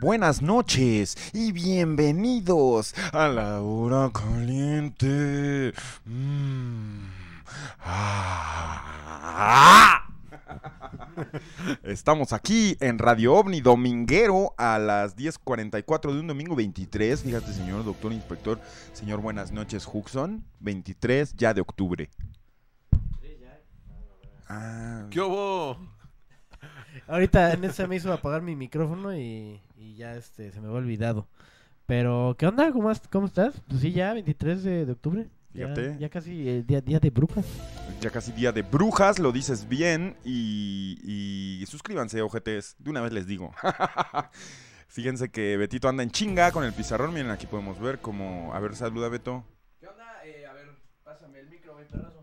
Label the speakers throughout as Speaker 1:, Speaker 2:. Speaker 1: buenas noches y bienvenidos a la hora caliente. Mm. Ah. Estamos aquí en Radio OVNI Dominguero a las 10.44 de un domingo 23. Fíjate, señor doctor inspector, señor buenas noches, Huxon. 23 ya de octubre. Ah,
Speaker 2: ¿Qué hubo?
Speaker 3: Ahorita en ese me hizo apagar mi micrófono y, y ya este se me había olvidado. Pero, ¿qué onda? ¿Cómo, has- cómo estás? Pues sí, ya 23 de, de octubre. Ya-
Speaker 1: Fíjate.
Speaker 3: Ya, casi el día, día de brujas.
Speaker 1: ya casi día de brujas, lo dices bien. Y, y suscríbanse, ojetes. De una vez les digo. Fíjense que Betito anda en chinga con el pizarrón. Miren, aquí podemos ver como... A ver, saluda, Beto.
Speaker 4: ¿Qué onda? Eh, a ver, pásame el micro, güey, perrazo.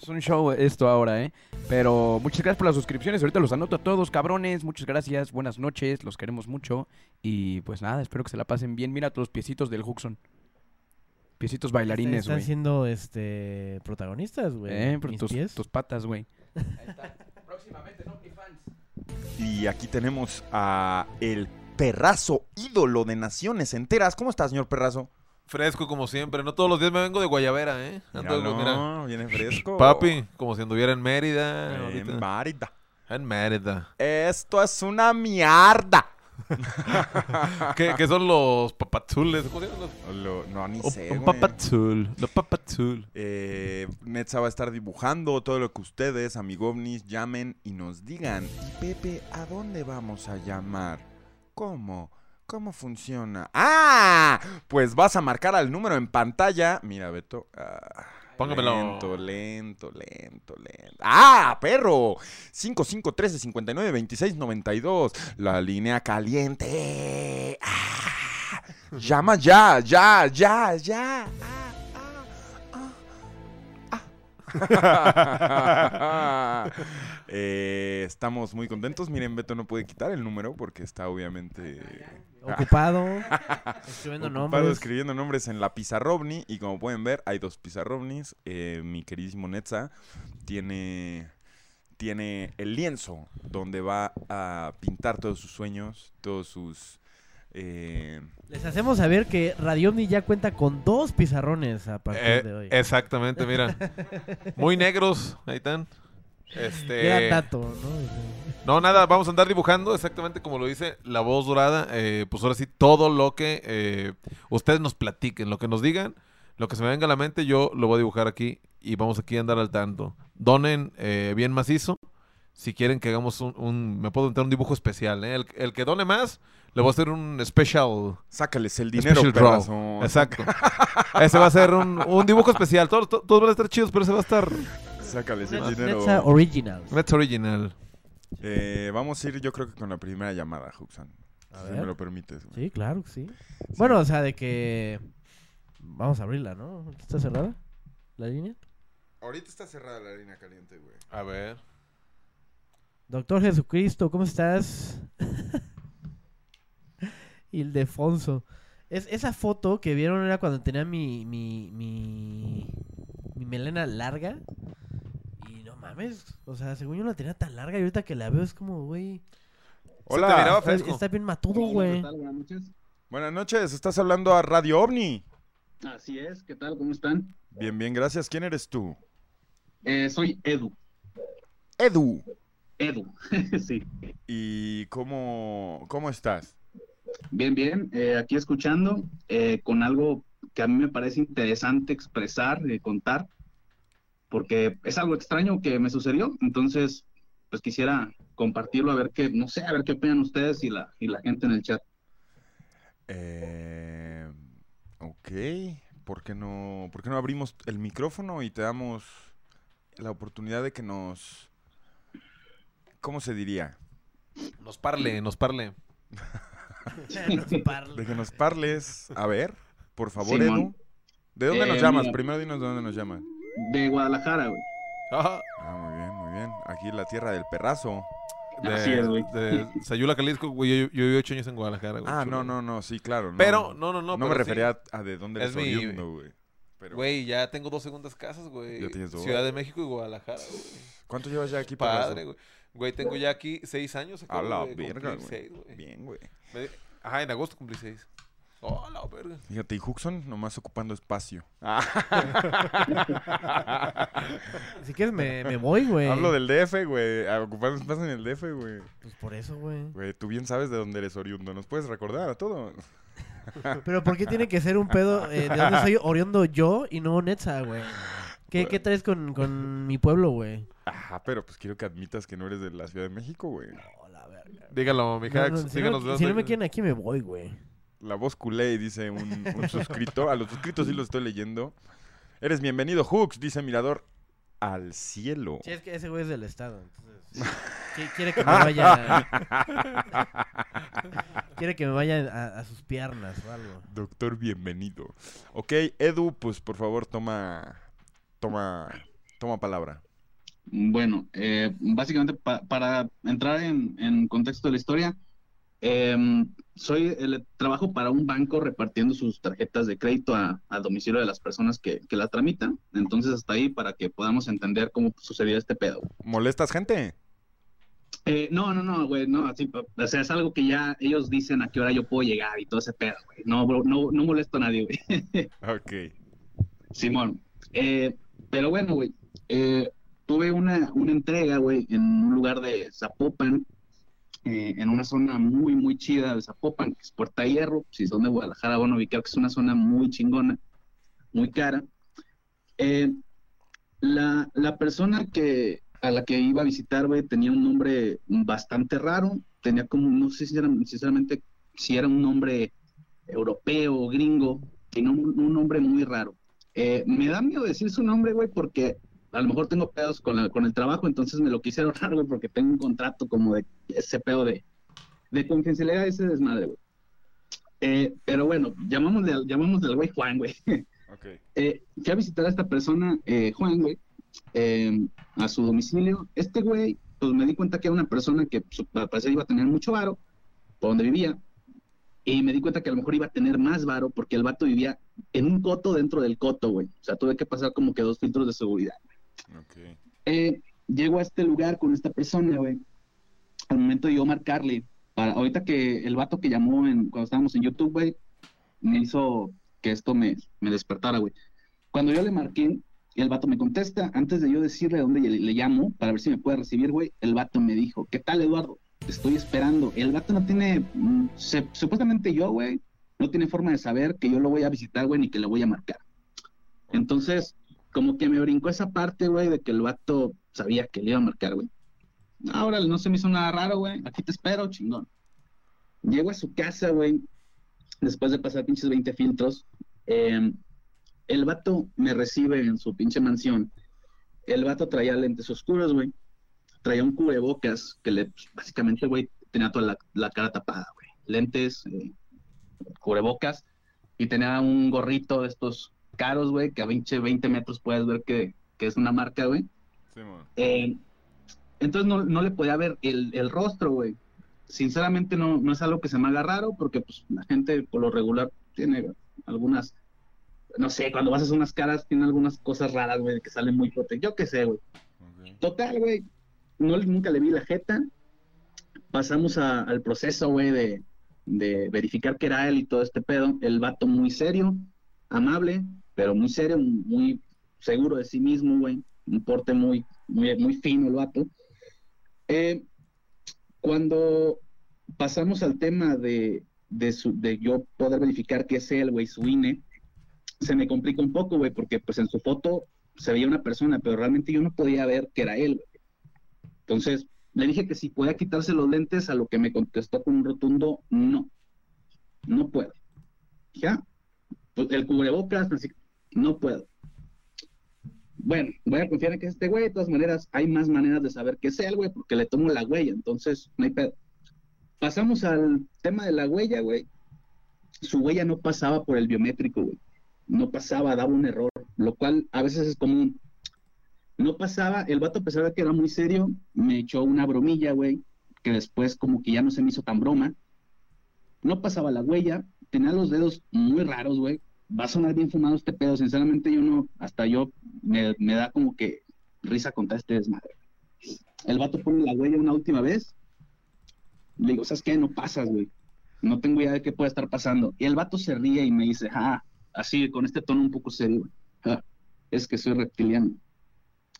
Speaker 4: Es un show esto ahora, ¿eh? Pero muchas gracias por las suscripciones. Ahorita los anoto a todos, cabrones. Muchas gracias. Buenas noches. Los queremos mucho. Y pues nada, espero que se la pasen bien. Mira tus piecitos del Huxon. Piecitos bailarines,
Speaker 3: Están
Speaker 4: güey.
Speaker 3: siendo este, protagonistas, güey.
Speaker 4: Eh, pero
Speaker 3: Mis
Speaker 4: tus,
Speaker 3: pies.
Speaker 4: tus patas, güey. Ahí está. Próximamente, ¿no? fans.
Speaker 1: Y aquí tenemos a el perrazo ídolo de naciones enteras. ¿Cómo está, señor perrazo?
Speaker 2: Fresco como siempre. No todos los días me vengo de Guayabera, ¿eh? Ando, mira,
Speaker 1: Míralo, viene fresco.
Speaker 2: papi, como si anduviera en Mérida.
Speaker 1: Eh,
Speaker 2: ahorita.
Speaker 1: Mérida.
Speaker 2: en Mérida.
Speaker 1: Esto es una mierda.
Speaker 2: ¿Qué, qué son los papazules? ¿Cómo se llaman los-
Speaker 1: Lo- no, ni
Speaker 2: Un-
Speaker 1: sé,
Speaker 2: Un
Speaker 1: güey.
Speaker 2: papazul. Los papazul.
Speaker 1: Eh, Netza va a estar dibujando todo lo que ustedes, amigovnis, llamen y nos digan. Y Pepe, ¿a dónde vamos a llamar? ¿Cómo? ¿Cómo funciona? ¡Ah! Pues vas a marcar al número en pantalla. Mira, Beto. Ah,
Speaker 2: Póngamelo.
Speaker 1: Lento, lento, lento, lento. ¡Ah, perro! 5513 59 26 92. La línea caliente. ¡Ah! Llama ya, ya, ya, ya. Ah, ah. Eh, estamos muy contentos. Miren, Beto no puede quitar el número porque está obviamente
Speaker 3: Ocupado. escribiendo
Speaker 1: ocupado
Speaker 3: nombres.
Speaker 1: escribiendo nombres en la pizarrovni. Y como pueden ver, hay dos pizarrovnis. Eh, mi queridísimo Netza tiene, tiene el lienzo donde va a pintar todos sus sueños, todos sus... eh,
Speaker 3: Les hacemos saber que Radio Omni ya cuenta con dos pizarrones a partir
Speaker 2: Eh,
Speaker 3: de hoy.
Speaker 2: exactamente, mira. Muy negros. Ahí están. Este.
Speaker 3: Gran dato, ¿no?
Speaker 2: No, nada, vamos a andar dibujando exactamente como lo dice la voz dorada. eh, pues ahora sí, todo lo que eh, ustedes nos platiquen, lo que nos digan, lo que se me venga a la mente, yo lo voy a dibujar aquí y vamos aquí a andar al tanto. Donen eh, bien macizo. Si quieren que hagamos un, un- Me puedo entrar un dibujo especial, ¿eh? El, el que done más, le voy a hacer un special.
Speaker 1: sácales el dinero,
Speaker 2: Special draw.
Speaker 1: perrazo.
Speaker 2: Exacto. Ese va a ser un, un dibujo especial. Todos, to- todos van a estar chidos, pero ese va a estar.
Speaker 1: Sácales el
Speaker 3: Net-
Speaker 1: dinero.
Speaker 3: Netza Originals.
Speaker 2: That's original.
Speaker 1: Eh, vamos a ir yo creo que con la primera llamada, Huxan.
Speaker 3: A
Speaker 1: Si
Speaker 3: ver.
Speaker 1: me lo permites. güey.
Speaker 3: Sí, claro que sí. Bueno, o sea, de que. Vamos a abrirla, ¿no? ¿Está cerrada la línea?
Speaker 1: Ahorita está cerrada la harina caliente, güey.
Speaker 2: A ver.
Speaker 3: Doctor Jesucristo, ¿cómo estás? Ildefonso. Es, esa foto que vieron era cuando tenía mi, mi, mi, mi melena larga. Y no mames. O sea, según yo la tenía tan larga y ahorita que la veo es como, güey.
Speaker 2: Se te
Speaker 1: Hola.
Speaker 2: miraba
Speaker 3: Está,
Speaker 2: fresco.
Speaker 3: está bien matudo,
Speaker 5: Hola, ¿Qué
Speaker 3: güey.
Speaker 5: tal? Buenas noches.
Speaker 1: Buenas noches, estás hablando a Radio OVNI.
Speaker 5: Así es, ¿qué tal? ¿Cómo están?
Speaker 1: Bien, bien, gracias. ¿Quién eres tú?
Speaker 5: Eh, soy Edu.
Speaker 1: Edu.
Speaker 5: Edu, sí.
Speaker 1: ¿Y cómo, cómo estás?
Speaker 5: Bien, bien. eh, aquí escuchando eh, con algo que a mí me parece interesante expresar, eh, contar, porque es algo extraño que me sucedió. Entonces, pues quisiera compartirlo, a ver qué, no sé, a ver qué opinan ustedes y la, y la gente en el chat.
Speaker 1: Eh, ok, ¿Por qué, no, ¿por qué no abrimos el micrófono y te damos la oportunidad de que nos... ¿Cómo se diría?
Speaker 2: Nos parle, nos parle.
Speaker 3: No parle.
Speaker 1: De que nos parles. A ver, por favor,
Speaker 5: Simón.
Speaker 1: Edu. ¿De dónde nos
Speaker 5: Eh,
Speaker 1: llamas?
Speaker 5: mira.
Speaker 1: Primero dinos de dónde nos llamas.
Speaker 5: De Guadalajara, güey.
Speaker 2: Ajá.
Speaker 1: Ah, muy bien, muy bien. Aquí la tierra del perrazo.
Speaker 2: De,
Speaker 5: Así es, güey.
Speaker 2: de Sayula, Jalisco, güey. Yo, yo viví ocho años en Guadalajara, güey.
Speaker 1: Ah,
Speaker 2: chulo.
Speaker 1: no, no, no, sí, claro. no.
Speaker 2: Pero, no, no, no.
Speaker 1: No
Speaker 2: pero
Speaker 1: me
Speaker 2: sí.
Speaker 1: refería a de dónde eres
Speaker 2: Es mi-
Speaker 1: oriundo, güey. Pero,
Speaker 2: Güey, ya tengo dos segundas casas, güey.
Speaker 1: Ya tienes dos.
Speaker 2: Ciudad de México y Guadalajara, güey.
Speaker 1: ¿cuánto llevas ya aquí? perrazo?
Speaker 2: Padre, güey. Güey, tengo ya aquí seis años.
Speaker 1: A
Speaker 2: acabo
Speaker 1: la
Speaker 2: de
Speaker 1: verga,
Speaker 2: cumplir
Speaker 1: güey.
Speaker 2: seis,
Speaker 1: Bien, güey.
Speaker 2: Me di- Ajá, en agosto cumplí seis. Oh, a la verga.
Speaker 1: Fíjate, y Huxon nomás ocupando espacio.
Speaker 3: Si quieres, me, me voy, güey.
Speaker 1: Hablo del DF, güey. a- Ocupando espacio en el DF, güey.
Speaker 3: Pues por eso, güey.
Speaker 1: Güey, tú bien sabes de dónde eres oriundo. ¿Nos puedes recordar a todos?
Speaker 3: Pero ¿por qué tiene que ser un pedo eh, de dónde soy oriundo yo y no Netza, güey? ¿Qué, ¿Qué traes con, con mi pueblo, güey?
Speaker 1: Ah, pero pues quiero que admitas que no eres de la Ciudad de México, güey.
Speaker 3: No, la verga.
Speaker 2: Dígalo, mi
Speaker 3: No,
Speaker 2: hacks.
Speaker 3: no, si,
Speaker 2: díganos de
Speaker 3: no, si no
Speaker 2: dónde-
Speaker 3: me quieren aquí, me voy, güey.
Speaker 1: La voz culé, dice un, un suscriptor. A los suscritos sí los estoy leyendo. Eres bienvenido, Hux, dice Mirador. Al cielo.
Speaker 3: Sí, es que ese güey es del Estado, entonces... qui- Quiere que me vaya... quiere que me vaya a, a sus piernas o algo.
Speaker 1: Doctor, bienvenido. Ok, Edu, pues por favor toma, toma, toma palabra.
Speaker 5: Bueno, eh, básicamente pa- para entrar en, en contexto de la historia, em, soy el- trabajo para un banco repartiendo sus tarjetas de crédito a, a domicilio de las personas que, que la tramitan. Entonces hasta ahí para que podamos entender cómo sucedió este pedo.
Speaker 1: ¿Molestas gente?
Speaker 5: Eh, no, no, no, güey, no, así, o sea, es algo que ya ellos dicen a qué hora yo puedo llegar y todo ese pedo, güey. No, bro, no, no molesto a nadie, güey.
Speaker 1: Ok.
Speaker 5: Simón. Eh, pero bueno, güey, eh, tuve una, una entrega, güey, en un lugar de Zapopan, eh, en una zona muy, muy chida de Zapopan, que es Puerta Hierro, si son de Guadalajara van a ubicar que es una zona muy chingona, muy cara. Eh, la, la persona que a la que iba a visitar, güey, tenía un nombre bastante raro, tenía como, no sé si era, sinceramente si era un nombre europeo o gringo, tenía un- un nombre muy raro. Eh, me da miedo decir su nombre, güey, porque a lo mejor tengo pedos con, la- con el trabajo, entonces me lo quise ahorrar, güey, porque tengo un contrato como de ese pedo de, de confidencialidad, ese desmadre, güey. Eh, pero bueno, llamamos de, llamamos del güey Juan, güey.
Speaker 1: Ok.
Speaker 5: Eh, fui a visitar a esta persona, eh, Juan, güey, eh, a su domicilio. Este güey, pues me di cuenta que era una persona que pues, al parecer iba a tener mucho varo por donde vivía. Y me di cuenta que a lo mejor iba a tener más varo porque el vato vivía en un coto dentro del coto, güey. O sea, tuve que pasar como que dos filtros de seguridad.
Speaker 1: Ok.
Speaker 5: Eh, llego a este lugar con esta persona, güey. Al momento de yo marcarle, para, ahorita que el vato que llamó en, cuando estábamos en YouTube, güey, me hizo que esto me, me despertara, güey. Cuando yo le marqué, el vato me contesta. Antes de yo decirle a dónde le, le llamo, para ver si me puede recibir, güey, el vato me dijo, ¿qué tal, Eduardo? Te estoy esperando. El vato no tiene, mm, se- supuestamente yo, güey, no tiene forma de saber que yo lo voy a visitar, güey, ni que le voy a marcar. Entonces, como que me brincó esa parte, güey, de que el vato sabía que le iba a marcar, güey. Ahora Ah, no se me hizo nada raro, güey. Aquí te espero, chingón. Llego a su casa, güey. Después de pasar pinches 20 filtros, eh, el vato me recibe en su pinche mansión. El vato traía lentes oscuros, güey. Traía un cubrebocas que le, pues, básicamente, güey, tenía toda la, la cara tapada, güey. Lentes, eh, cubrebocas y tenía un gorrito de estos caros, güey, que a 20, 20 metros puedes ver que, que es una marca, güey.
Speaker 1: Simón.
Speaker 5: Eh, entonces no, no le podía ver el, el rostro, güey. Sinceramente no, no es algo que se me haga raro porque pues, la gente por lo regular tiene algunas, no sé, cuando vas a hacer unas caras tiene algunas cosas raras, güey, que salen muy fuerte. Yo qué sé, güey.
Speaker 1: Ok.
Speaker 5: Total, güey. No, le- nunca le vi la jeta. Pasamos a- al proceso, güey, de, de verificar que era él y todo este pedo. El vato muy serio, amable, pero muy serio, muy seguro de sí mismo, güey. Un porte muy, muy, muy fino el vato. Eh, cuando pasamos al tema de, de, su, de yo poder verificar que es él, güey, su INE, se me complica un poco, güey, porque pues en su foto se veía una persona, pero realmente yo no podía ver que era él. güey. Entonces, le dije que si podía quitarse los lentes, a lo que me contestó con un rotundo, no, no puedo. Ya, pues, el cubrebocas, así, no puedo. Bueno, voy a confiar en que es este güey, de todas maneras, hay más maneras de saber que es él, güey, porque le tomo la huella, entonces, no hay pedo. Pasamos al tema de la huella, güey. Su huella no pasaba por el biométrico, güey. No pasaba, daba un error lo cual a veces es común. No pasaba, el vato, a pesar de que era muy serio, me echó una bromilla, güey, que después como que ya no se me hizo tan broma. No pasaba la huella, tenía los dedos muy raros, güey, va a sonar bien fumado este pedo. Sinceramente, yo no, hasta yo me, me da como que risa contar este desmadre. El vato pone la huella una última vez. Le digo, ¿sabes qué? No pasas, güey. No tengo idea de qué puede estar pasando. Y el vato se ríe y me dice, ah, así, con este tono un poco serio, güey. "Ja, es que soy reptiliano.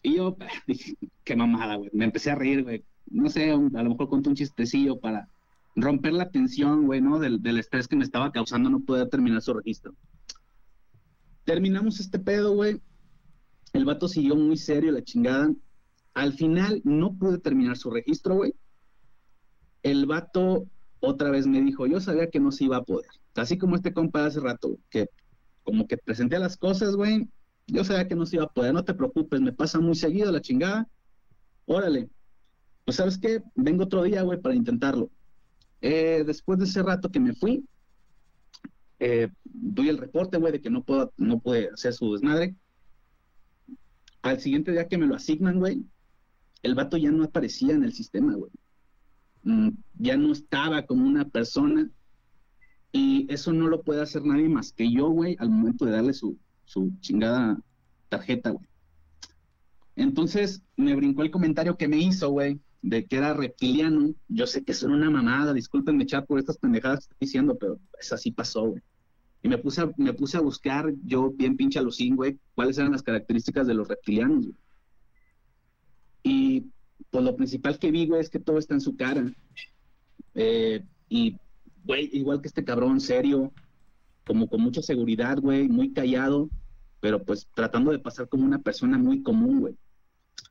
Speaker 5: Y yo dije, qué mamada, güey. Me empecé a reír, güey. No sé, un- a lo mejor conté un chistecillo para romper la tensión, güey, ¿no? Del, del estrés que me estaba causando no poder terminar su registro. Terminamos este pedo, güey. El vato siguió muy serio, la chingada. Al final no pude terminar su registro, güey. El vato otra vez me dijo, yo sabía que no se iba a poder. Así como este compa de hace rato, que como que presenté las cosas, güey, yo sabía que no se iba a poder, no te preocupes, me pasa muy seguido la chingada. Órale, pues sabes qué, vengo otro día, güey, para intentarlo. Eh, después de ese rato que me fui, eh, doy el reporte, güey, de que no puedo, no puede hacer su desmadre. Al siguiente día que me lo asignan, güey, el vato ya no aparecía en el sistema, güey. Mm, ya no estaba como una persona. Y eso no lo puede hacer nadie más que yo, güey, al momento de darle su, su chingada tarjeta, güey. Entonces me brincó el comentario que me hizo, güey, de que era reptiliano. Yo sé que son una mamada, discúlpenme, chat, por estas pendejadas que estoy diciendo, pero es así pasó, güey. Y me puse, a, me puse a buscar, yo bien pinche alucín, güey, cuáles eran las características de los reptilianos, güey. Y pues lo principal que vi, güey, es que todo está en su cara. Eh, y, güey, igual que este cabrón, serio, como con mucha seguridad, güey, muy callado, pero pues tratando de pasar como una persona muy común, güey.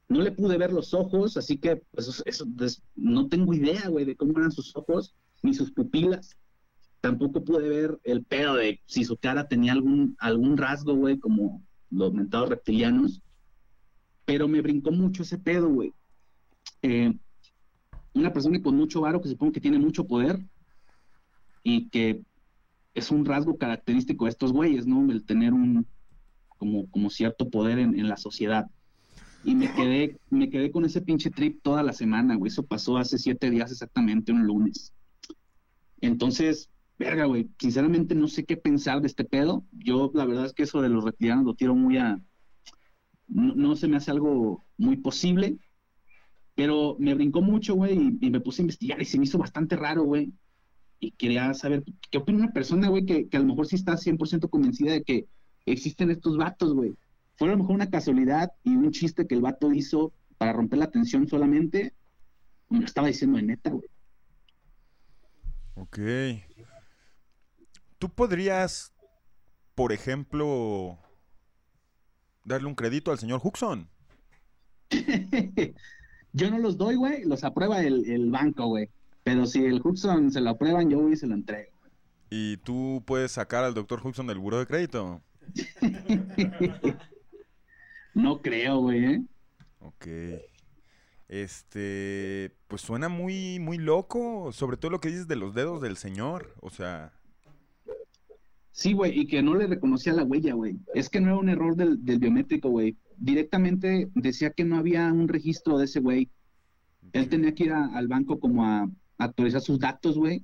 Speaker 5: No le pude ver los ojos, así que pues eso- eso, des- no tengo idea, güey, de cómo eran sus ojos ni sus pupilas. Tampoco pude ver el pedo de si su cara tenía algún, algún rasgo, güey, como los mentados reptilianos. Pero me brincó mucho ese pedo, güey. Eh, una persona con mucho varo que supongo que tiene mucho poder y que es un rasgo característico de estos güeyes, ¿no? El tener un como, como cierto poder en, en la sociedad. Y me quedé, me quedé con ese pinche trip toda la semana, güey. Eso pasó hace siete días exactamente, un lunes. Entonces, verga, güey. Sinceramente no sé qué pensar de este pedo. Yo, la verdad es que eso de los reptilianos lo tiro muy a... No, no se me hace algo muy posible. Pero me brincó mucho, güey, y, y me puse a investigar y se me hizo bastante raro, güey y quería saber qué opina una persona, güey, que, que a lo mejor sí está 100% convencida de que existen estos vatos, güey. Fue a lo mejor una casualidad y un chiste que el vato hizo para romper la tensión solamente. Me lo estaba diciendo de neta, güey.
Speaker 1: Ok. ¿Tú podrías, por ejemplo, darle un crédito al señor Huxon?
Speaker 5: yo no los doy, güey, los aprueba el, el banco, güey. Pero si el Hudson se lo aprueban, yo voy y se lo entrego.
Speaker 1: Y tú puedes sacar al doctor Huxon del buro de crédito.
Speaker 5: No creo, güey, ¿eh?
Speaker 1: Ok. Este, pues suena muy, muy loco, sobre todo lo que dices de los dedos del señor. O sea,
Speaker 5: Sí, güey, y que no le reconocía la huella, güey. Es que no era un error del, del biométrico, güey. Directamente decía que no había un registro de ese güey. Él tenía que ir a- al banco como a, actualizar sus datos, güey.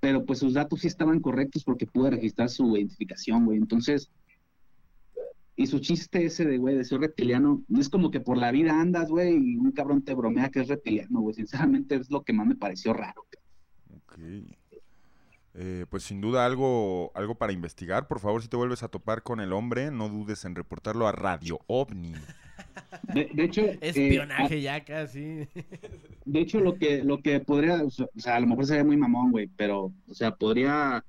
Speaker 5: Pero pues sus datos sí estaban correctos porque pude registrar su identificación, güey. Entonces, y su chiste ese de, güey, de ser reptiliano, es como que por la vida andas, güey, y un cabrón te bromea que es reptiliano, güey. Sinceramente es lo que más me pareció raro.
Speaker 1: Ok. Eh, pues sin duda algo, algo para investigar. Por favor, si te vuelves a topar con el hombre, no dudes en reportarlo a Radio OVNI.
Speaker 5: De, de hecho, eh,
Speaker 3: Espionaje ya casi.
Speaker 5: De hecho, lo que, lo que podría, o sea, o sea, a lo mejor sería muy mamón, güey, pero, o sea, podría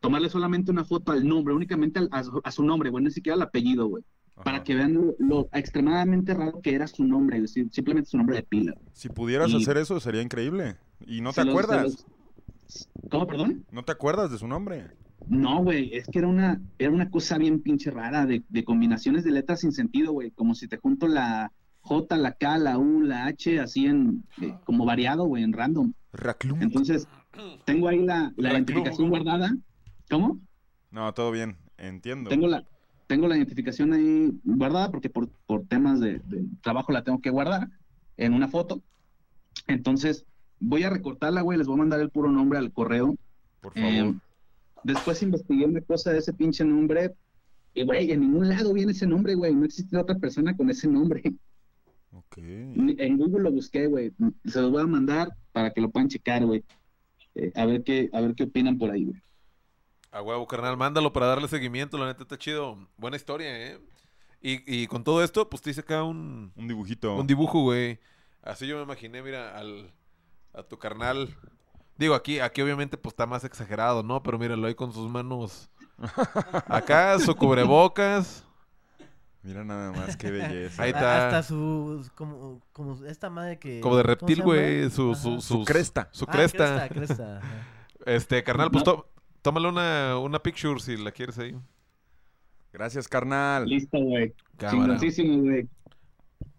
Speaker 5: tomarle solamente una foto al nombre, únicamente al- a, su- a su nombre, güey, ni siquiera al apellido, güey, para
Speaker 1: Ajá.
Speaker 5: que vean lo, lo extremadamente raro que era su nombre, es decir, simplemente su nombre de pila.
Speaker 1: Si pudieras
Speaker 5: Y-
Speaker 1: hacer eso, sería increíble. ¿Y no
Speaker 5: Se
Speaker 1: te
Speaker 5: los- se
Speaker 1: acuerdas?
Speaker 5: los- ¿Cómo, perdón?
Speaker 1: ¿No te acuerdas de su nombre?
Speaker 5: No, güey, es que era una, era una cosa bien pinche rara de, de combinaciones de letras sin sentido, güey, como si te junto la J, la K, la U, la H, así en, eh, como variado, güey, en random.
Speaker 1: Raclum.
Speaker 5: Entonces, tengo ahí la, la
Speaker 2: Ay,
Speaker 5: identificación
Speaker 2: ¿cómo, cómo?
Speaker 5: guardada. ¿Cómo?
Speaker 1: No, todo bien. Entiendo.
Speaker 5: Tengo la, tengo la identificación ahí guardada porque por, por temas de, de trabajo la tengo que guardar en una foto. Entonces, voy a recortarla, güey. Les voy a mandar el puro nombre al correo.
Speaker 1: Por
Speaker 5: Eh,
Speaker 1: favor.
Speaker 5: Después investigué una cosa de ese pinche nombre. Y, güey, en ningún lado viene ese nombre, güey. No existe otra persona con ese nombre.
Speaker 1: Ok.
Speaker 5: Ni- En Google lo busqué, güey. Se los voy a mandar para que lo puedan checar, güey. Eh, a, ver qué, a ver qué opinan por ahí, güey.
Speaker 2: A huevo, carnal, mándalo para darle seguimiento. La neta está chido. Buena historia, ¿eh? Y, y con todo esto, pues te hice acá un,
Speaker 1: Un dibujito.
Speaker 2: un dibujo, güey. Así yo me imaginé, mira, al, a tu carnal. Digo, aquí, aquí obviamente pues está más exagerado, ¿no? Pero míralo ahí con sus manos. Acá, su cubrebocas.
Speaker 1: Mira nada más, qué belleza.
Speaker 2: Ahí
Speaker 3: A-
Speaker 2: está.
Speaker 3: Hasta sus. Como, como esta madre que.
Speaker 2: Como de
Speaker 3: ¿cómo
Speaker 2: reptil,
Speaker 3: se
Speaker 2: güey.
Speaker 3: llama?
Speaker 2: Su,
Speaker 3: Ajá.
Speaker 2: su,
Speaker 1: Su
Speaker 2: sus-
Speaker 1: cresta.
Speaker 2: Su
Speaker 3: Ah,
Speaker 2: cresta.
Speaker 3: cresta, cresta, ajá.
Speaker 2: Este, carnal, pues tó- tómale una, una picture si la quieres ahí.
Speaker 1: Gracias, carnal.
Speaker 5: Listo, güey.
Speaker 2: Cámara.
Speaker 5: Chingoncísimo, güey.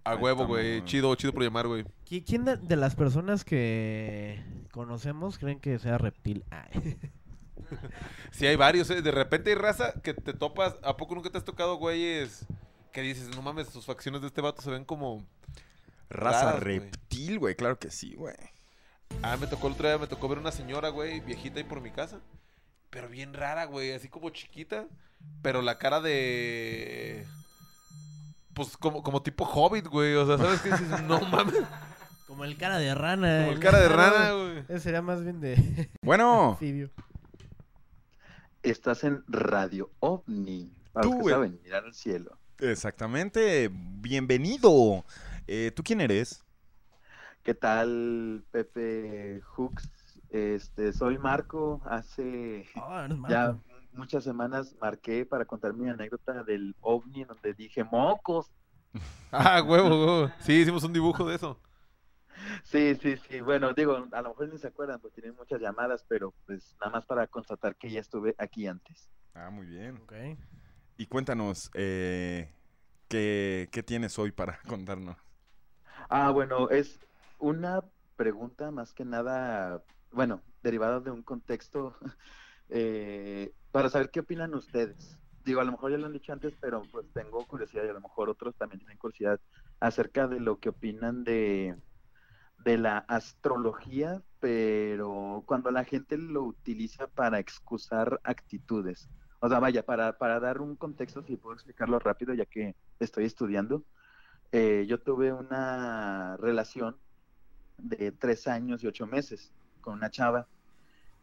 Speaker 2: A
Speaker 1: Ahí
Speaker 2: huevo,
Speaker 1: estamos,
Speaker 2: güey.
Speaker 1: güey.
Speaker 2: Chido, chido por llamar, güey.
Speaker 3: ¿Qui- ¿Quién de, de las personas que conocemos creen que sea reptil? Ay.
Speaker 2: Sí, hay varios, ¿eh? De repente hay raza que te topas. ¿A poco nunca te has tocado, güeyes? Que dices, no mames, sus facciones de este vato se ven como.
Speaker 1: Raza
Speaker 2: Raras, güey.
Speaker 1: reptil, güey. Claro que sí, güey.
Speaker 2: Ah, me tocó el otro día, me tocó ver una señora, güey, viejita ahí por mi casa. Pero bien rara, güey, así como chiquita. Pero la cara de. Pues como, como tipo hobbit, güey. O sea, ¿sabes qué dices? No mames.
Speaker 3: Como el cara de rana.
Speaker 2: Como el cara de rana, güey.
Speaker 3: Ese sería más bien de
Speaker 1: Bueno,
Speaker 3: anfibio.
Speaker 6: Estás en Radio OVNI. Para
Speaker 1: Tú,
Speaker 6: los que
Speaker 1: güey.
Speaker 6: saben, mirar al cielo.
Speaker 1: exactamente. Bienvenido. Eh, ¿Tú quién eres?
Speaker 6: ¿Qué tal, Pepe Hooks? Este, soy Marco. Hace
Speaker 3: Ah, no es
Speaker 6: ya
Speaker 3: malo.
Speaker 6: muchas semanas marqué para contar mi anécdota del OVNI en donde dije, mocos.
Speaker 2: Ah, huevo, huevo. Sí, hicimos un dibujo de eso.
Speaker 6: Sí, sí, sí. Bueno, digo, a lo mejor ni se acuerdan porque tienen muchas llamadas, pero pues nada más para constatar que ya estuve aquí antes.
Speaker 1: Ah, muy bien.
Speaker 3: Ok.
Speaker 1: Y cuéntanos, eh, ¿qué, qué tienes hoy para contarnos?
Speaker 6: Ah, bueno, es una pregunta más que nada, bueno, derivada de un contexto eh, para saber qué opinan ustedes. Digo, a lo mejor ya lo han dicho antes, pero pues tengo curiosidad y a lo mejor otros también tienen curiosidad acerca de lo que opinan de, de la astrología, pero cuando la gente lo utiliza para excusar actitudes. O sea, vaya, para, para dar un contexto, si puedo explicarlo rápido, ya que estoy estudiando eh, yo tuve una relación de tres años y ocho meses con una chava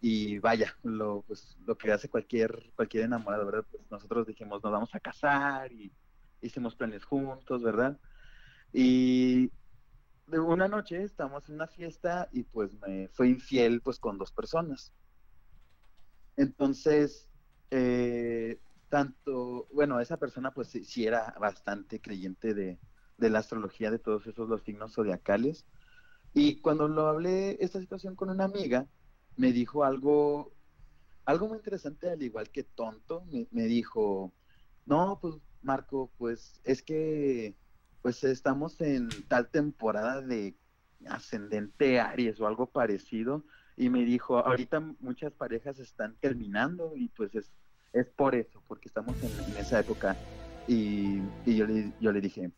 Speaker 6: y vaya, lo, pues, lo que hace cualquier, cualquier enamorado, ¿verdad? Pues nosotros dijimos, nos vamos a casar y hicimos planes juntos, ¿verdad? Y de una noche estamos en una fiesta y pues me fue infiel pues con dos personas. Entonces, eh, tanto, bueno, esa persona pues sí, sí era bastante creyente de, de la astrología de todos esos los signos zodiacales. Y cuando lo hablé esta situación con una amiga, me dijo algo, algo muy interesante, al igual que tonto, me, me dijo, no, pues Marco, pues es que pues estamos en tal temporada de ascendente Aries o algo parecido. Y me dijo, ahorita muchas parejas están terminando y pues es, es por eso, porque estamos en, en esa época. Y, y yo, le, yo le dije,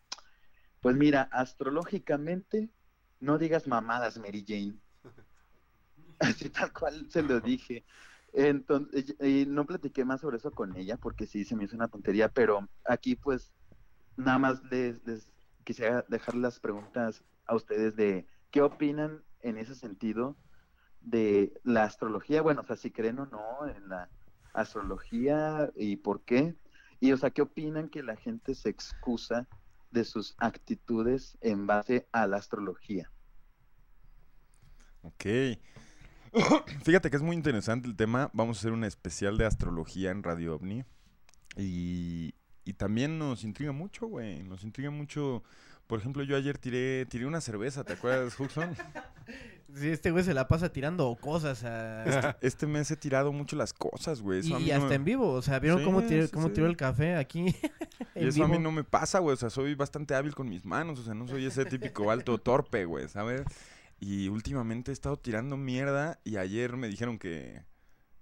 Speaker 6: pues mira, astrológicamente, no digas mamadas, Mary Jane. Así tal cual se lo dije. Entonces, y- y no platiqué más sobre eso con ella porque sí se me hizo una tontería, pero aquí pues nada más les, les quisiera dejar las preguntas a ustedes de qué opinan en ese sentido de la astrología, bueno, o sea, si creen o no en la astrología y por qué, y o sea, qué opinan que la gente se excusa de sus actitudes en base a la astrología.
Speaker 1: Ok. Fíjate que es muy interesante el tema. Vamos a hacer un especial de astrología en Radio OVNI. Y, y también nos intriga mucho, güey. Nos intriga mucho. Por ejemplo, yo ayer tiré, tiré una cerveza, ¿te acuerdas, Huxon?
Speaker 3: Sí, este güey se la pasa tirando cosas a...
Speaker 1: Este mes he tirado mucho las cosas, güey. Eso a mí
Speaker 3: Y
Speaker 1: no
Speaker 3: hasta
Speaker 1: me-
Speaker 3: en vivo, o sea, ¿vieron
Speaker 1: Sí,
Speaker 3: cómo, tiró,
Speaker 1: sí,
Speaker 3: cómo
Speaker 1: sí.
Speaker 3: tiró el café aquí?
Speaker 1: Y
Speaker 3: en
Speaker 1: eso a mí
Speaker 3: vivo?
Speaker 1: no me pasa, güey. O sea, soy bastante hábil con mis manos. O sea, no soy ese típico alto torpe, güey, ¿sabes? Y últimamente he estado tirando mierda. Y ayer me dijeron que,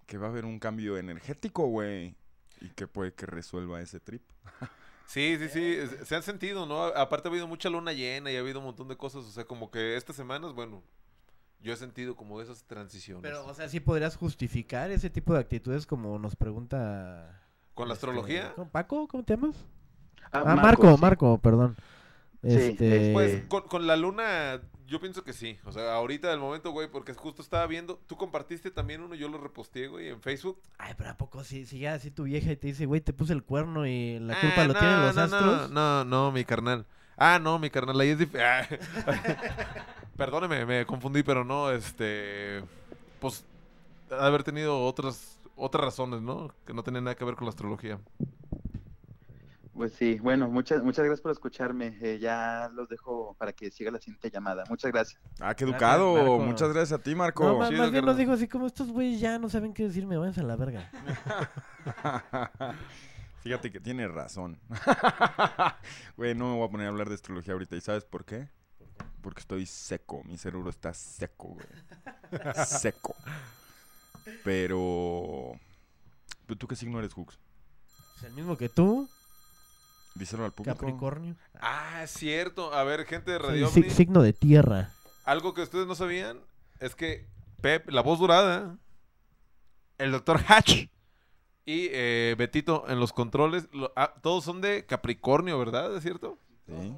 Speaker 1: que va a haber un cambio energético, güey. Y que puede que resuelva ese trip.
Speaker 2: Sí, sí, sí, es- se han sentido, ¿no? A- Aparte ha habido mucha luna llena y ha habido un montón de cosas, o sea, como que estas semanas, bueno, Yo he sentido como esas transiciones.
Speaker 3: Pero, o sea, sí podrías justificar ese tipo de actitudes como nos pregunta.
Speaker 2: ¿Con la
Speaker 3: este,
Speaker 2: astrología?
Speaker 3: ¿cómo- Paco, ¿cómo te llamas?
Speaker 6: Ah,
Speaker 3: Ah, Marco, Marco,
Speaker 6: sí.
Speaker 3: perdón.
Speaker 6: Sí,
Speaker 3: Este,
Speaker 2: Pues con, con la luna, yo pienso que sí. O sea, ahorita del momento, güey, porque justo estaba viendo. Tú compartiste también uno, yo lo reposteé, güey, en Facebook.
Speaker 3: Ay, pero ¿a poco si, si ya así tu vieja y te dice, güey, te puse el cuerno y la
Speaker 2: Ah,
Speaker 3: culpa lo
Speaker 2: no,
Speaker 3: tienen los
Speaker 2: no,
Speaker 3: astros?
Speaker 2: No, no, no, mi carnal. Ah, no, mi carnal, ahí es diferente. Perdóneme, me confundí, pero no, este. Pues, ha de haber tenido otras otras razones, ¿no? Que no tenían nada que ver con la astrología.
Speaker 6: Pues sí, bueno, muchas, muchas gracias por escucharme. Eh, ya los dejo para que siga la siguiente llamada. Muchas gracias.
Speaker 1: Ah, qué
Speaker 3: Gracias,
Speaker 1: educado.
Speaker 3: Marco.
Speaker 1: Muchas gracias a ti, Marco.
Speaker 3: No, ma-
Speaker 2: Chido,
Speaker 3: más bien
Speaker 2: carnal.
Speaker 3: nos dijo así como estos güeyes ya no saben qué decirme, váyanse a la verga.
Speaker 1: Fíjate que tiene razón. Güey, no me voy a poner a hablar de astrología ahorita. ¿Y sabes por qué? Porque estoy seco. Mi cerebro está seco, güey. Seco. Pero... ¿Pero ¿Tú qué signo eres, Hux?
Speaker 3: Es Pues el mismo que tú,
Speaker 1: Díselo al público.
Speaker 3: Capricornio.
Speaker 2: Ah, es cierto. A ver, gente de
Speaker 3: Soy
Speaker 2: Radio
Speaker 3: sig-
Speaker 2: Ovni,
Speaker 3: signo de tierra.
Speaker 2: algo que ustedes no sabían es que Pep, la voz dorada, el doctor Hatch y eh, Betito en los controles, lo- ah, todos son de Capricornio, ¿verdad? ¿Es cierto?
Speaker 1: ¿Sí?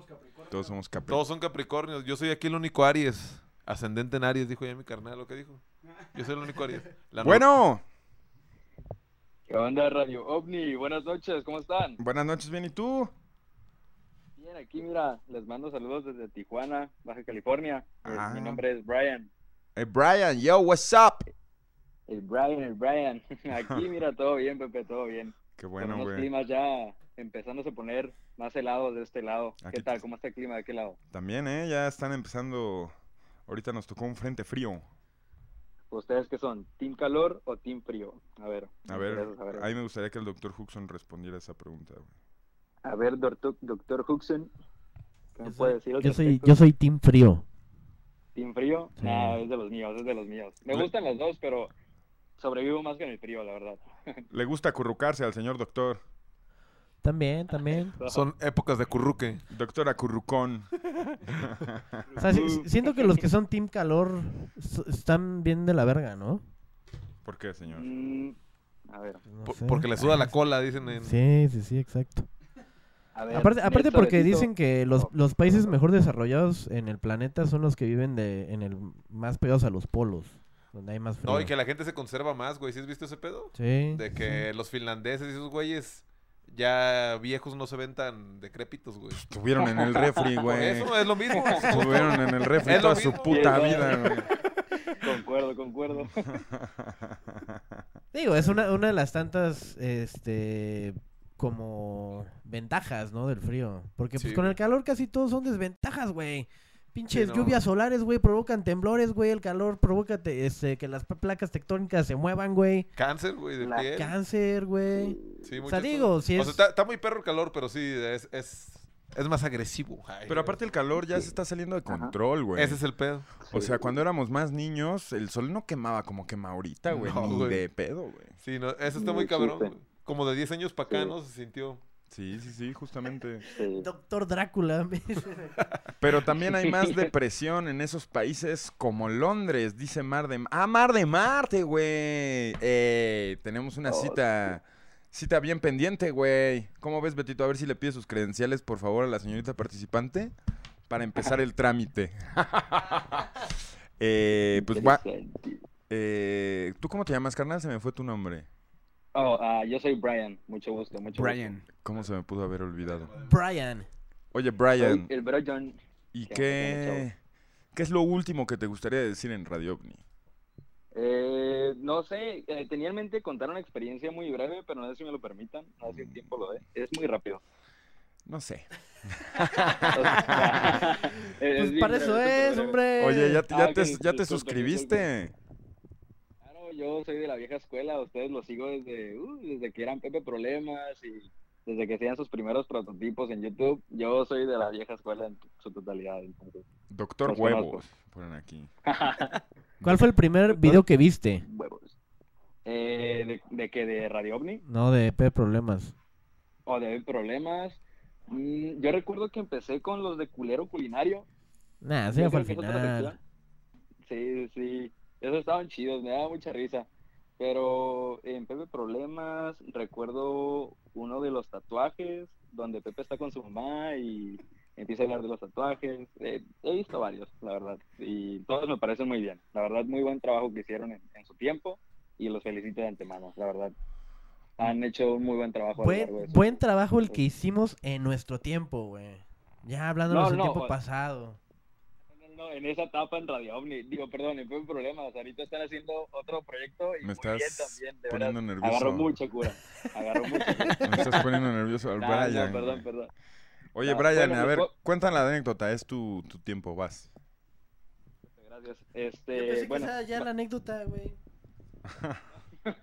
Speaker 1: Todos somos Capricornio.
Speaker 2: Todos son Capricornios. Yo soy aquí el único Aries. Ascendente en Aries, dijo ya mi carnal lo que dijo. Yo soy el único Aries. La no-
Speaker 1: Bueno,
Speaker 7: ¿Qué onda, Radio OVNI? Buenas noches, ¿cómo están?
Speaker 1: buenas noches, bien. ¿Y tú?
Speaker 7: Bien, aquí mira, les mando saludos desde Tijuana, Baja California. Eh,
Speaker 1: Ah.
Speaker 7: Mi nombre es Brian.
Speaker 1: Eh, Brian, yo, what's up?
Speaker 7: El Brian, el Brian. Aquí mira, todo bien, Pepe, todo bien.
Speaker 1: Qué
Speaker 7: Con
Speaker 1: bueno,
Speaker 7: unos
Speaker 1: güey.
Speaker 7: climas ya empezándose a poner más helados de este lado.
Speaker 1: Aquí-
Speaker 7: ¿Qué tal? ¿Cómo está el clima de aquel lado?
Speaker 1: También, ¿eh? Ya están empezando... Ahorita nos tocó un frente frío.
Speaker 7: ¿Ustedes qué son? ¿Team calor o team frío? A ver.
Speaker 1: A
Speaker 7: me
Speaker 1: ver,
Speaker 7: interesa saber.
Speaker 1: ahí me gustaría que el doctor Huxon respondiera a esa pregunta. güey.
Speaker 7: A ver, doctor, doctor Huxon, ¿qué me
Speaker 3: Yo
Speaker 7: puede
Speaker 3: soy-
Speaker 7: decir? al
Speaker 3: yo soy,
Speaker 7: respecto?
Speaker 3: yo soy team frío.
Speaker 7: ¿Team frío?
Speaker 3: Sí.
Speaker 7: Nah, es de los míos, es de los míos. Me
Speaker 1: Le-
Speaker 7: gustan las dos, pero sobrevivo más que en el frío, la verdad.
Speaker 1: Le gusta acurrucarse al señor doctor.
Speaker 3: También, también.
Speaker 2: Son épocas de curruque.
Speaker 1: Doctor acurrucón.
Speaker 3: O sea, si- si- siento que los que son team calor so- están bien de la verga, ¿no?
Speaker 1: ¿Por qué, señor?
Speaker 7: Mm, a ver,
Speaker 3: Pues No
Speaker 2: Por-
Speaker 3: sé.
Speaker 2: porque le suda la cola, dicen en-
Speaker 3: Sí, sí, sí, exacto.
Speaker 7: a ver.
Speaker 3: Aparte, aparte
Speaker 7: Néstor,
Speaker 3: porque
Speaker 7: Betito,
Speaker 3: dicen que los,
Speaker 7: Oh.
Speaker 3: los países mejor desarrollados en el planeta son los que viven de, en el más pegados a los polos, donde hay más frío.
Speaker 2: No, y que la gente se conserva más, güey. ¿Sí has visto ese pedo?
Speaker 3: Sí,
Speaker 2: De
Speaker 3: sí,
Speaker 2: que los finlandeses y esos güeyes ya viejos no se ven tan decrépitos, güey.
Speaker 1: Pues, Estuvieron en el refri,
Speaker 2: Por
Speaker 1: güey.
Speaker 2: eso es lo mismo.
Speaker 1: Estuvieron en el refri
Speaker 2: Es lo
Speaker 1: toda su
Speaker 2: mismo.
Speaker 1: puta
Speaker 7: Sí,
Speaker 1: vida,
Speaker 7: güey.
Speaker 1: güey.
Speaker 7: Concuerdo, concuerdo.
Speaker 3: sí. Digo, es una, una de las tantas, este, como ventajas, ¿no? Del frío. Porque
Speaker 2: Sí,
Speaker 3: pues con
Speaker 2: güey.
Speaker 3: el calor casi todos son desventajas, güey. Pinches
Speaker 2: no.
Speaker 3: lluvias solares, güey, provocan temblores, güey. El calor provoca te- este, que las placas tectónicas se muevan, güey.
Speaker 2: Cáncer, güey, de
Speaker 7: La
Speaker 2: piel.
Speaker 3: Cáncer, güey.
Speaker 2: Sí,
Speaker 3: O sea,
Speaker 2: muchas
Speaker 3: digo,
Speaker 2: cosas.
Speaker 3: si
Speaker 2: O
Speaker 3: es...
Speaker 2: sea, está, está muy perro el calor, pero sí, es, es, es más agresivo. Ay,
Speaker 1: Pero aparte el calor ya se está saliendo de
Speaker 7: Ajá.
Speaker 1: control, güey.
Speaker 2: Ese es el pedo.
Speaker 1: O sea, cuando éramos más niños, el sol no quemaba como quema ahorita, güey.
Speaker 2: No,
Speaker 1: ni
Speaker 2: güey.
Speaker 1: de pedo, güey.
Speaker 2: Sí, no, eso está
Speaker 7: No
Speaker 2: muy cabrón.
Speaker 7: existe.
Speaker 2: güey. Como de 10 años para acá,
Speaker 7: Sí.
Speaker 2: ¿no? Se sintió.
Speaker 1: Sí, sí, sí, justamente.
Speaker 7: Sí.
Speaker 3: Doctor Drácula. me dice.
Speaker 1: Pero también hay más depresión en esos países como Londres, dice Mar de Ah, Mar de Marte, güey. Ey, tenemos una
Speaker 7: Oh,
Speaker 1: cita. Cita bien pendiente, güey. ¿Cómo ves, Betito? A ver si le pides sus credenciales, por favor, a la señorita participante para empezar el trámite. Eh, pues, gua-
Speaker 7: Interesante.
Speaker 1: eh, ¿tú cómo te llamas, carnal? Se me fue tu nombre.
Speaker 7: Oh, ah, yo soy Brian. Mucho gusto, mucho
Speaker 4: Brian.
Speaker 1: ¿Cómo se me pudo haber olvidado?
Speaker 3: Brian.
Speaker 1: Oye,
Speaker 7: gusto. Soy
Speaker 1: Brian,
Speaker 7: El Brian.
Speaker 1: ¿y
Speaker 7: qué
Speaker 1: qué, qué es lo último que te gustaría decir en Radio OVNI?
Speaker 7: Eh, no sé, eh, tenía en mente contar una experiencia muy breve, pero no sé si me lo permitan. No sé
Speaker 1: Mm.
Speaker 7: si el tiempo lo dé. Es muy rápido.
Speaker 1: No sé.
Speaker 7: O sea, es
Speaker 3: Pues
Speaker 7: bien
Speaker 3: para
Speaker 7: breve,
Speaker 3: eso
Speaker 7: súper
Speaker 3: es,
Speaker 7: breve.
Speaker 3: hombre.
Speaker 1: Oye, ya, te- ya
Speaker 7: Ah, ok,
Speaker 1: te, ya te
Speaker 7: disculpe,
Speaker 1: suscribiste.
Speaker 7: Claro, yo soy de la vieja escuela, ustedes los sigo desde, uh, desde que eran Pepe Problemas y desde que hacían sus primeros prototipos en YouTube. Yo soy de la vieja escuela en su totalidad. entonces.
Speaker 1: Doctor
Speaker 7: Los
Speaker 1: Huevos, ponen aquí.
Speaker 3: ¿Cuál fue el primer video que viste?
Speaker 7: Huevos. Eh, ¿de, ¿De qué? ¿De Radio OVNI?
Speaker 3: No, de P Problemas.
Speaker 7: ¿O de Problemas? Mm, yo recuerdo que empecé con los de culero culinario.
Speaker 3: Nah,
Speaker 7: Yo
Speaker 3: se fue
Speaker 7: creo
Speaker 3: al
Speaker 7: que es otra
Speaker 3: final.
Speaker 7: sección. Sí, sí. Esos estaban chidos, me daba mucha risa. Pero en Pepe Problemas recuerdo uno de los tatuajes, donde Pepe está con su mamá y empieza a hablar de los tatuajes. Eh, he visto varios, la verdad. Y todos me parecen muy bien. La verdad, muy buen trabajo que hicieron en, en su tiempo y los felicito de antemano, la verdad. Han hecho un muy buen trabajo. a lo largo de
Speaker 3: Buen,
Speaker 7: su-
Speaker 3: buen trabajo el
Speaker 7: Sí.
Speaker 3: que hicimos en nuestro tiempo, güey. Ya hablándonos
Speaker 7: No, pues,
Speaker 3: del
Speaker 7: no,
Speaker 3: tiempo
Speaker 7: o-
Speaker 3: pasado.
Speaker 7: No, no, en esa etapa en Radio Omni, digo, perdón, en Pepe Problemas, ahorita están haciendo otro proyecto y
Speaker 1: Me
Speaker 7: muy bien
Speaker 1: estás
Speaker 7: también, de verdad.
Speaker 1: poniendo nervioso.
Speaker 7: Agarró mucha cura, agarró mucha cura.
Speaker 1: Me estás poniendo nervioso al
Speaker 7: No, no,
Speaker 1: Brian.
Speaker 7: perdón,
Speaker 1: güey.
Speaker 7: perdón.
Speaker 1: Oye,
Speaker 7: No,
Speaker 1: Brian,
Speaker 7: bueno,
Speaker 1: a ver,
Speaker 7: pues,
Speaker 1: cuéntame la anécdota, es tu, tu tiempo, vas.
Speaker 7: Gracias.
Speaker 3: Yo
Speaker 7: Este,
Speaker 3: pensé que
Speaker 7: bueno,
Speaker 3: esa ya
Speaker 7: va-
Speaker 3: la anécdota, güey.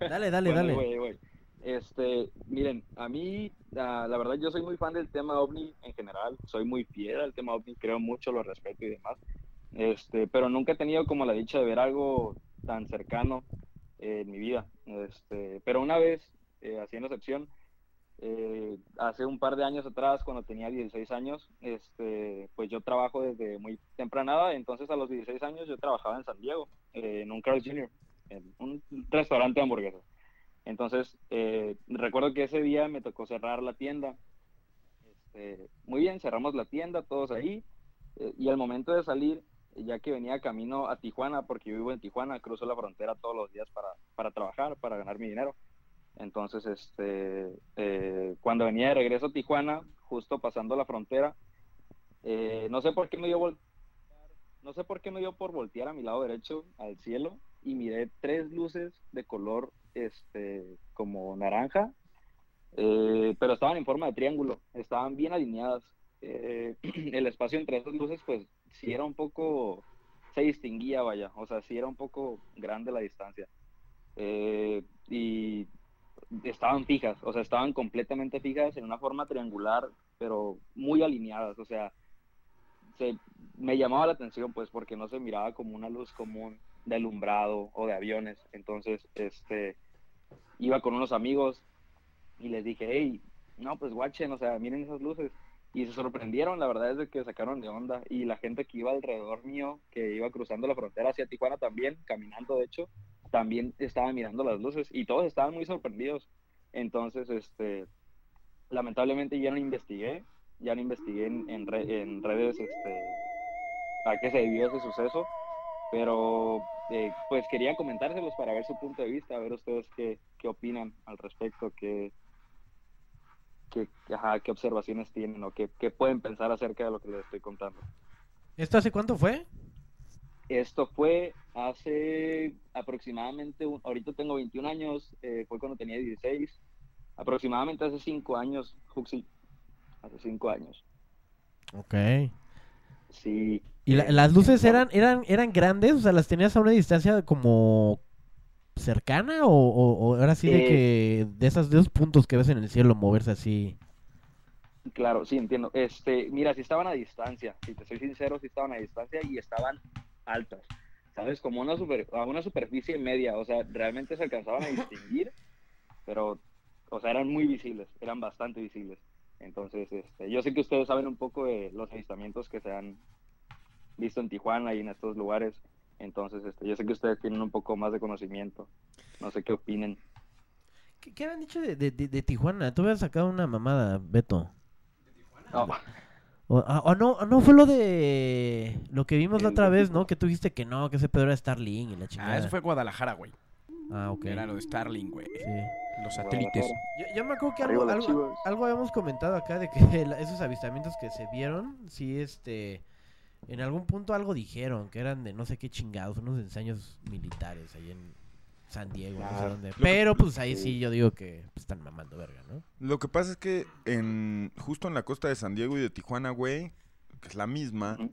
Speaker 3: Dale, dale,
Speaker 7: bueno,
Speaker 3: dale.
Speaker 7: ahí voy, ahí voy. Este, miren, a mí, ah, la verdad, yo soy muy fan del tema ovni en general. Soy muy fiel al tema ovni, creo mucho, lo respeto y demás. Este, pero nunca he tenido como la dicha de ver algo tan cercano eh, en mi vida. Este, pero una vez, eh, haciendo excepción, eh, hace un par de años atrás, cuando tenía 16 años, este, pues yo trabajo desde muy tempranada. Entonces, a los 16 años, yo trabajaba en San Diego, eh, en un Carl Jr., en un restaurante de hamburguesas. Entonces, eh, recuerdo que ese día me tocó cerrar la tienda.
Speaker 8: Eh,
Speaker 7: Este, muy bien, cerramos la tienda, todos ahí. eh, y al momento de salir, ya que venía camino a Tijuana, porque yo vivo en Tijuana, cruzo la frontera todos los días para, para trabajar, para ganar mi dinero. Entonces, este, eh, cuando venía de regreso a Tijuana, justo pasando la frontera, eh, no sé por qué me dio vol- no sé por qué me dio por voltear a mi lado derecho al cielo y miré tres luces de color este como naranja eh, pero estaban en forma de triángulo estaban bien alineadas Eh, el espacio entre esas luces pues si era un poco se distinguía vaya o sea si era un poco grande la distancia Eh, y estaban fijas o sea estaban completamente fijas en una forma triangular pero muy alineadas o sea se- me llamaba la atención pues porque no se miraba como una luz común de alumbrado o de aviones. Entonces, este, iba con unos amigos y les dije, hey, no, pues guachen, o sea, miren esas luces. Y se sorprendieron, la verdad es de que sacaron de onda. Y la gente que iba alrededor mío, que iba cruzando la frontera hacia Tijuana también, caminando de hecho, también estaba mirando las luces y todos estaban muy sorprendidos. Entonces, este, lamentablemente ya no investigué, ya no investigué en, en re- en redes este, a qué se debió ese suceso, pero eh, pues quería comentárselos para ver su punto de vista, a ver ustedes qué, qué opinan al respecto, qué, qué, ajá, qué observaciones tienen o qué, qué pueden pensar acerca de lo que les estoy contando.
Speaker 3: ¿Esto hace cuánto fue?
Speaker 7: Esto fue hace aproximadamente, un- ahorita tengo 21 años, eh, fue cuando tenía 16, aproximadamente hace 5 años, Juxi, hace 5 años.
Speaker 3: Ok.
Speaker 7: Sí.
Speaker 3: ¿Y la-
Speaker 7: eh,
Speaker 3: las luces
Speaker 7: bueno,
Speaker 3: eran, eran, eran grandes? O sea, ¿las tenías a una distancia como cercana? ¿O, o, o era así de
Speaker 7: Eh.
Speaker 3: que de esas dos puntos que ves en el cielo moverse así?
Speaker 7: Claro, sí, entiendo. Este, mira, si estaban a distancia, si te soy sincero, si estaban a distancia y estaban altas, ¿sabes? Como una super- a una superficie media, o sea, realmente se alcanzaban a distinguir, pero, o sea, eran muy visibles, eran bastante visibles. Entonces, este, yo sé que ustedes saben un poco de los avistamientos que se han visto en Tijuana y en estos lugares, entonces, este, yo sé que ustedes tienen un poco más de conocimiento, no sé qué opinen.
Speaker 3: ¿Qué, qué habían dicho de, de, de- de Tijuana? Tú habías sacado una mamada, Beto.
Speaker 7: No,
Speaker 3: O, ah, o no, o no fue lo de lo que vimos la
Speaker 7: El
Speaker 3: otra vez,
Speaker 7: México.
Speaker 3: ¿no? Que tú dijiste que no, que ese pedo era Starlink y la chingada.
Speaker 4: Ah, eso fue Guadalajara, güey.
Speaker 3: Ah, ok.
Speaker 4: Era lo de Starling, güey.
Speaker 3: Sí.
Speaker 4: Los satélites.
Speaker 3: Yo, yo me acuerdo que
Speaker 7: Arriba
Speaker 3: algo,
Speaker 7: las
Speaker 3: algo,
Speaker 7: Chivas.
Speaker 3: algo habíamos comentado acá de que la- esos avistamientos que se vieron, sí, este, en algún punto algo dijeron, que eran de no sé qué chingados, unos ensayos militares ahí en San Diego, no sé
Speaker 7: Claro.
Speaker 3: dónde.
Speaker 1: que-
Speaker 3: Pero pues ahí sí yo digo que pues, están mamando verga, ¿no?
Speaker 1: Lo que pasa es que en justo en la costa de San Diego y de Tijuana, güey, que es la misma,
Speaker 7: Ujú.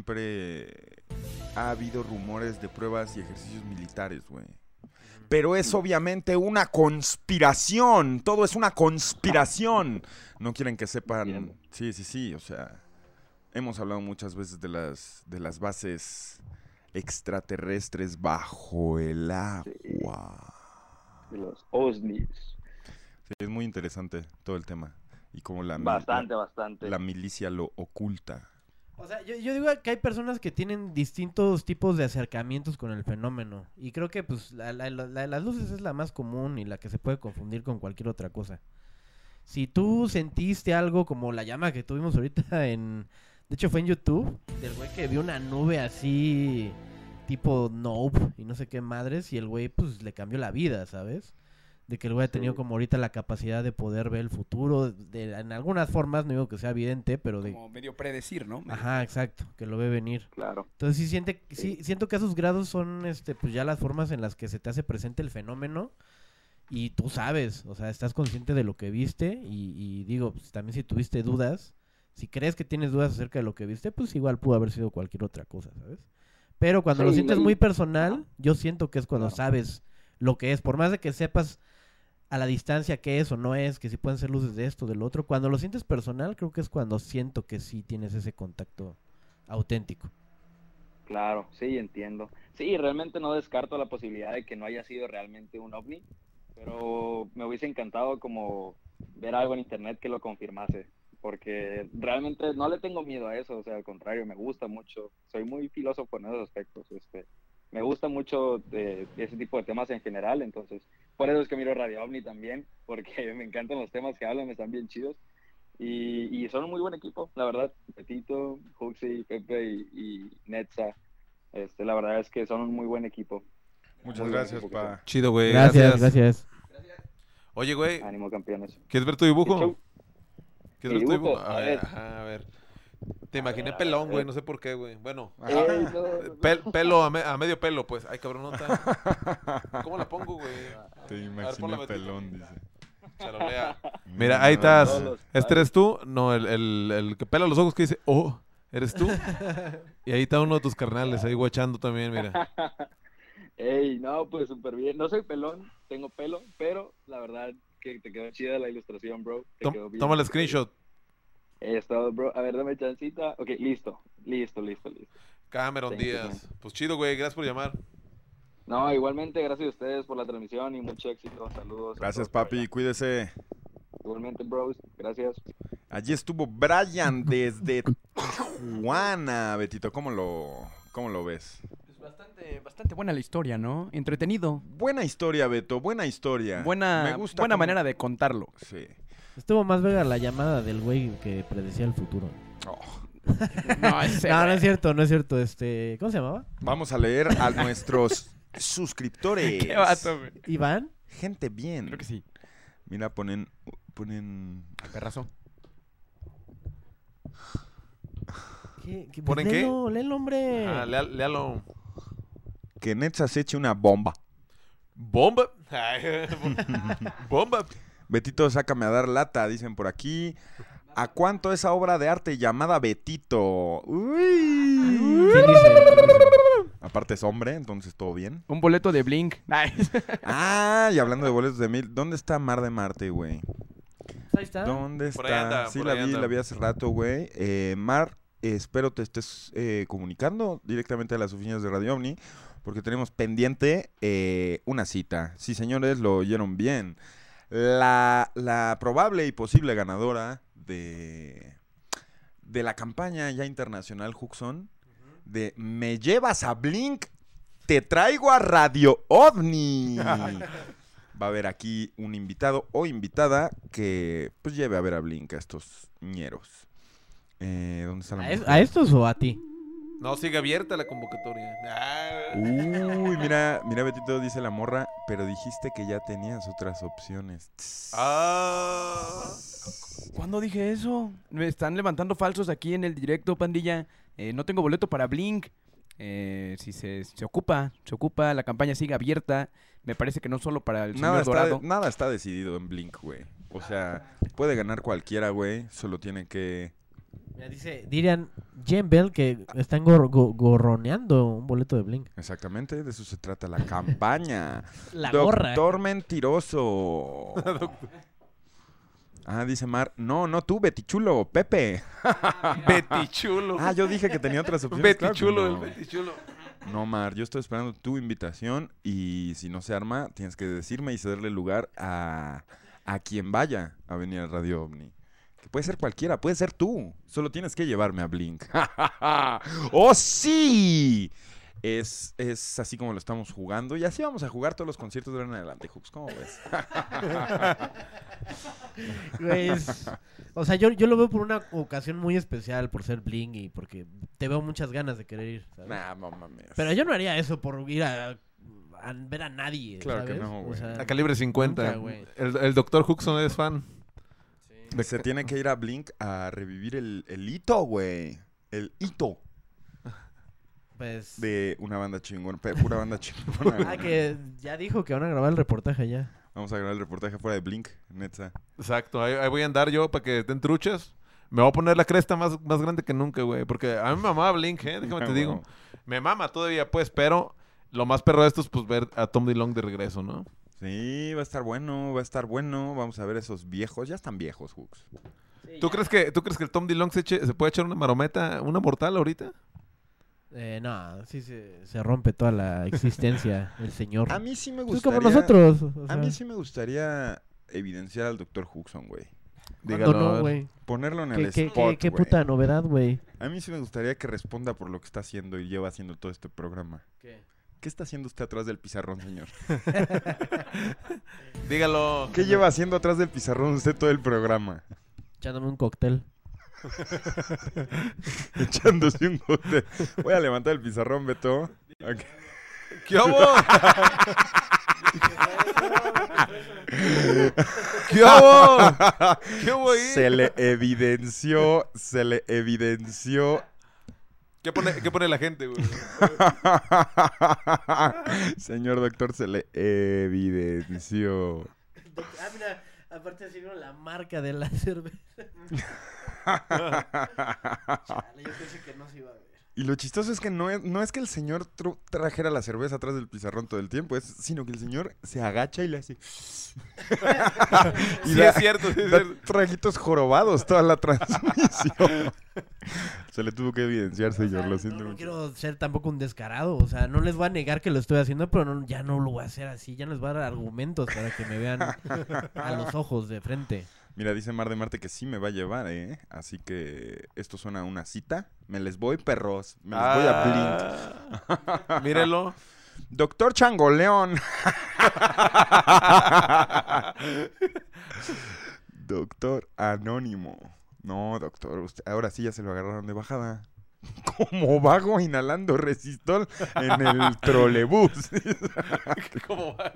Speaker 1: siempre ha habido rumores de pruebas y ejercicios militares, güey. Pero es obviamente una conspiración, todo es una conspiración. No quieren que sepan.
Speaker 7: Entiendo.
Speaker 1: Sí, sí, sí, o sea, hemos hablado muchas veces de las de las bases extraterrestres bajo el agua.
Speaker 7: de los OSNIs.
Speaker 1: Sí, es muy interesante todo el tema y como la mi-
Speaker 7: Bastante, bastante.
Speaker 1: la milicia lo oculta.
Speaker 3: O sea, yo, yo digo que hay personas que tienen distintos tipos de acercamientos con el fenómeno. Y creo que pues la, la- la- la de las luces es la más común y la que se puede confundir con cualquier otra cosa. Si tú sentiste algo como la llama que tuvimos ahorita en... De hecho fue en YouTube, del güey que vio una nube así tipo Nope y no sé qué madres y el güey pues le cambió la vida, ¿sabes? De que el güey ha tenido como ahorita la capacidad de poder ver el futuro, de, en algunas formas, no digo que sea evidente, pero de...
Speaker 4: Como medio predecir, ¿no? Medio-
Speaker 3: Ajá, exacto, que lo ve venir.
Speaker 7: Claro.
Speaker 3: Entonces sí, siente, sí siento que a esos grados son este pues ya las formas en las que se te hace presente el fenómeno y tú sabes, o sea, estás consciente de lo que viste y, y digo, pues, también si tuviste dudas, si crees que tienes dudas acerca de lo que viste, pues igual pudo haber sido cualquier otra cosa, ¿sabes? Pero cuando lo
Speaker 7: Sí,
Speaker 3: sientes
Speaker 7: y-
Speaker 3: muy personal, yo siento que es cuando
Speaker 7: Claro.
Speaker 3: sabes lo que es, por más de que sepas a la distancia qué es o no es, que si pueden ser luces de esto, del otro, cuando lo sientes personal, creo que es cuando siento que sí tienes ese contacto auténtico.
Speaker 7: Claro, sí, entiendo. Sí, realmente no descarto la posibilidad de que no haya sido realmente un ovni, pero me hubiese encantado como ver algo en internet que lo confirmase, porque realmente no le tengo miedo a eso, o sea, al contrario, me gusta mucho, soy muy filósofo en esos aspectos, este, me gusta mucho eh, ese tipo de temas en general, entonces, por eso es que miro Radio Ovni también, porque me encantan los temas que hablan, están bien chidos. Y, y son un muy buen equipo, la verdad. Petito, Huxley, Pepe y, y Netza. Este, la verdad es que son un muy buen equipo.
Speaker 1: Muchas
Speaker 7: Muy
Speaker 1: gracias,
Speaker 7: buen
Speaker 1: pa.
Speaker 2: Chido, güey.
Speaker 3: Gracias, gracias.
Speaker 2: Oye, güey,
Speaker 7: equipo. Ánimo, campeones.
Speaker 2: ¿quieres ver tu dibujo?
Speaker 7: Chau.
Speaker 2: ¿Quieres ver
Speaker 7: Mi
Speaker 2: tu
Speaker 7: dibujo,
Speaker 2: dibujo?
Speaker 7: a
Speaker 2: A
Speaker 7: ver.
Speaker 2: ver, ajá, a ver. Te imaginé pelón, güey, no sé por qué, güey. Bueno,
Speaker 7: Ey, no, no, no.
Speaker 2: pel- pelo a, me- a medio pelo, pues. Ay, cabronota. ¿Cómo la pongo, güey?
Speaker 1: Te
Speaker 2: ponla,
Speaker 1: imaginé
Speaker 2: Betito.
Speaker 1: pelón, dice.
Speaker 2: Charolea. Mira, ahí estás. Este eres tú. No, el, el, el que pela los ojos que dice, oh, eres tú. Y ahí está uno de tus carnales, ahí guachando también, mira.
Speaker 7: Ey, no, pues súper bien. No soy pelón, tengo pelo, pero la verdad que te quedó chida la ilustración, bro. Te
Speaker 2: Tom-
Speaker 7: quedó bien.
Speaker 2: toma el screenshot.
Speaker 7: Es todo, bro. A ver, dame chancita. Ok, listo. Listo, listo, listo.
Speaker 2: Cameron
Speaker 7: Thank you,
Speaker 2: Díaz. Pues chido, güey, gracias por llamar.
Speaker 7: No, igualmente, gracias a ustedes por la transmisión y mucho éxito. Saludos. a
Speaker 1: Gracias,
Speaker 7: todos por
Speaker 1: papi.
Speaker 7: allá.
Speaker 1: Cuídese.
Speaker 7: Igualmente, bros. Gracias.
Speaker 1: Allí estuvo Brian desde Tijuana, Betito. ¿Cómo lo, cómo lo ves?
Speaker 4: Pues bastante, bastante buena la historia, ¿no? Entretenido.
Speaker 1: Buena historia, Beto. Buena historia.
Speaker 4: Buena, buena
Speaker 1: cómo-
Speaker 4: manera de contarlo.
Speaker 1: Sí.
Speaker 3: Estuvo más verga la llamada del güey que predecía el futuro.
Speaker 1: Oh.
Speaker 4: No, ese
Speaker 3: no, no
Speaker 4: güey.
Speaker 3: es cierto, no es cierto. Este, ¿cómo se llamaba?
Speaker 1: Vamos a leer a nuestros suscriptores.
Speaker 4: Qué vato, güey.
Speaker 3: Iván.
Speaker 1: Gente bien.
Speaker 4: Creo que sí.
Speaker 1: Mira, ponen, ponen
Speaker 4: Perrazo.
Speaker 3: ¿Qué, qué, pues
Speaker 2: ¿Ponen qué?
Speaker 3: léelo, léelo, hombre.
Speaker 2: Ah, lea- léalo.
Speaker 1: que Netza se eche una bomba.
Speaker 2: Bomba. Ay, Bomba.
Speaker 1: Betito, sácame a dar lata, dicen por aquí. ¿A cuánto esa obra de arte llamada Betito? Uy.
Speaker 3: ¿Quién dice?
Speaker 1: Aparte es hombre, entonces todo bien.
Speaker 4: Un boleto de Blink. Nice.
Speaker 1: Ah, y hablando de boletos de mil, ¿dónde está Mar de Marte, güey?
Speaker 3: Ahí está.
Speaker 1: ¿Dónde está?
Speaker 2: Por ahí anda,
Speaker 1: sí,
Speaker 2: por
Speaker 1: la
Speaker 2: ahí
Speaker 1: vi,
Speaker 2: anda.
Speaker 1: la vi hace rato, güey. Eh, Mar, eh, espero te estés eh, comunicando directamente a las oficinas de Radio Omni, porque tenemos pendiente eh, una cita. Sí, señores, lo oyeron bien. La, la probable y posible ganadora de, de la campaña ya internacional Huxon de Me llevas a Blink, te traigo a Radio OVNI. Va a haber aquí un invitado o invitada que pues lleve a ver a Blink a estos ñeros. Eh, ¿Dónde está la
Speaker 3: ¿A, es-
Speaker 1: música?
Speaker 3: a estos o a ti?
Speaker 2: No, sigue abierta la convocatoria. Ah.
Speaker 1: Uy, mira, mira Betito, dice la morra, pero dijiste que ya tenías otras opciones.
Speaker 2: Ah.
Speaker 4: ¿Cuándo dije eso? Me están levantando falsos aquí en el directo, pandilla. Eh, no tengo boleto para Blink. Eh, si se, se ocupa, se ocupa, la campaña sigue abierta. Me parece que no solo para el
Speaker 1: Nada
Speaker 4: señor
Speaker 1: está,
Speaker 4: Dorado.
Speaker 1: nada está decidido en Blink, güey. O sea, puede ganar cualquiera, güey. Solo tiene que...
Speaker 3: Mira, dice, dirían Jen Bell que están gor- go- gorroneando un boleto de Blink.
Speaker 1: Exactamente, de eso se trata la campaña.
Speaker 3: La gorra.
Speaker 1: Doctor mentiroso. ah, dice Mar. No, no tú, Betty Chulo, Pepe.
Speaker 2: Betty Chulo.
Speaker 1: Ah, yo dije que tenía otras opciones.
Speaker 2: Betty
Speaker 1: claro que
Speaker 2: Chulo, el
Speaker 1: no.
Speaker 2: Betty Chulo.
Speaker 1: No, Mar, yo estoy esperando tu invitación y si no se arma, tienes que decirme y cederle lugar a, a quien vaya a venir a Radio OVNI. Que puede ser cualquiera, puede ser tú. Solo tienes que llevarme a Blink. ¡Oh, sí! Es, es así como lo estamos jugando y así vamos a jugar todos los conciertos de ahora en adelante, Hooks. ¿Cómo ves?
Speaker 3: Güey, es- Pues, O sea, yo, yo lo veo por una ocasión muy especial, por ser bling y porque te veo muchas ganas de querer ir. ¿sabes?
Speaker 1: nah, no mames.
Speaker 3: Pero yo no haría eso por ir a, a ver a nadie.
Speaker 1: Claro que
Speaker 3: ¿sabes?
Speaker 1: no,
Speaker 3: O
Speaker 1: güey.
Speaker 3: sea,
Speaker 2: A calibre 50.
Speaker 3: Nunca, güey.
Speaker 2: el, el doctor Huxon es fan.
Speaker 1: Se tiene que ir a Blink a revivir el, el hito, güey. El hito
Speaker 3: pues,
Speaker 1: de una banda chingona, pe- pura banda chingona.
Speaker 3: Ah,
Speaker 1: güey.
Speaker 3: que ya dijo que van a grabar el reportaje ya.
Speaker 1: Vamos a grabar el reportaje fuera de Blink, neta.
Speaker 2: Exacto, ahí, ahí voy a andar yo para que den truchas. Me voy a poner la cresta más, más grande que nunca, güey. Porque a mí me mamaba Blink, ¿eh?
Speaker 1: Ah,
Speaker 2: Déjame te digo. Me mama todavía, pues, pero lo más perro de esto es pues ver a Tom DeLong de regreso, ¿no?
Speaker 1: Sí, va a estar bueno, va a estar bueno. Vamos a ver esos viejos. Ya están viejos, Hooks.
Speaker 2: ¿Tú crees que, tú crees que el Tom DeLong se, eche- se puede echar una marometa, una mortal ahorita?
Speaker 3: Eh, no, sí se, se rompe toda la existencia el señor.
Speaker 1: A mí sí me
Speaker 3: Pues
Speaker 1: gustaría.
Speaker 3: como nosotros. o
Speaker 1: A mí
Speaker 3: sea,
Speaker 1: sí me gustaría evidenciar al doctor Huxon, güey.
Speaker 3: ¿cuándo
Speaker 2: Dígalo, a
Speaker 3: no,
Speaker 2: ver.
Speaker 3: güey?
Speaker 1: Ponerlo en el
Speaker 3: ¿Qué, qué-
Speaker 1: spot,
Speaker 3: qué- qué
Speaker 1: güey.
Speaker 3: puta novedad, güey?
Speaker 1: A mí sí me gustaría que responda por lo que está haciendo y lleva haciendo todo este programa. ¿Qué está haciendo usted atrás del pizarrón, señor?
Speaker 2: Dígalo.
Speaker 1: ¿Qué lleva haciendo atrás del pizarrón usted todo el programa?
Speaker 3: Echándome un cóctel.
Speaker 1: Echándose un gote. Voy a levantar el pizarrón, Beto. Ok.
Speaker 2: ¿Qué hubo? ¿Qué hubo? ¿Qué hubo ahí?
Speaker 1: Se le evidenció, se le evidenció
Speaker 2: ¿Qué pone, qué pone la gente, güey?
Speaker 1: Señor doctor, se le evidenció.
Speaker 3: Ah, mira, aparte así vieron la marca de la cerveza. Chale, yo pensé que no se iba a ver.
Speaker 1: y lo chistoso es que no es, no es que el señor tru- trajera la cerveza atrás del pizarrón todo el tiempo, es, sino que el señor se agacha y le hace.
Speaker 2: Sí,
Speaker 1: da-
Speaker 2: es cierto, sí, es
Speaker 1: da
Speaker 2: cierto.
Speaker 1: traguitos jorobados toda la transmisión. se le tuvo que evidenciar, señor, lo
Speaker 3: O sea,
Speaker 1: siento
Speaker 3: no, no
Speaker 1: mucho.
Speaker 3: quiero ser tampoco un descarado, o sea, no les voy a negar que lo estoy haciendo, pero no- ya no lo voy a hacer así, ya no les voy a dar argumentos para que me vean a los ojos de frente.
Speaker 1: Mira, dice Mar de Marte que sí me va a llevar, ¿eh? Así que esto suena a una cita. Me les voy, perros. Me les voy a Blink.
Speaker 2: Ah, Mírelo.
Speaker 1: Doctor Changoleón. doctor Anónimo. No, doctor, usted- ahora sí ya se lo agarraron de bajada. Como vago inhalando resistol en el trolebús.
Speaker 2: ¿Cómo va?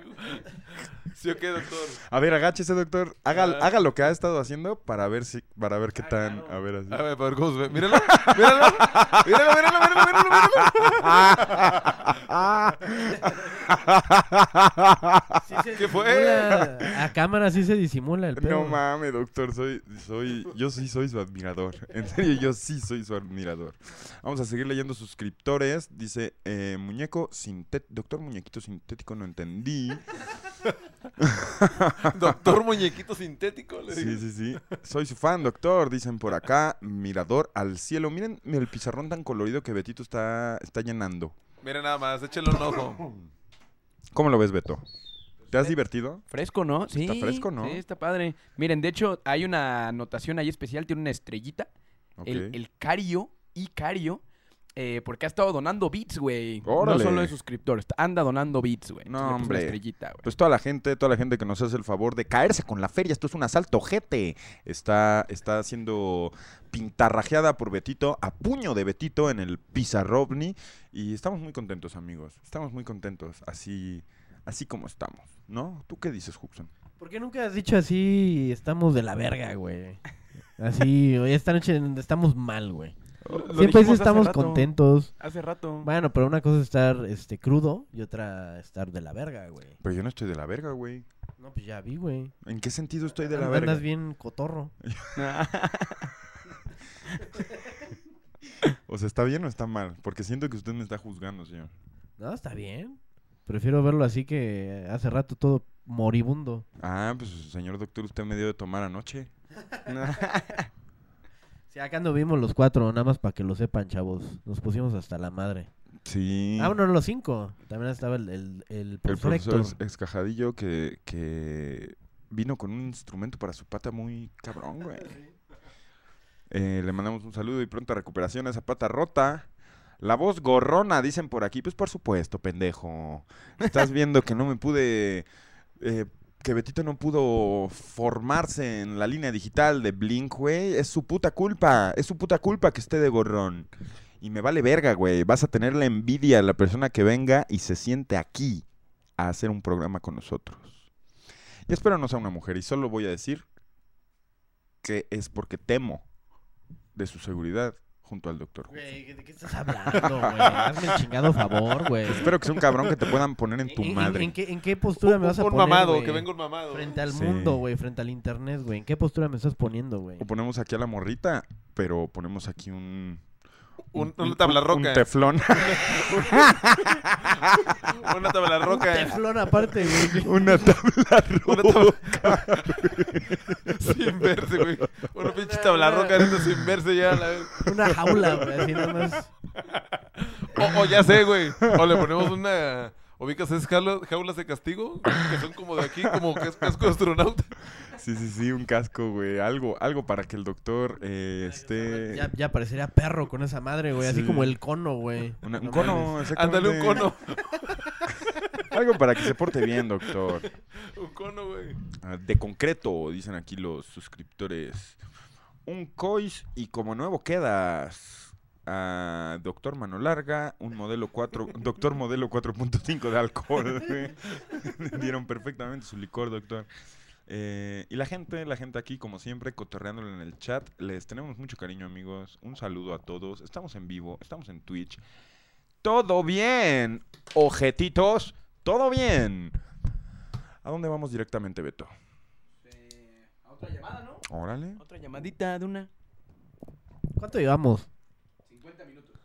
Speaker 2: ¿Sí o qué, doctor?
Speaker 1: a ver, agáchese, doctor. Haga,
Speaker 2: Ah.
Speaker 1: haga lo que ha estado haciendo para ver si, para ver qué tan. A ver así.
Speaker 2: A ver, para ver cómo se ve. Míralo, míralo, míralo, míralo, míralo, míralo, míralo. ¿Qué fue?
Speaker 3: Hola, a cámara sí se disimula el pedo.
Speaker 1: No mames, doctor, soy, soy, yo sí soy su admirador. En serio, yo sí soy su admirador. Vamos a seguir leyendo suscriptores. Dice, eh, muñeco sintético, doctor muñequito sintético, no entendí.
Speaker 2: Doctor muñequito sintético. Le
Speaker 1: Sí,
Speaker 2: digo.
Speaker 1: sí, sí. Soy su fan, doctor, dicen por acá. Mirador al cielo. Miren el pizarrón tan colorido que Betito está, está llenando.
Speaker 2: Mira nada más, échale un ojo.
Speaker 1: ¿Cómo lo ves, Beto? ¿Te has divertido?
Speaker 4: Fresco, ¿no? Sí.
Speaker 1: Está fresco, ¿no?
Speaker 4: Sí, está padre. Miren, de hecho, hay una anotación ahí especial, tiene una estrellita.
Speaker 1: Ok.
Speaker 4: El, el Cario, Icario, eh, porque ha estado donando beats, güey. No
Speaker 1: Órale.
Speaker 4: solo de suscriptores, anda donando beats, güey.
Speaker 1: No,
Speaker 4: Entonces le puse
Speaker 1: hombre.
Speaker 4: Una estrellita, güey.
Speaker 1: Pues toda la gente, toda la gente que nos hace el favor de caerse con la feria, esto es un asalto, gente. Está, está siendo pintarrajeada por Betito, a puño de Betito en el Pizarrovni. Y estamos muy contentos, amigos. Estamos muy contentos, así, así como estamos, ¿no? ¿Tú qué dices, Huxon?
Speaker 3: ¿Por qué nunca has dicho así estamos de la verga, güey? Así, hoy esta noche estamos mal, güey. Siempre dices estamos contentos.
Speaker 4: Hace rato.
Speaker 3: Bueno, pero una cosa es estar este crudo y otra estar de la verga, güey.
Speaker 1: Pero yo no estoy de la verga, güey.
Speaker 3: No, pues ya vi, güey.
Speaker 1: ¿En qué sentido estoy de la
Speaker 3: Andas
Speaker 1: verga?
Speaker 3: bien cotorro.
Speaker 1: O sea, ¿está bien o está mal? Porque siento que usted me está juzgando, señor.
Speaker 3: No, está bien. Prefiero verlo así que hace rato todo moribundo.
Speaker 1: Ah, pues señor doctor, usted me dio de tomar anoche.
Speaker 3: Sí, acá anduvimos los cuatro, nada más para que lo sepan, chavos. Nos pusimos hasta la madre.
Speaker 1: Sí.
Speaker 3: Ah, bueno, los cinco. También estaba el, el, el
Speaker 1: El
Speaker 3: profesor
Speaker 1: profesor
Speaker 3: Héctor.
Speaker 1: es- Escajadillo que, que vino con un instrumento para su pata muy cabrón, güey. Eh, le mandamos un saludo y pronta recuperación a esa pata rota. La voz gorrona, dicen por aquí. Pues por supuesto, pendejo. Estás viendo que no me pude. eh, que Betito no pudo formarse en la línea digital de Blink, güey. Es su puta culpa. Es su puta culpa que esté de gorrón. Y me vale verga, güey. Vas a tener la envidia de la persona que venga y se siente aquí a hacer un programa con nosotros. Y espero no sea una mujer. Y solo voy a decir que es porque temo de su seguridad junto al doctor.
Speaker 3: Güey, ¿de qué estás hablando, güey? Hazme el chingado favor, güey.
Speaker 1: Espero que sea un cabrón que te puedan poner en tu
Speaker 3: ¿En- en-
Speaker 1: madre.
Speaker 3: ¿En, qué, en qué postura me vas a
Speaker 2: un
Speaker 3: poner,
Speaker 2: mamado,
Speaker 3: güey?
Speaker 2: que venga un mamado.
Speaker 3: Frente al
Speaker 1: Sí.
Speaker 3: mundo, güey, frente al internet, güey. ¿En qué postura me estás poniendo, güey?
Speaker 1: O ponemos aquí a la morrita, pero ponemos aquí un...
Speaker 2: Un- una tabla roca.
Speaker 1: Un teflón.
Speaker 2: Una tabla roca.
Speaker 3: Teflón aparte, güey.
Speaker 1: una tabla
Speaker 2: Una
Speaker 1: roca.
Speaker 2: tabla sin verse, güey. Una pinche tabla roca neta, sin verse ya. la vez.
Speaker 3: Una jaula, güey, así nada más.
Speaker 2: O, o ya sé, güey. O le ponemos una. ¿Ubicas esas jaulas, jaulas de castigo? Que son como de aquí, como que es casco de astronauta.
Speaker 1: Sí, sí, sí, un casco, güey. Algo, algo para que el doctor eh, esté...
Speaker 3: Ya, ya parecería perro con esa madre, güey. Así
Speaker 1: Sí.
Speaker 3: como el cono, güey.
Speaker 1: Una- un
Speaker 3: No
Speaker 1: cono,
Speaker 2: Ándale un
Speaker 1: exactamente.
Speaker 2: cono.
Speaker 1: Algo para que se porte bien, doctor.
Speaker 2: Un cono, güey.
Speaker 1: Ah, De concreto, dicen aquí los suscriptores. Un cois y como nuevo quedas. Ah, doctor Mano Larga, un modelo 4, doctor modelo 4.5 de alcohol. güey. Dieron perfectamente su licor, doctor. Eh, y la gente, la gente aquí, como siempre, cotorreándole en el chat. Les tenemos mucho cariño, amigos. Un saludo a todos. Estamos en vivo, estamos en Twitch. Todo bien, ojetitos. Todo bien. ¿A dónde vamos directamente, Beto?
Speaker 4: A otra llamada, ¿no?
Speaker 1: Órale.
Speaker 4: Otra llamadita de una.
Speaker 3: mames. ¿Cuánto llevamos?
Speaker 4: 50 minutos.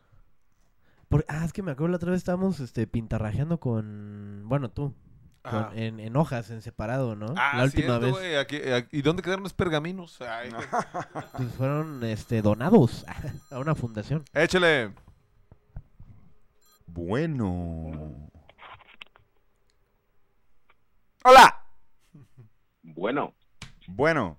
Speaker 3: Por- Ah, es que me acuerdo la otra vez estábamos este, pintarrajeando con. Bueno, tú. con-
Speaker 2: Ah.
Speaker 3: en, en hojas, en separado, ¿no?
Speaker 2: Ah,
Speaker 3: la última
Speaker 2: cierto,
Speaker 3: vez.
Speaker 2: güey. Aquí- eh, ¿Y dónde quedaron los pergaminos? Ay, güey.
Speaker 3: Pues fueron este, donados a una fundación.
Speaker 2: Échale.
Speaker 1: Bueno. Hola.
Speaker 9: Bueno,
Speaker 1: Bueno.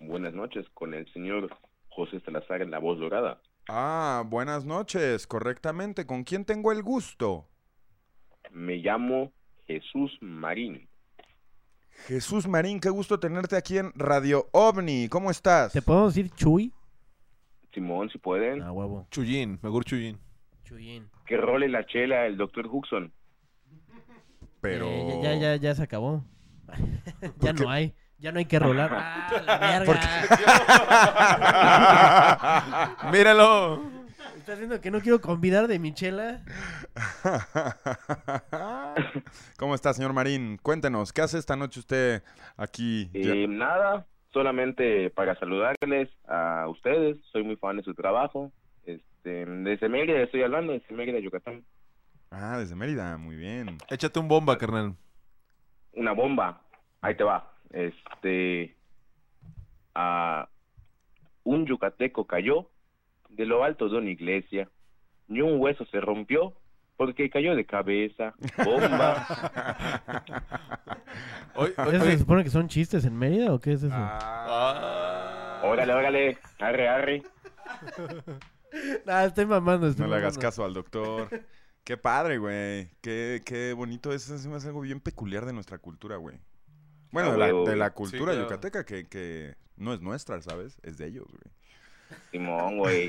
Speaker 9: buenas noches con el señor José Salazar en La Voz Dorada.
Speaker 1: Ah, buenas noches. Correctamente. ¿Con quién tengo el gusto?
Speaker 9: Me llamo Jesús Marín.
Speaker 1: Jesús Marín, qué gusto tenerte aquí en Radio OVNI. ¿Cómo estás?
Speaker 3: ¿Te podemos decir Chuy?
Speaker 9: Simón, si pueden,
Speaker 3: Ah, huevo.
Speaker 2: Chuyín, mejor Chuyín.
Speaker 3: Chuyín.
Speaker 9: que role la chela el doctor Huxon.
Speaker 1: Pero...
Speaker 3: Eh, ya, ya, ya, ya se acabó. ya
Speaker 1: qué?
Speaker 3: no hay. Ya no hay que rolar. ¡Ah, la verga!
Speaker 2: Míralo.
Speaker 3: ¿Estás viendo que no quiero convidar de Michela?
Speaker 1: ¿Cómo está, señor Marín? Cuéntenos, ¿qué hace esta noche usted aquí?
Speaker 9: Eh, nada, solamente para saludarles a ustedes. Soy muy fan de su trabajo. Este, desde Mérida estoy hablando, desde Mérida, Yucatán.
Speaker 1: Ah, desde Mérida, muy bien.
Speaker 2: Échate un bomba, carnal.
Speaker 9: Una bomba. Ahí te va. Este, a un yucateco cayó de lo alto de una iglesia. Ni un hueso se rompió porque cayó de cabeza. Bomba.
Speaker 2: Oye, oye,
Speaker 3: ¿Eso
Speaker 2: oye.
Speaker 3: se supone que son chistes en Mérida o qué es eso?
Speaker 2: Ah.
Speaker 9: Órale, órale. Arre, arre.
Speaker 3: Ah, estoy mamando. estoy
Speaker 1: No le hagas
Speaker 3: mamando.
Speaker 1: caso al doctor. Qué padre, güey. Qué, qué bonito. Eso se me hace algo bien peculiar de nuestra cultura, güey. Bueno,
Speaker 9: Ah,
Speaker 1: de, la,
Speaker 9: güey,
Speaker 1: de la
Speaker 9: güey.
Speaker 1: cultura
Speaker 2: Sí, claro.
Speaker 1: yucateca que, que no es nuestra, ¿sabes? Es de ellos, güey.
Speaker 9: Simón, güey.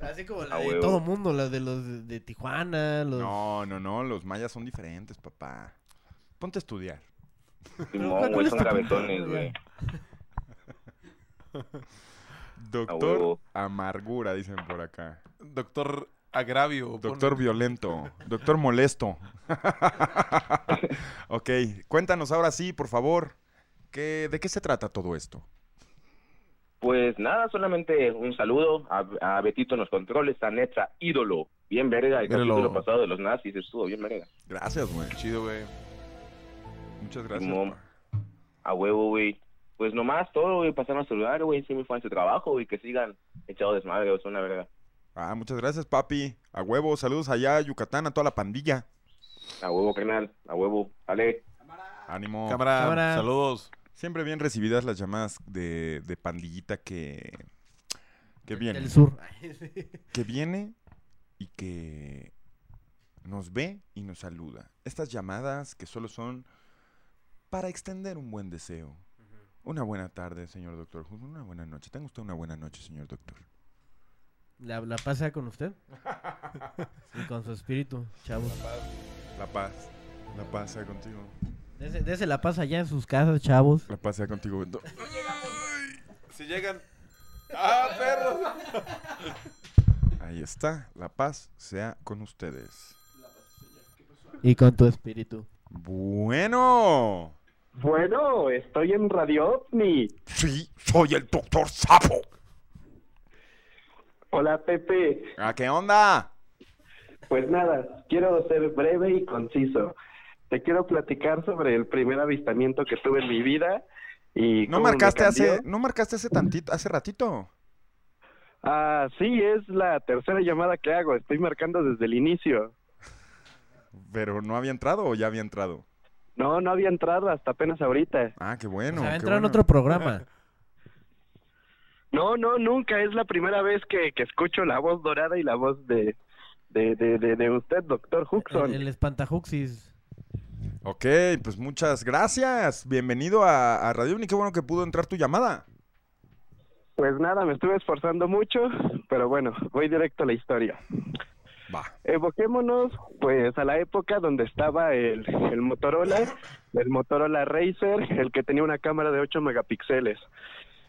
Speaker 3: Así como la
Speaker 9: A
Speaker 3: de
Speaker 9: huevo.
Speaker 3: todo mundo, la de los de, de Tijuana, los...
Speaker 1: No, no, no. Los mayas son diferentes, papá. Ponte a estudiar.
Speaker 9: Simón,
Speaker 3: ¿cuál- cuál
Speaker 9: güey.
Speaker 3: es
Speaker 9: Son
Speaker 3: tu punto,
Speaker 9: cabezones,
Speaker 3: güey?
Speaker 9: güey.
Speaker 1: Doctor
Speaker 9: huevo.
Speaker 1: amargura, dicen por acá.
Speaker 2: Doctor Agravio. pon-
Speaker 1: Doctor violento. Doctor molesto. ok. Cuéntanos ahora sí, por favor. ¿qué- ¿De qué se trata todo esto?
Speaker 9: Pues nada, solamente un saludo a, a Betito en los controles, a Netra, ídolo. Bien verga, el
Speaker 2: Míralo.
Speaker 9: capítulo pasado de los nazis estuvo bien verga.
Speaker 1: Gracias, güey.
Speaker 2: Chido, güey.
Speaker 1: Muchas gracias.
Speaker 9: Simón.
Speaker 1: pa.
Speaker 9: A huevo, güey. Pues nomás todo, güey, pasaron a saludar, güey. Sí, muy fan de su trabajo, güey, que sigan echados desmadre, güey, es una verga.
Speaker 1: Ah, muchas gracias, papi. A huevo, saludos allá a Yucatán, a toda la pandilla.
Speaker 9: A huevo, carnal, a huevo. Dale.
Speaker 1: Ánimo.
Speaker 2: Cámara,
Speaker 3: Cámara.
Speaker 2: saludos.
Speaker 1: Siempre bien recibidas las llamadas de, de pandillita que, Que viene.
Speaker 3: Del sur. Ay, sí.
Speaker 1: que viene y que nos ve y nos saluda. Estas llamadas que solo son para extender un buen deseo. Una buena tarde, señor doctor. Hood, Una buena noche. Tenga usted una buena noche, señor doctor.
Speaker 3: ¿La, la pasa con usted? y con su espíritu, chavos.
Speaker 1: La paz. La paz sea contigo.
Speaker 3: Dese, dese la pasa allá en sus casas, chavos.
Speaker 1: La paz sea contigo. Do-
Speaker 2: Si llegan. ¡Ah, perros!
Speaker 1: Ahí está. La paz sea con ustedes.
Speaker 3: Y con tu espíritu.
Speaker 1: Bueno.
Speaker 10: Bueno, estoy en Radio OVNI.
Speaker 1: Sí, soy el doctor Sapo.
Speaker 10: Hola, Pepe.
Speaker 1: ¿A Ah, qué onda?
Speaker 10: Pues nada, quiero ser breve y conciso. Te quiero platicar sobre el primer avistamiento que tuve en mi vida y
Speaker 1: ¿No
Speaker 10: cómo me
Speaker 1: marcaste hace,
Speaker 10: cambió.
Speaker 1: no marcaste hace tantito, hace ratito?
Speaker 10: Ah, sí, es la tercera llamada que hago. Estoy marcando desde el inicio.
Speaker 1: Pero no había entrado o ya había entrado.
Speaker 10: No, no había entrado hasta apenas ahorita.
Speaker 1: Ah, qué bueno.
Speaker 3: o sea,
Speaker 1: qué
Speaker 3: entró en
Speaker 1: bueno.
Speaker 3: otro programa.
Speaker 10: No, no, nunca. Es la primera vez que, que escucho la voz dorada y la voz de, de, de, de, de usted, doctor Huxon.
Speaker 3: El, el espantajuxis.
Speaker 1: Ok, pues muchas gracias. Bienvenido a, a Radio Uni. Qué bueno que pudo entrar tu llamada.
Speaker 10: Pues nada, me estuve esforzando mucho, pero bueno, voy directo a la historia.
Speaker 1: Va.
Speaker 10: Evoquémonos pues a la época donde estaba el, el Motorola, el Motorola Racer, el que tenía una cámara de 8 megapíxeles.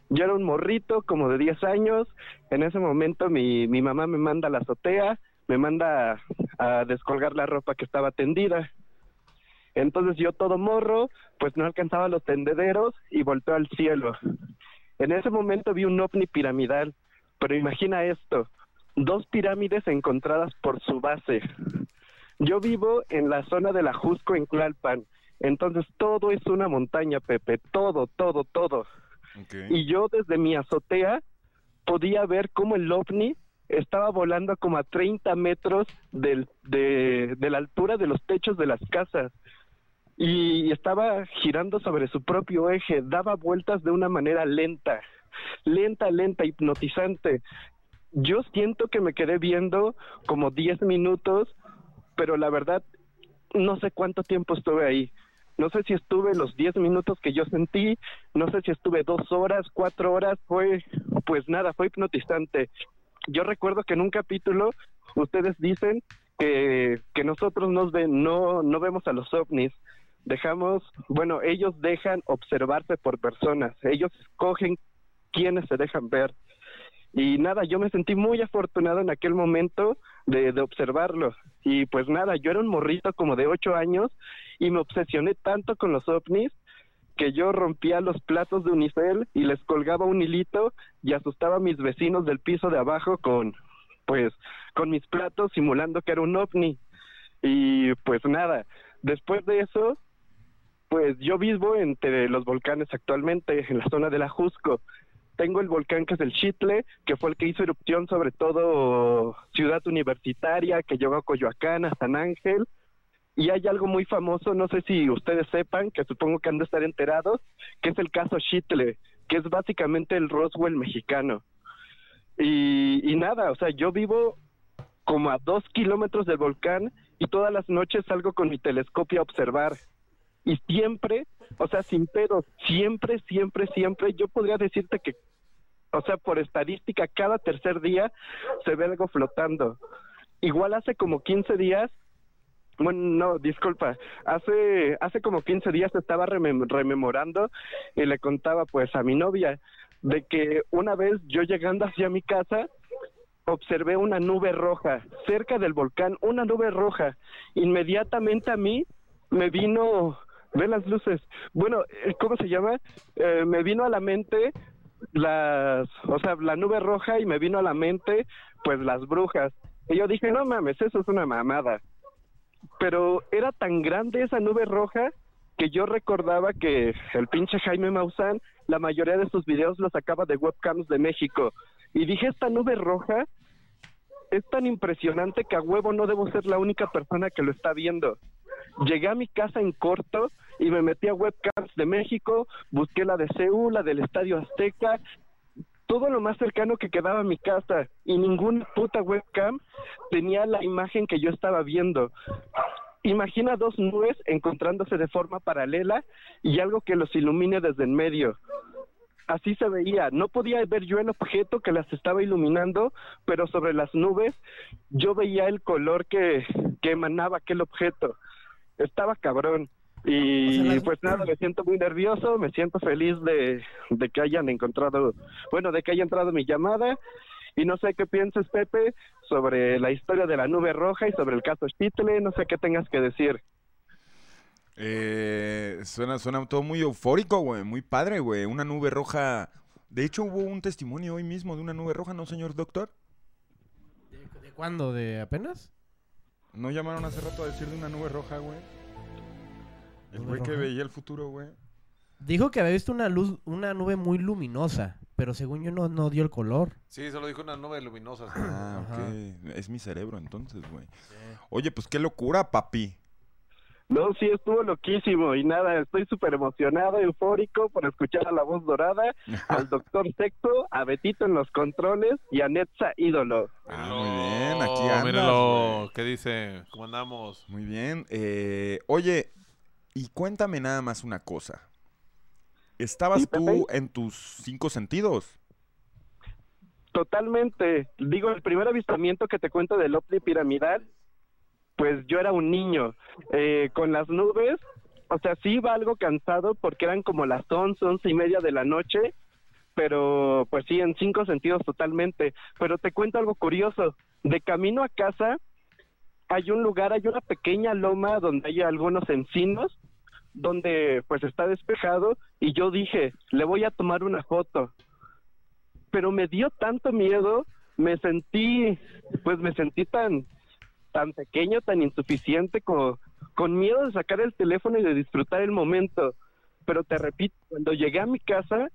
Speaker 10: Yo era un morrito como de 10 años, en ese momento mi, mi mamá me manda a la azotea, me manda a, a descolgar la ropa que estaba tendida. Entonces yo todo morro, pues no alcanzaba los tendederos y volteo al cielo. En ese momento vi un ovni piramidal, pero imagina esto, dos pirámides encontradas por su base. Yo vivo en la zona de la Jusco en Tlalpan, entonces todo es una montaña, Pepe, todo, todo, todo.
Speaker 1: Ok.
Speaker 10: Y yo desde mi azotea podía ver cómo el ovni estaba volando como a 30 metros del- de, de la altura de los techos de las casas. Y estaba girando sobre su propio eje, daba vueltas de una manera lenta, lenta, lenta, hipnotizante. Yo siento que me quedé viendo como 10 minutos, pero la verdad no sé cuánto tiempo estuve ahí. No sé si estuve los 10 minutos que yo sentí, no sé si estuve dos horas, cuatro horas, fue, pues nada, fue hipnotizante. Yo recuerdo que en un capítulo ustedes dicen que, que nosotros nos ven, no, no vemos a los ovnis, dejamos, bueno, ellos dejan observarse por personas, ellos escogen quiénes se dejan ver. Y nada, yo me sentí muy afortunado en aquel momento de, de observarlo. Y pues nada, yo era un morrito como de ocho años y me obsesioné tanto con los ovnis que yo rompía los platos de unicel y les colgaba un hilito y asustaba a mis vecinos del piso de abajo con pues con mis platos simulando que era un ovni y pues nada después de eso pues yo vivo entre los volcanes actualmente en la zona del Ajusco tengo el volcán que es el Chitle que fue el que hizo erupción sobre todo ciudad universitaria que llegó a Coyoacán a San Ángel y hay algo muy famoso, no sé si ustedes sepan, que supongo que han de estar enterados, que es el caso Chitle, que es básicamente el Roswell mexicano. Y, y nada, o sea, yo vivo como a dos kilómetros del volcán y todas las noches salgo con mi telescopio a observar. Y siempre, o sea, sin pedo, siempre, siempre, siempre, yo podría decirte que, o sea, por estadística, cada tercer día se ve algo flotando. Igual hace como 15 días bueno, no, disculpa. Hace hace como 15 días estaba remem- rememorando y le contaba pues a mi novia de que una vez yo llegando hacia mi casa observé una nube roja cerca del volcán, una nube roja. Inmediatamente a mí me vino ve las luces. Bueno, eh, ¿cómo se llama? Eh, me vino a la mente las, o sea, la nube roja y me vino a la mente pues las brujas. Y yo dije, "No mames, eso es una mamada." pero era tan grande esa nube roja que yo recordaba que el pinche Jaime Maussan, la mayoría de sus videos los sacaba de webcams de México. Y dije, esta nube roja es tan impresionante que a huevo no debo ser la única persona que lo está viendo. Llegué a mi casa en corto y me metí a webcams de México, busqué la de CU, la del Estadio Azteca, todo lo más cercano que quedaba a mi casa y ninguna puta webcam tenía la imagen que yo estaba viendo. Imagina dos nubes encontrándose de forma paralela y algo que los ilumine desde en medio. Así se veía, no podía ver yo el objeto que las estaba iluminando, pero sobre las nubes yo veía el color que, que emanaba aquel objeto. Estaba cabrón. Y
Speaker 3: O sea, las-
Speaker 10: pues nada, me siento muy nervioso, me siento feliz de, de que hayan encontrado, bueno, de que haya entrado mi llamada. Y no sé qué pienses, Pepe, sobre la historia de la nube roja y sobre el caso Chitle, no sé qué tengas que decir.
Speaker 1: Eh, suena, suena todo muy eufórico, güey. Muy padre, güey. Una nube roja. De hecho, hubo un testimonio hoy mismo de una nube roja, ¿no, señor doctor?
Speaker 3: ¿De, de cuándo? ¿De apenas?
Speaker 1: ¿No llamaron hace rato a decir de una nube roja, güey? El
Speaker 3: ¿Nube
Speaker 1: güey que
Speaker 3: roja?
Speaker 1: veía el futuro, güey.
Speaker 3: Dijo que había visto una luz, una nube muy luminosa, pero según yo no, no dio el color.
Speaker 2: Sí, se lo dijo una nube luminosa.
Speaker 1: Ah,
Speaker 3: Ajá.
Speaker 1: ok. Es mi cerebro entonces, güey. Oye, pues qué locura, papi.
Speaker 10: No, sí, estuvo loquísimo y nada, estoy súper emocionado, eufórico por escuchar a la voz dorada, al doctor Sexto, a Betito en los controles y a Netza Ídolo.
Speaker 1: Ah, muy bien,
Speaker 2: Oh,
Speaker 1: aquí andas,
Speaker 2: Míralo, ¿qué dice? ¿Cómo andamos?
Speaker 1: Muy bien. eh, oye, y cuéntame nada más una cosa. ¿Estabas
Speaker 10: Sí, Pepe.
Speaker 1: tú en tus cinco sentidos?
Speaker 10: Totalmente, digo, el primer avistamiento que te cuento del OVNI piramidal, pues yo era un niño, eh, con las nubes, o sea, sí iba algo cansado porque eran como las once, once y media de la noche, pero pues sí, en cinco sentidos totalmente. Pero te cuento algo curioso. De camino a casa hay un lugar, hay una pequeña loma donde hay algunos encinos, donde pues está despejado y yo dije, le voy a tomar una foto. Pero me dio tanto miedo, me sentí, pues me sentí tan, tan pequeño, tan insuficiente, como, con miedo de sacar el teléfono y de disfrutar el momento. Pero te repito, cuando llegué a mi casa,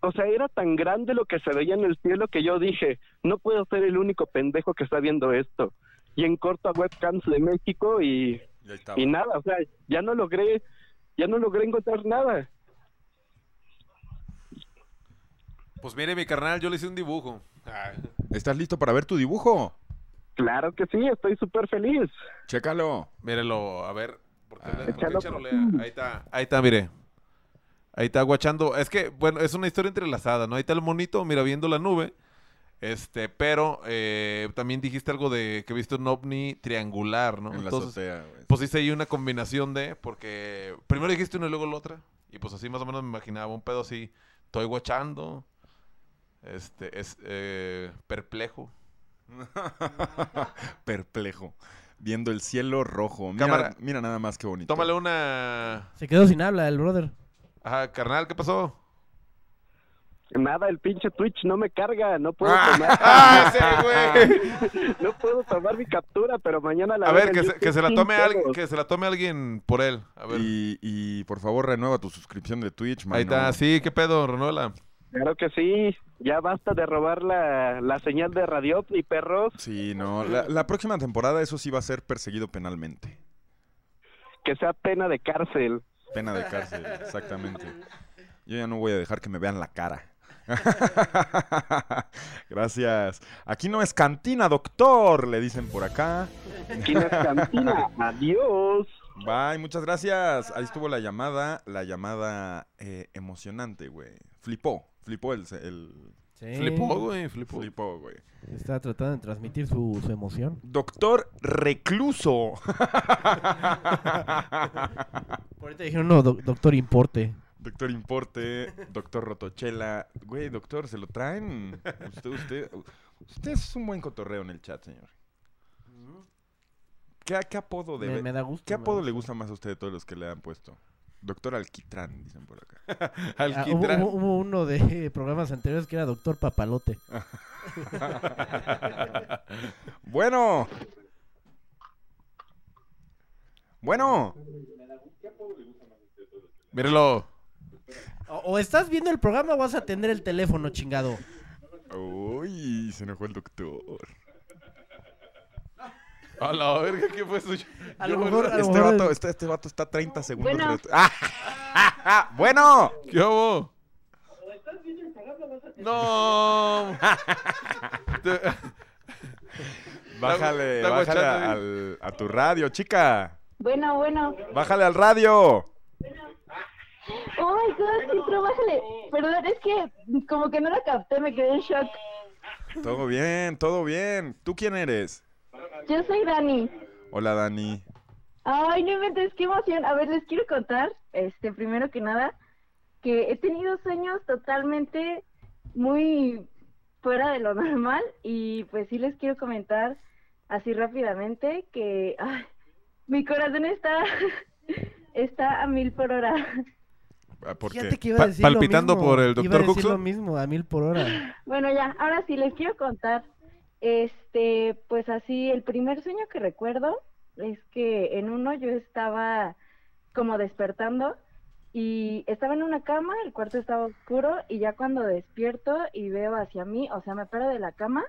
Speaker 10: o sea, era tan grande lo que se veía en el cielo que yo dije, no puedo ser el único pendejo que está viendo esto. Y en corto a webcams de México y,
Speaker 1: Ya estaba.
Speaker 10: y nada, o sea, ya no logré, ya no logré encontrar nada.
Speaker 2: Pues mire, mi carnal, yo le hice un dibujo. Ah,
Speaker 1: ¿Estás listo para ver tu dibujo?
Speaker 10: Claro que sí, estoy súper feliz.
Speaker 1: Chécalo.
Speaker 2: mírelo, a ver. ¿Por qué, le- por qué
Speaker 10: Échalo.
Speaker 2: charolea? Ahí está, ahí está, mire. Ahí está guachando. Es que, bueno, es una historia entrelazada, ¿no? Ahí está el monito, mira, viendo la nube. Este, pero eh, también dijiste algo de que viste un ovni triangular, ¿no?
Speaker 1: En la
Speaker 2: Entonces,
Speaker 1: azotea, güey.
Speaker 2: Pues hice ahí una combinación de, porque primero dijiste una y luego la otra. Y pues así más o menos me imaginaba un pedo así. Estoy guachando. Este, es eh, perplejo.
Speaker 1: Perplejo. Viendo el cielo rojo. Mira,
Speaker 2: Cámara.
Speaker 1: mira nada más que bonito.
Speaker 2: Tómale una.
Speaker 3: Se quedó sin habla el brother.
Speaker 2: Ajá, carnal, ¿qué pasó?
Speaker 10: Nada, el pinche Twitch no me carga, no puedo
Speaker 2: ¡Ah,
Speaker 10: tomar,
Speaker 2: ese güey!
Speaker 10: no puedo tomar mi captura, pero mañana la
Speaker 2: A
Speaker 10: veo
Speaker 2: ver,
Speaker 10: en
Speaker 2: que se,
Speaker 10: YouTube
Speaker 2: que se la
Speaker 10: sin
Speaker 2: tome alguien,
Speaker 10: pedos.
Speaker 2: que se la tome alguien por él. A ver.
Speaker 1: Y, y, por favor, renueva tu suscripción de Twitch, mano.
Speaker 2: Ahí está, sí, qué pedo, Renuela.
Speaker 10: Claro que sí, ya basta de robar la, la señal de radio y perros,
Speaker 1: Sí, no. La, la próxima temporada eso sí va a ser perseguido penalmente.
Speaker 10: que sea pena de cárcel.
Speaker 1: Pena de cárcel, exactamente. Yo ya no voy a dejar que me vean la cara. Gracias. Aquí no es cantina, doctor, le dicen por acá.
Speaker 10: Aquí no es cantina, adiós.
Speaker 1: Bye, muchas gracias. Ahí estuvo la llamada, la llamada eh, emocionante, güey. Flipó, flipó el, el-
Speaker 3: Sí.
Speaker 2: Flipó, güey, flipó.
Speaker 1: flipó, güey.
Speaker 3: Está tratando de transmitir su, su emoción.
Speaker 1: Doctor recluso.
Speaker 3: Ahorita dijeron, no, doc- doctor, importe.
Speaker 1: Doctor Importe, Doctor Rotochela. Güey, doctor, se lo traen. Usted, usted, usted es un buen cotorreo en el chat, señor. ¿Qué, qué apodo, de-
Speaker 3: Me, me da gusto.
Speaker 1: ¿qué
Speaker 3: me
Speaker 1: apodo
Speaker 3: da
Speaker 1: le
Speaker 3: gusto.
Speaker 1: gusta más a usted de todos los que le han puesto? Doctor Alquitrán, dicen por acá.
Speaker 3: Ah, hubo,
Speaker 2: Alquitrán.
Speaker 3: hubo- hubo uno de programas anteriores que era doctor papalote.
Speaker 1: Bueno. Bueno.
Speaker 2: Mírelo.
Speaker 3: O, o estás viendo el programa o vas a atender el teléfono, chingado.
Speaker 1: Uy, se enojó el doctor.
Speaker 2: A la verga, ¿qué fue eso? Yo-
Speaker 3: A
Speaker 2: yo
Speaker 3: lo
Speaker 2: me-
Speaker 3: mejor, a lo
Speaker 1: Este
Speaker 3: mejor-
Speaker 1: vato, este, este vato está 30 segundos.
Speaker 11: Bueno.
Speaker 1: ret- ¡Ah! bueno.
Speaker 2: ¿Qué hubo? No. Te-
Speaker 1: Bájale,
Speaker 2: Está
Speaker 1: bájale
Speaker 2: guachando,
Speaker 1: al- a tu radio, chica.
Speaker 12: Bueno, bueno.
Speaker 1: Bájale al radio.
Speaker 12: Oh my god, sí, pero bájale. Perdón, es que como que no la capté, me quedé en shock.
Speaker 1: Todo bien, todo bien. ¿Tú quién eres?
Speaker 12: Yo soy Dani.
Speaker 1: Hola, Dani.
Speaker 12: Ay, no inventes, qué emoción. A ver, les quiero contar, este, primero que nada, que he tenido sueños totalmente muy fuera de lo normal y pues sí les quiero comentar así rápidamente que ay, mi corazón está, está a mil por hora.
Speaker 1: Ah, ¿Por
Speaker 3: Fíjate
Speaker 1: qué?
Speaker 3: que iba
Speaker 2: Pa-
Speaker 3: a decir
Speaker 2: palpitando
Speaker 3: lo mismo.
Speaker 2: por el
Speaker 3: Iba a
Speaker 2: Dr.
Speaker 3: decir
Speaker 2: Cuxo.
Speaker 3: lo mismo, a mil por hora.
Speaker 12: Bueno, ya, ahora sí les quiero contar. Este, pues así, el primer sueño que recuerdo es que en uno yo estaba como despertando y estaba en una cama, el cuarto estaba oscuro y ya cuando despierto y veo hacia mí, o sea, me paro de la cama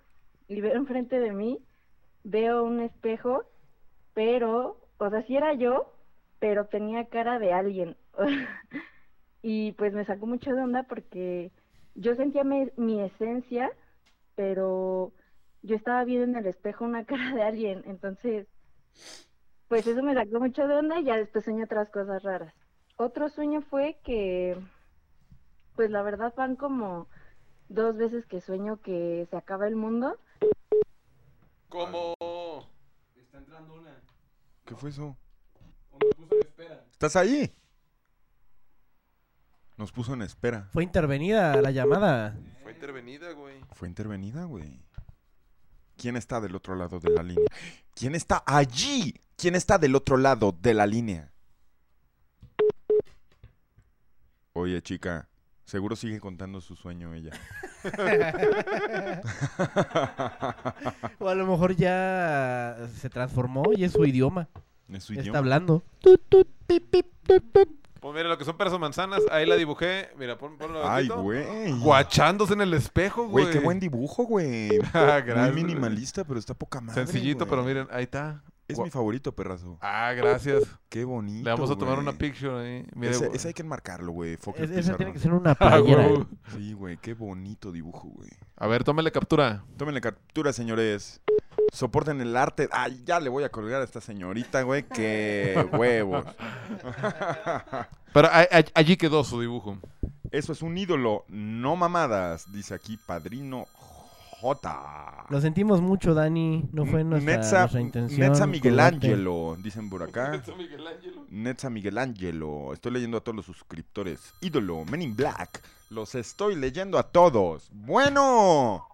Speaker 12: y veo enfrente de mí, veo un espejo, pero, o sea, sí era yo, pero tenía cara de alguien. y pues me sacó mucho de onda porque yo sentía mi, mi esencia, pero yo estaba viendo en el espejo una cara de alguien, entonces, pues eso me sacó mucho de onda y ya después soñé otras cosas raras. Otro sueño fue que, pues la verdad van como dos veces que sueño que se acaba el mundo.
Speaker 2: ¿Cómo?
Speaker 1: ¿Qué fue eso? ¿Estás ahí? Nos puso en espera.
Speaker 3: Fue intervenida la llamada.
Speaker 2: Fue intervenida, güey.
Speaker 1: Fue intervenida, güey. ¿Quién está del otro lado de la línea? ¿Quién está allí? ¿Quién está del otro lado de la línea? Oye, chica, seguro sigue contando su sueño ella.
Speaker 3: O a lo mejor ya se transformó y es su idioma.
Speaker 1: ¿Es su
Speaker 3: Ya
Speaker 1: idioma?
Speaker 3: está hablando.
Speaker 2: Pues mira, lo que son peras o manzanas, ahí la dibujé. Mira, pon, ponlo
Speaker 1: Ay,
Speaker 2: abajito.
Speaker 1: güey.
Speaker 2: Guachándose en el espejo, güey.
Speaker 1: Güey, qué buen dibujo, güey.
Speaker 2: Ah,
Speaker 1: Muy
Speaker 2: gracias.
Speaker 1: minimalista, pero está poca madre.
Speaker 2: Sencillito,
Speaker 1: güey.
Speaker 2: pero miren, ahí está.
Speaker 1: Es
Speaker 2: Gua-
Speaker 1: mi favorito, perrazo.
Speaker 2: Ah, gracias.
Speaker 1: Qué bonito.
Speaker 2: Le vamos a tomar
Speaker 1: güey.
Speaker 2: una picture ahí. Mira,
Speaker 1: Ese,
Speaker 2: güey.
Speaker 1: ese hay que enmarcarlo, güey. Fokker
Speaker 3: Es- esa tiene
Speaker 1: Pizarro.
Speaker 3: que ser una
Speaker 2: Ah,
Speaker 3: playera.
Speaker 2: huevo.
Speaker 1: Sí, güey, qué bonito dibujo, güey.
Speaker 2: A ver, tómale captura.
Speaker 1: Tómenle captura, señores. Soporten el arte. Ay, ya le voy a colgar a esta señorita, güey. Qué huevos.
Speaker 2: Pero a- a- allí quedó su dibujo.
Speaker 1: Eso es un ídolo, no mamadas, dice aquí Padrino J.
Speaker 3: Lo sentimos mucho, Dani. No fue nuestra,
Speaker 1: Netza,
Speaker 3: nuestra intención.
Speaker 1: Netza Miguel
Speaker 3: colgarte.
Speaker 1: Ángelo, dicen por acá. Netza Miguel Ángelo. Estoy leyendo a todos los suscriptores. Ídolo, Men in Black. Los estoy leyendo a todos. Bueno,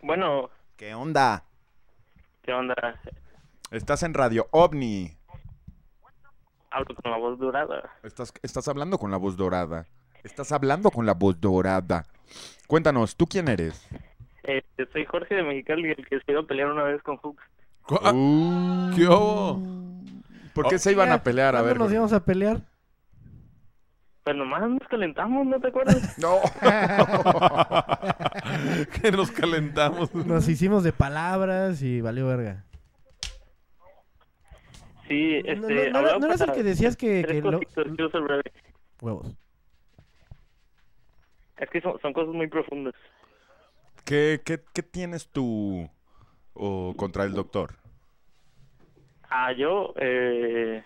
Speaker 13: Bueno,
Speaker 1: ¿qué onda?
Speaker 13: ¿qué onda?
Speaker 1: Estás en Radio OVNI.
Speaker 13: Hablo con la voz durada.
Speaker 1: Estás, estás hablando con la voz dorada. Estás hablando con la voz dorada. Cuéntanos, ¿tú quién eres?
Speaker 13: Eh, soy Jorge de Mexicali, el que se iba a pelear una vez con Fuchs.
Speaker 2: Cu- ah,
Speaker 1: Uh.
Speaker 2: ¿Qué hubo?
Speaker 1: ¿Por qué se iban a pelear? A
Speaker 3: Oh, ¿Cuándo
Speaker 1: ver.
Speaker 3: nos íbamos a pelear?
Speaker 13: Pues nomás nos calentamos, ¿no te acuerdas?
Speaker 1: No.
Speaker 2: que nos calentamos.
Speaker 3: Nos hicimos de palabras y valió verga.
Speaker 13: Sí,
Speaker 3: No-
Speaker 13: este...
Speaker 3: no- no era-
Speaker 13: hablaba
Speaker 3: no eras el
Speaker 13: para
Speaker 3: que decías que-
Speaker 13: tres
Speaker 3: que lo-
Speaker 13: cositas, quiero ser breve.
Speaker 3: Huevos.
Speaker 13: Es que son, son cosas muy profundas.
Speaker 1: ¿Qué, qué, qué tienes tú o contra el doctor?
Speaker 13: Ah, yo, eh...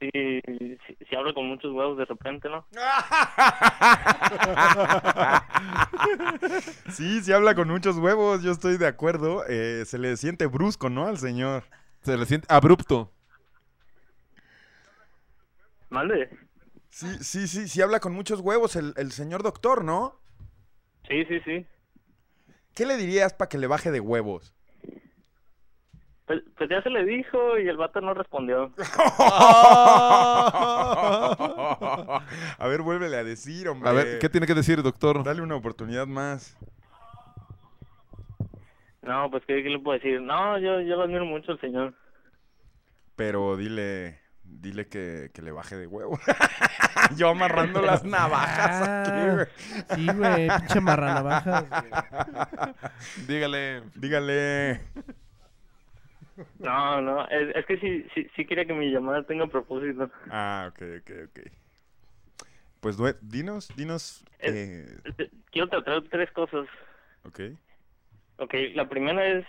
Speaker 13: Si, si, si hablo con muchos huevos de repente, ¿no?
Speaker 1: Sí, sí habla con muchos huevos, yo estoy de acuerdo. Eh, se le siente brusco, ¿no? Al señor.
Speaker 2: Se le siente abrupto.
Speaker 13: ¿Mande?
Speaker 1: Sí, sí, sí, sí habla con muchos huevos el, el señor doctor, ¿no?
Speaker 13: Sí, sí, sí.
Speaker 1: ¿Qué le dirías para que le baje de huevos?
Speaker 13: Pues, pues ya se le dijo y el vato no respondió.
Speaker 1: A ver, vuélvele a decir, hombre.
Speaker 2: A ver, ¿qué tiene que decir, doctor?
Speaker 1: Dale una oportunidad más.
Speaker 13: No, pues, ¿qué, qué le puedo decir? No, yo, yo lo admiro mucho al señor.
Speaker 1: Pero dile, dile que, que le baje de huevo. Yo amarrando las navajas aquí, güey.
Speaker 3: Ah, Sí, güey, pinche marranavajas. güey.
Speaker 2: Dígale.
Speaker 1: Dígale.
Speaker 13: No, no, es, es que sí, sí, sí quería que mi llamada tenga propósito.
Speaker 1: Ah, ok, ok, ok. Pues due- dinos, dinos. eh,
Speaker 13: Quiero tratar tres cosas.
Speaker 1: ok.
Speaker 13: Ok, la primera es,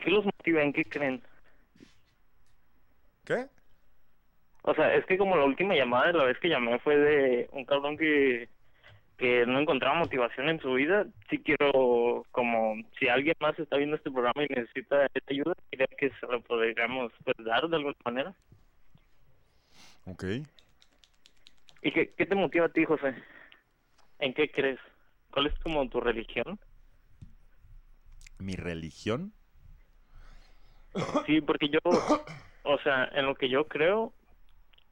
Speaker 13: ¿qué los motiva? ¿En qué creen?
Speaker 1: ¿Qué?
Speaker 13: O sea, es que como la última llamada de la vez que llamé fue de un cabrón que, que no encontraba motivación en su vida, sí quiero, como si alguien más está viendo este programa y necesita esta ayuda, quería que se lo podríamos pues, dar de alguna manera.
Speaker 1: Ok.
Speaker 13: ¿Y qué, qué te motiva a ti, José? ¿En qué crees? ¿Cuál es como tu religión?
Speaker 1: ¿Mi religión?
Speaker 13: Sí, porque yo, o sea, en lo que yo creo,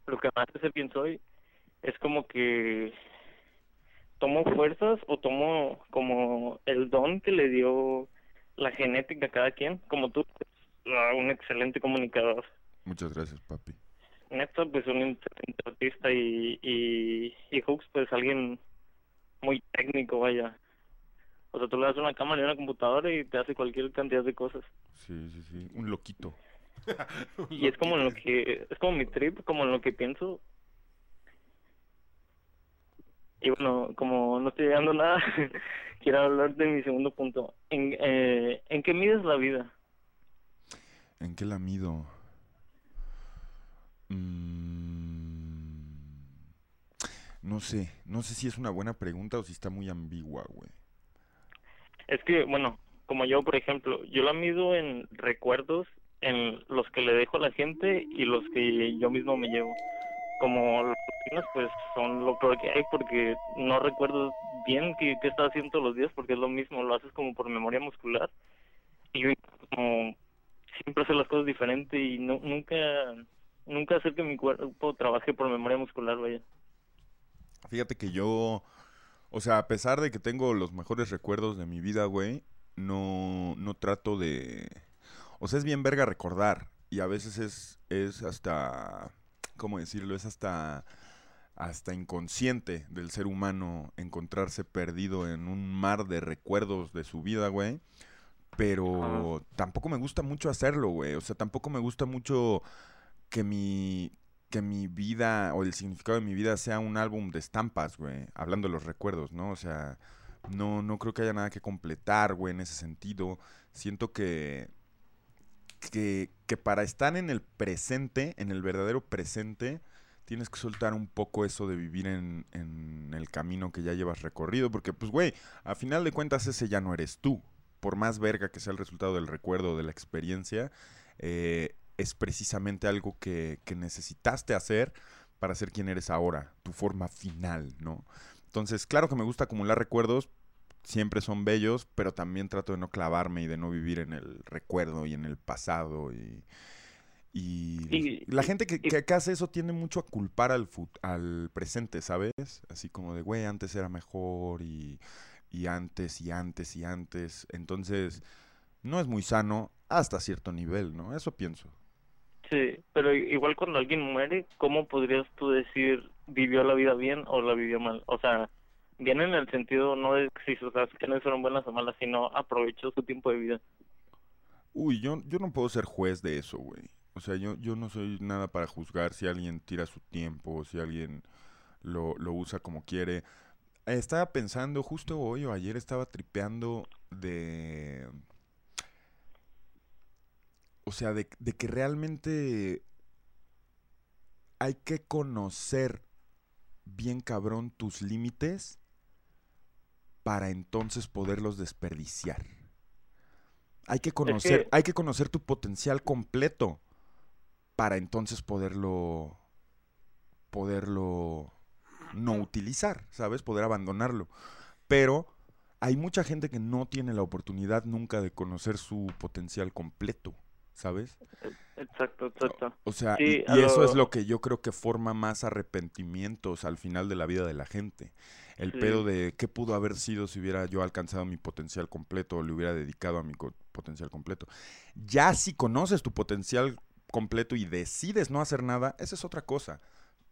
Speaker 13: lo que más se pienso hoy es como que tomo fuerzas o tomo como el don que le dio la genética a cada quien, como tú, pues, a un excelente comunicador.
Speaker 1: Muchas gracias, papi.
Speaker 13: Néstor, pues un excelente artista y, y, y Hooks, pues alguien muy técnico, vaya. O sea, tú le das una cámara y una computadora y te hace cualquier cantidad de cosas.
Speaker 1: Sí, sí, sí. Un loquito.
Speaker 13: Y es como en lo que, es como mi trip, como en lo que pienso. Y bueno, como no estoy llegando a nada, quiero hablar de mi segundo punto. ¿En, eh, ¿en qué mides la vida?
Speaker 1: ¿En qué la mido? Mm, No sé, no sé si es una buena pregunta o si está muy ambigua, güey.
Speaker 13: Es que, bueno, como yo, por ejemplo, yo la mido en recuerdos, en los que le dejo a la gente y los que yo mismo me llevo. Como los rutinas, pues son lo peor que hay porque no recuerdo bien qué, qué estaba haciendo todos los días porque es lo mismo, lo haces como por memoria muscular. Y yo como siempre hacer las cosas diferente y no, nunca, nunca hacer que mi cuerpo trabaje por memoria muscular, vaya.
Speaker 1: Fíjate que yo, o sea, a pesar de que tengo los mejores recuerdos de mi vida, güey, no, no trato de... O sea, es bien verga recordar. Y a veces es, es hasta, ¿cómo decirlo? Es hasta, hasta inconsciente del ser humano encontrarse perdido en un mar de recuerdos de su vida, güey. Pero tampoco me gusta mucho hacerlo, güey. O sea, tampoco me gusta mucho que mi, que mi vida o el significado de mi vida sea un álbum de estampas, güey. Hablando de los recuerdos, ¿no? O sea, no, no creo que haya nada que completar, güey, en ese sentido. Siento que, que, que para estar en el presente, en el verdadero presente, tienes que soltar un poco eso de vivir en, en el camino que ya llevas recorrido. Porque, pues, güey, a final de cuentas ese ya no eres tú. Por más verga que sea el resultado del recuerdo, de la experiencia, eh, es precisamente algo que, que necesitaste hacer para ser quien eres ahora, tu forma final, ¿no? Entonces, claro que me gusta acumular recuerdos, siempre son bellos, pero también trato de no clavarme y de no vivir en el recuerdo y en el pasado y... y
Speaker 13: Y-
Speaker 1: la gente que, que, que hace eso tiende mucho a culpar al, fut- al presente, ¿sabes? Así como de, güey, antes era mejor y, y antes y antes y antes. Entonces, no es muy sano hasta cierto nivel, ¿no? Eso pienso.
Speaker 13: Sí, pero i- igual cuando alguien muere, ¿cómo podrías tú decir vivió la vida bien o la vivió mal? O sea, bien en el sentido no de si sus acciones fueron buenas o malas, sino aprovechó su tiempo de vida.
Speaker 1: Uy, yo, yo no puedo ser juez de eso, güey. O sea, yo, yo no soy nada para juzgar si alguien tira su tiempo, o si alguien lo, lo usa como quiere. Estaba pensando, justo hoy o ayer estaba tripeando de... O sea, de, de que realmente hay que conocer bien cabrón tus límites para entonces poderlos desperdiciar. Hay que conocer,
Speaker 13: que-
Speaker 1: hay que conocer tu potencial completo para entonces poderlo poderlo no utilizar, ¿sabes? Poder abandonarlo. Pero hay mucha gente que no tiene la oportunidad nunca de conocer su potencial completo, ¿sabes?
Speaker 13: Eh, Exacto, exacto.
Speaker 1: O sea,
Speaker 13: Sí,
Speaker 1: y,
Speaker 13: a
Speaker 1: y eso es
Speaker 13: lo-
Speaker 1: lo que yo creo que forma más arrepentimientos al final de la vida de la gente. El
Speaker 13: Sí.
Speaker 1: pedo de qué pudo haber sido si hubiera yo alcanzado mi potencial completo o le hubiera dedicado a mi co- potencial completo. Ya si conoces tu potencial completo y decides no hacer nada, esa es otra cosa.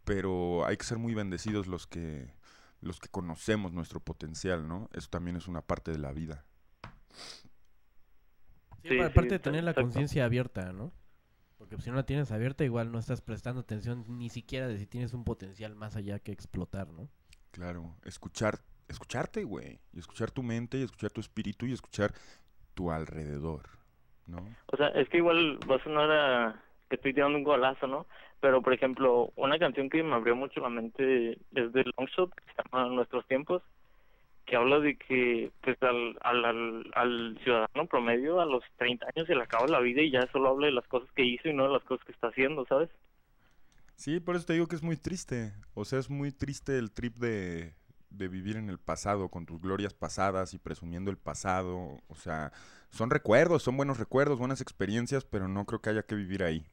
Speaker 1: Pero hay que ser muy bendecidos los que los que conocemos nuestro potencial, ¿no? Eso también es una parte de la vida.
Speaker 3: Sí,
Speaker 13: Sí,
Speaker 3: pa-
Speaker 13: sí,
Speaker 3: aparte de
Speaker 13: está-
Speaker 3: tener la
Speaker 13: exacto.
Speaker 3: conciencia abierta, ¿no? Porque si no la tienes abierta, igual no estás prestando atención ni siquiera de si tienes un potencial más allá que explotar, ¿no?
Speaker 1: Claro, escuchar, escucharte, güey. Y escuchar tu mente, y escuchar tu espíritu, y escuchar tu alrededor, ¿no?
Speaker 13: O sea, es que igual va a sonar a que estoy tirando un golazo, ¿no? Pero, por ejemplo, una canción que me abrió mucho la mente es de Longshot, que se llama Nuestros Tiempos, que habla de que pues al, al, al, al ciudadano promedio a los 30 años se le acaba la vida y ya solo habla de las cosas que hizo y no de las cosas que está haciendo, ¿sabes?
Speaker 1: Sí, por eso te digo que es muy triste. O sea, es muy triste el trip de, de vivir en el pasado, con tus glorias pasadas y presumiendo el pasado. O sea, son recuerdos, son buenos recuerdos, buenas experiencias, pero no creo que haya que vivir ahí.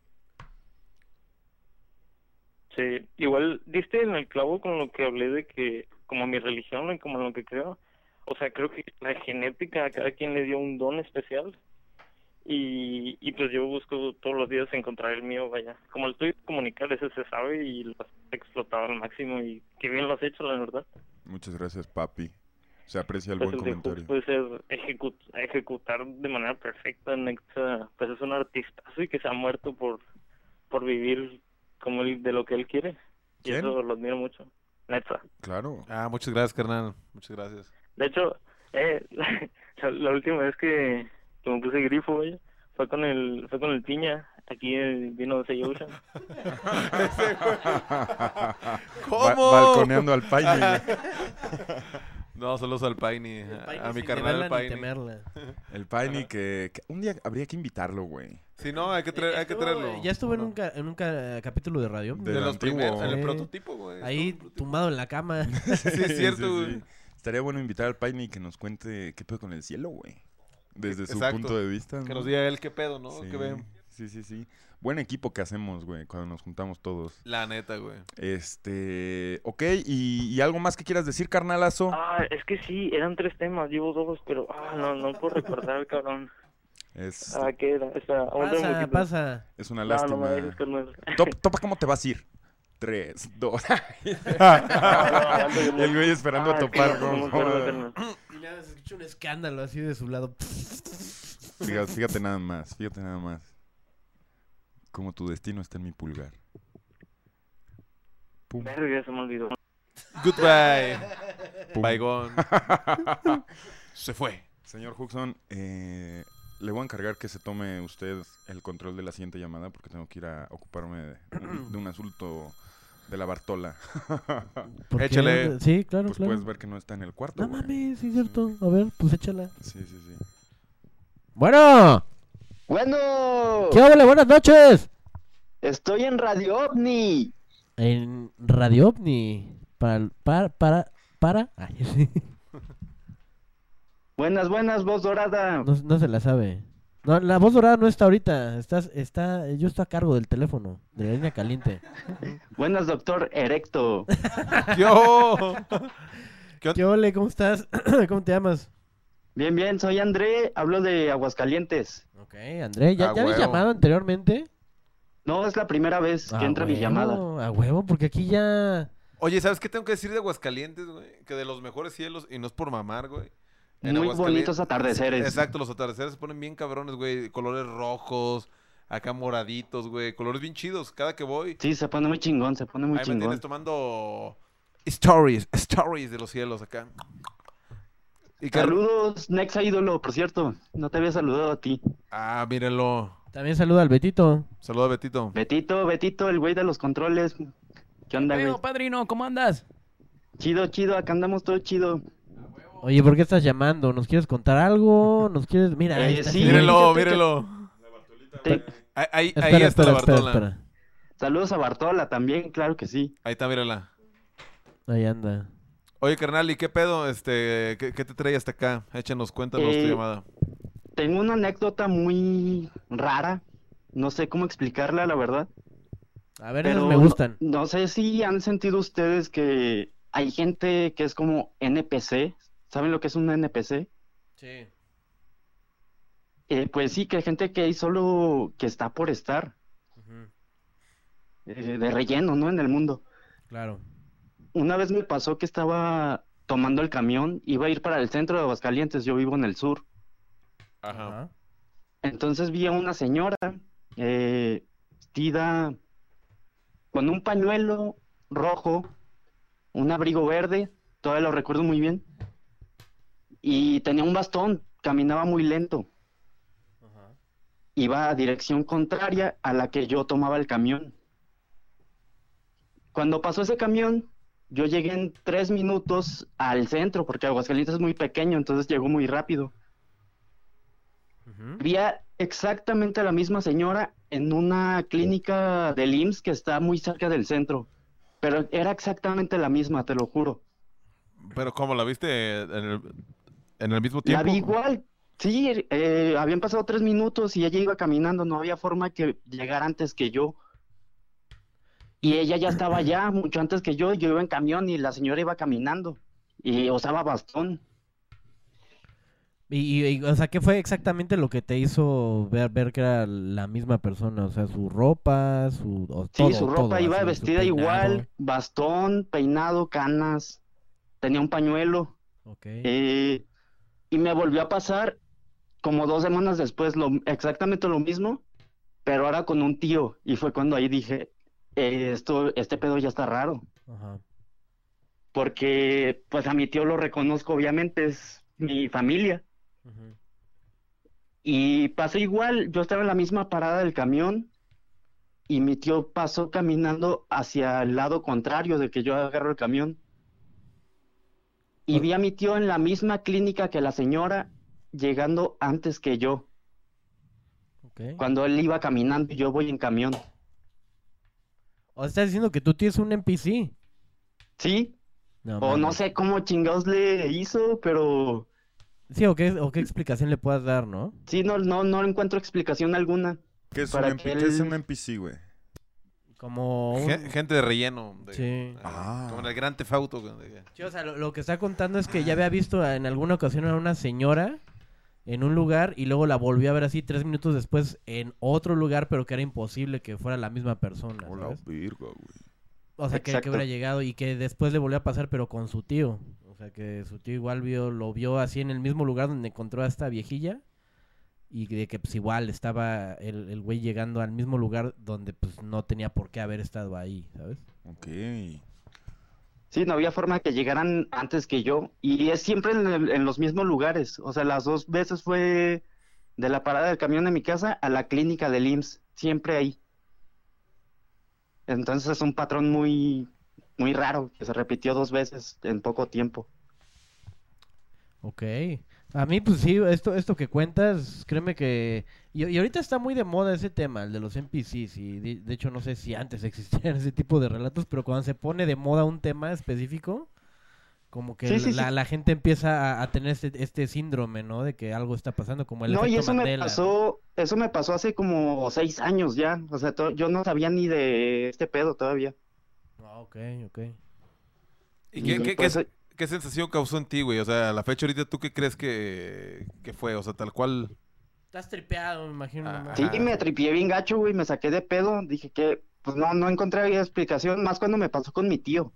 Speaker 13: Sí, igual diste en el clavo con lo que hablé de que como mi religión y como lo que creo, o sea, creo que la genética a cada quien le dio un don especial y, y pues yo busco todos los días encontrar el mío, vaya. Como el tuyo comunicar, ese se sabe y lo has explotado al máximo y qué bien lo has hecho, la verdad.
Speaker 1: Muchas gracias, papi. Se aprecia el
Speaker 13: Pues
Speaker 1: buen
Speaker 13: el de Hook
Speaker 1: comentario.
Speaker 13: puede ser ejecu- ejecutar de manera perfecta, Nexa, pues es un artista y que se ha muerto por, por vivir como él- de lo que él quiere. Y
Speaker 1: ¿Quién?
Speaker 13: eso lo admiro mucho. Nexa.
Speaker 1: Claro.
Speaker 2: Ah, muchas gracias, carnal. Muchas gracias.
Speaker 13: De hecho, eh, la, la última vez que, que me puse grifo, güey, fue con el, fue con el piña, aquí el vino de Say Ocean.
Speaker 2: ¿Cómo?
Speaker 1: balconeando al Paini, güey.
Speaker 2: no, saludos al Paini. A, a mi carnal el Paini.
Speaker 1: El Paini que, que un día habría que invitarlo, güey.
Speaker 2: Si no, hay que, traer- hay que
Speaker 13: Pues,
Speaker 2: traerlo.
Speaker 3: Ya estuvo en
Speaker 2: No.
Speaker 3: un, ca- en un ca- capítulo de radio.
Speaker 1: De-
Speaker 2: De
Speaker 1: del
Speaker 2: los
Speaker 1: antiguo.
Speaker 2: primeros, en el
Speaker 3: Sí.
Speaker 2: prototipo, güey.
Speaker 3: Ahí tumbado en la cama.
Speaker 2: Sí, es cierto, güey.
Speaker 1: Estaría bueno invitar al Paini que nos cuente qué pedo con el cielo, güey. Desde su
Speaker 2: Exacto.
Speaker 1: punto de vista.
Speaker 2: Que
Speaker 1: ¿no?
Speaker 2: nos diga él qué pedo, ¿no?
Speaker 1: Sí,
Speaker 2: ¿Qué ven?
Speaker 1: sí, sí, sí. Buen equipo que hacemos, güey, cuando nos juntamos todos.
Speaker 2: La neta, güey.
Speaker 1: Este, ok, y, y algo más que quieras decir, carnalazo.
Speaker 13: Ah, es que sí, eran tres temas, llevo dos, pero ah, no, no puedo recordar, cabrón.
Speaker 1: Es,
Speaker 13: Ah, ¿qué era? O sea, aguanta un
Speaker 3: pasa,
Speaker 13: poquito.
Speaker 3: pasa.
Speaker 1: es una
Speaker 13: No, no
Speaker 1: lástima.
Speaker 13: me dejes, carnal.
Speaker 1: Top- topa cómo te vas a ir. Tres, dos.
Speaker 13: no, no.
Speaker 1: El güey esperando
Speaker 13: Ah,
Speaker 1: a
Speaker 13: es que
Speaker 1: topar.
Speaker 13: no, no me
Speaker 1: ¿no?
Speaker 13: acuerdo, carnal.
Speaker 3: Y nada, se escucha un escándalo así de su lado.
Speaker 1: Fíjate, fíjate nada más, fíjate nada más. Como tu destino está en mi pulgar. Pum,
Speaker 13: Verga, se me olvidó.
Speaker 2: Goodbye.
Speaker 1: pum.
Speaker 2: Baigón. Se fue.
Speaker 1: Señor Huxon, eh, le voy a encargar que se tome usted el control de la siguiente llamada porque tengo que ir a ocuparme de, de un asunto de la Bartola.
Speaker 3: ¿Por qué?
Speaker 2: Échale.
Speaker 3: Sí, claro,
Speaker 1: Pues
Speaker 3: claro.
Speaker 1: puedes ver que no está en el cuarto.
Speaker 3: No
Speaker 1: güey.
Speaker 3: mames, sí es cierto. A ver, pues échala.
Speaker 1: Sí, sí, sí.
Speaker 3: Bueno,
Speaker 8: Bueno,
Speaker 3: ¿qué hable? Buenas noches.
Speaker 8: estoy en Radio OVNI.
Speaker 3: En Radio OVNI. Para, para, para, para. Ay, sí.
Speaker 8: Buenas, buenas, voz dorada.
Speaker 3: no, no se la sabe. No, la voz dorada no está ahorita. Estás, está, yo estoy a cargo del teléfono, de la línea caliente.
Speaker 8: Buenas, doctor Erecto.
Speaker 2: Yo.
Speaker 3: ¿Qué ole? ¿Cómo estás? ¿Cómo te llamas?
Speaker 8: Bien, bien, soy André, hablo de Aguascalientes.
Speaker 3: Ok, André, ¿ya,
Speaker 2: A
Speaker 3: ya habías
Speaker 2: Ah, huevo.
Speaker 3: llamado Ah. anteriormente?
Speaker 8: No, es la primera vez que
Speaker 3: A
Speaker 8: entra mi
Speaker 3: huevo,
Speaker 8: llamada.
Speaker 3: A huevo, porque aquí ya...
Speaker 2: Oye, ¿sabes qué tengo que decir de Aguascalientes, güey? Que de los mejores cielos, y no es por mamar, güey. en
Speaker 8: Muy
Speaker 2: Aguascalientes-
Speaker 8: bonitos atardeceres.
Speaker 2: Exacto, los atardeceres se ponen bien cabrones, güey. Colores rojos, acá moraditos, güey. Colores bien chidos. Cada que voy,
Speaker 8: Sí, se pone muy chingón, se pone muy
Speaker 2: ahí me
Speaker 8: chingón.
Speaker 2: tienes tomando stories, stories de los cielos acá. Y que-
Speaker 8: Saludos, Nexa ídolo, por cierto. No te había saludado a ti.
Speaker 2: Ah, mírenlo.
Speaker 3: También saluda al Betito.
Speaker 2: Saluda a Betito.
Speaker 8: Betito, Betito, el güey de los controles. ¿Qué onda, güey?
Speaker 14: Pero, padrino, ¿cómo andas?
Speaker 8: Chido, chido, acá andamos todo chido.
Speaker 3: Oye, ¿por qué estás llamando? ¿Nos quieres contar algo? ¿Nos quieres...? Mira, ahí
Speaker 8: Eh,
Speaker 3: está.
Speaker 8: sí.
Speaker 2: Mírenlo,
Speaker 8: fíjate que-
Speaker 2: mírenlo.
Speaker 8: Te-
Speaker 2: Ahí, ahí-
Speaker 3: Espera,
Speaker 2: ahí está
Speaker 3: espera,
Speaker 2: la
Speaker 3: espera,
Speaker 2: Bartola.
Speaker 3: espera.
Speaker 8: Saludos a Bartola también, claro que sí.
Speaker 2: Ahí está, mírala.
Speaker 3: Ahí anda.
Speaker 2: Oye, carnal, ¿y qué pedo? Este, ¿qué, qué te trae hasta acá? Échanos, cuéntanos tu
Speaker 8: Eh,
Speaker 2: llamada.
Speaker 8: Tengo una anécdota muy rara. No sé cómo explicarla, la verdad.
Speaker 3: A ver,
Speaker 8: Pero
Speaker 3: esas me gustan.
Speaker 8: No, no sé si han sentido ustedes que hay gente que es como NPC. ¿Saben lo que es un NPC?
Speaker 3: Sí.
Speaker 8: Eh, pues sí, que hay gente que hay solo que está por estar, eh, de relleno, ¿no? En el mundo.
Speaker 3: Claro.
Speaker 8: Una vez me pasó que estaba tomando el camión, iba a ir para el centro de Aguascalientes, yo vivo en el sur.
Speaker 2: Ajá.
Speaker 8: Entonces vi a una señora eh, vestida con un pañuelo rojo, un abrigo verde, todavía lo recuerdo muy bien, y tenía un bastón, caminaba muy lento. Iba a dirección contraria a la que yo tomaba el camión. Cuando pasó ese camión, yo llegué en tres minutos al centro, porque Aguascalientes es muy pequeño, entonces llegó muy rápido. Vi a exactamente a la misma señora en una clínica del IMSS que está muy cerca del centro. Pero era exactamente la misma, te lo juro.
Speaker 2: Pero ¿cómo la viste en el, en el mismo
Speaker 8: La
Speaker 2: tiempo?
Speaker 8: vi igual. Sí, eh, habían pasado tres minutos y ella iba caminando, no había forma que llegara antes que yo. Y ella ya estaba allá mucho antes que yo, yo iba en camión y la señora iba caminando y usaba bastón.
Speaker 3: Y, y- y, o sea, ¿qué fue exactamente lo que te hizo ver, ver que era la misma persona? O sea, su ropa, su... o
Speaker 8: Sí,
Speaker 3: todo,
Speaker 8: su
Speaker 3: todo,
Speaker 8: ropa iba
Speaker 3: así, su
Speaker 8: vestida
Speaker 3: peinado.
Speaker 8: igual, bastón, peinado, canas, tenía un pañuelo.
Speaker 3: Ok.
Speaker 8: Eh, y me volvió a pasar como dos semanas después lo, exactamente lo mismo, pero ahora con un tío. Y fue cuando ahí dije, eh, esto, este pedo ya está raro.
Speaker 3: Ajá.
Speaker 8: Porque pues a mi tío lo reconozco, obviamente es mi familia. Y pasó igual, yo estaba en la misma parada del camión y mi tío pasó caminando hacia el lado contrario de que yo agarro el camión. Y vi a mi tío en la misma clínica que la señora, llegando antes que yo. Cuando él iba caminando y yo voy en camión.
Speaker 3: O sea, estás diciendo que tú tienes un NPC.
Speaker 8: ¿Sí?
Speaker 3: No,
Speaker 8: o no
Speaker 3: mames.
Speaker 8: sé cómo chingados le hizo, pero
Speaker 3: Sí, o qué, o qué explicación le puedas dar, ¿no?
Speaker 8: sí, no, no, no encuentro explicación alguna.
Speaker 1: ¿Qué es, un,
Speaker 8: para
Speaker 1: NP-
Speaker 8: que
Speaker 1: qué es
Speaker 8: él-
Speaker 1: un NPC, güey?
Speaker 3: Como... un-
Speaker 2: Gen- Gente de relleno. de-
Speaker 3: Sí.
Speaker 2: ah, Como en el gran tefauto. güey.
Speaker 3: Sí, o sea, lo, lo que está contando es que ya había visto a- en alguna ocasión a una señora en un lugar y luego la volvió a ver así tres minutos después en otro lugar, pero que era imposible que fuera la misma persona. ¿sabes? O sea, que- que,
Speaker 1: Exacto.
Speaker 3: hubiera llegado y que después le volvió a pasar, pero con su tío. O sea, que su tío igual vio, lo vio así en el mismo lugar donde encontró a esta viejilla. Y de que pues igual estaba el el güey llegando al mismo lugar donde pues no tenía por qué haber estado ahí, ¿sabes?
Speaker 1: Ok.
Speaker 8: Sí, no había forma que llegaran antes que yo. Y es siempre en, el- en los mismos lugares. O sea, las dos veces fue de la parada del camión de mi casa a la clínica del IMSS. Siempre ahí. Entonces es un patrón muy, muy raro que se repitió dos veces en poco tiempo.
Speaker 3: Ok. A mí, pues sí, esto, esto que cuentas, créeme que... Y, y ahorita está muy de moda ese tema, el de los NPCs, y de, de hecho no sé si antes existían ese tipo de relatos, pero cuando se pone de moda un tema específico, como que
Speaker 8: Sí, sí,
Speaker 3: la,
Speaker 8: sí.
Speaker 3: la gente empieza a, a tener este, este síndrome, ¿no? De que algo está pasando, como el
Speaker 8: no, y
Speaker 3: efecto
Speaker 8: eso me
Speaker 3: Mandela.
Speaker 8: pasó, eso me pasó hace como seis años ya. O sea, to- yo no sabía ni de este pedo todavía.
Speaker 3: Ah, ok, ok.
Speaker 2: ¿Y qué,
Speaker 8: Y
Speaker 2: qué-
Speaker 8: pues,
Speaker 2: qué- qué sensación causó en ti, güey? O sea, a la fecha ahorita, ¿tú qué crees que, que fue? O sea, tal cual.
Speaker 3: Estás tripeado, me imagino. no mames.
Speaker 8: Ah, Sí, me tripié bien gacho, güey, me saqué de pedo, dije que, pues no, no encontré explicación, más cuando me pasó con mi tío.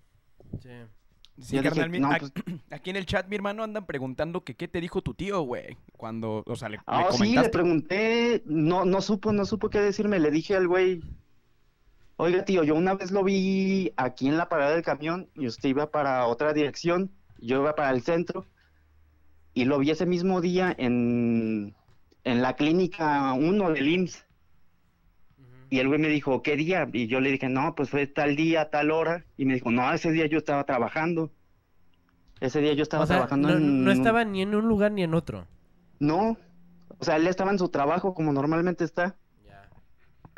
Speaker 4: Sí,
Speaker 8: Yo dije,
Speaker 4: carnal, mi-
Speaker 8: no,
Speaker 4: ac-
Speaker 8: pues-
Speaker 4: aquí en el chat, mi hermano, andan preguntando que qué te dijo tu tío, güey. Cuando, o sea, le, le
Speaker 8: Ah,
Speaker 1: oh,
Speaker 8: sí,
Speaker 4: comentaste.
Speaker 8: le pregunté, no, no supo, no supo qué decirme, le dije al güey, oiga tío, yo una vez lo vi aquí en la parada del camión y usted iba para otra dirección, yo iba para el centro y lo vi ese mismo día en, en la clínica 1 del IMSS. Y el güey me dijo, ¿qué día? Y yo le dije, no, pues fue tal día, tal hora. Y me dijo, no, ese día yo estaba trabajando. Ese día yo estaba
Speaker 3: O sea,
Speaker 8: trabajando
Speaker 3: no,
Speaker 8: en...
Speaker 3: no
Speaker 8: un-
Speaker 3: estaba ni en un lugar ni en otro.
Speaker 8: no, o sea, él estaba en su trabajo como normalmente está.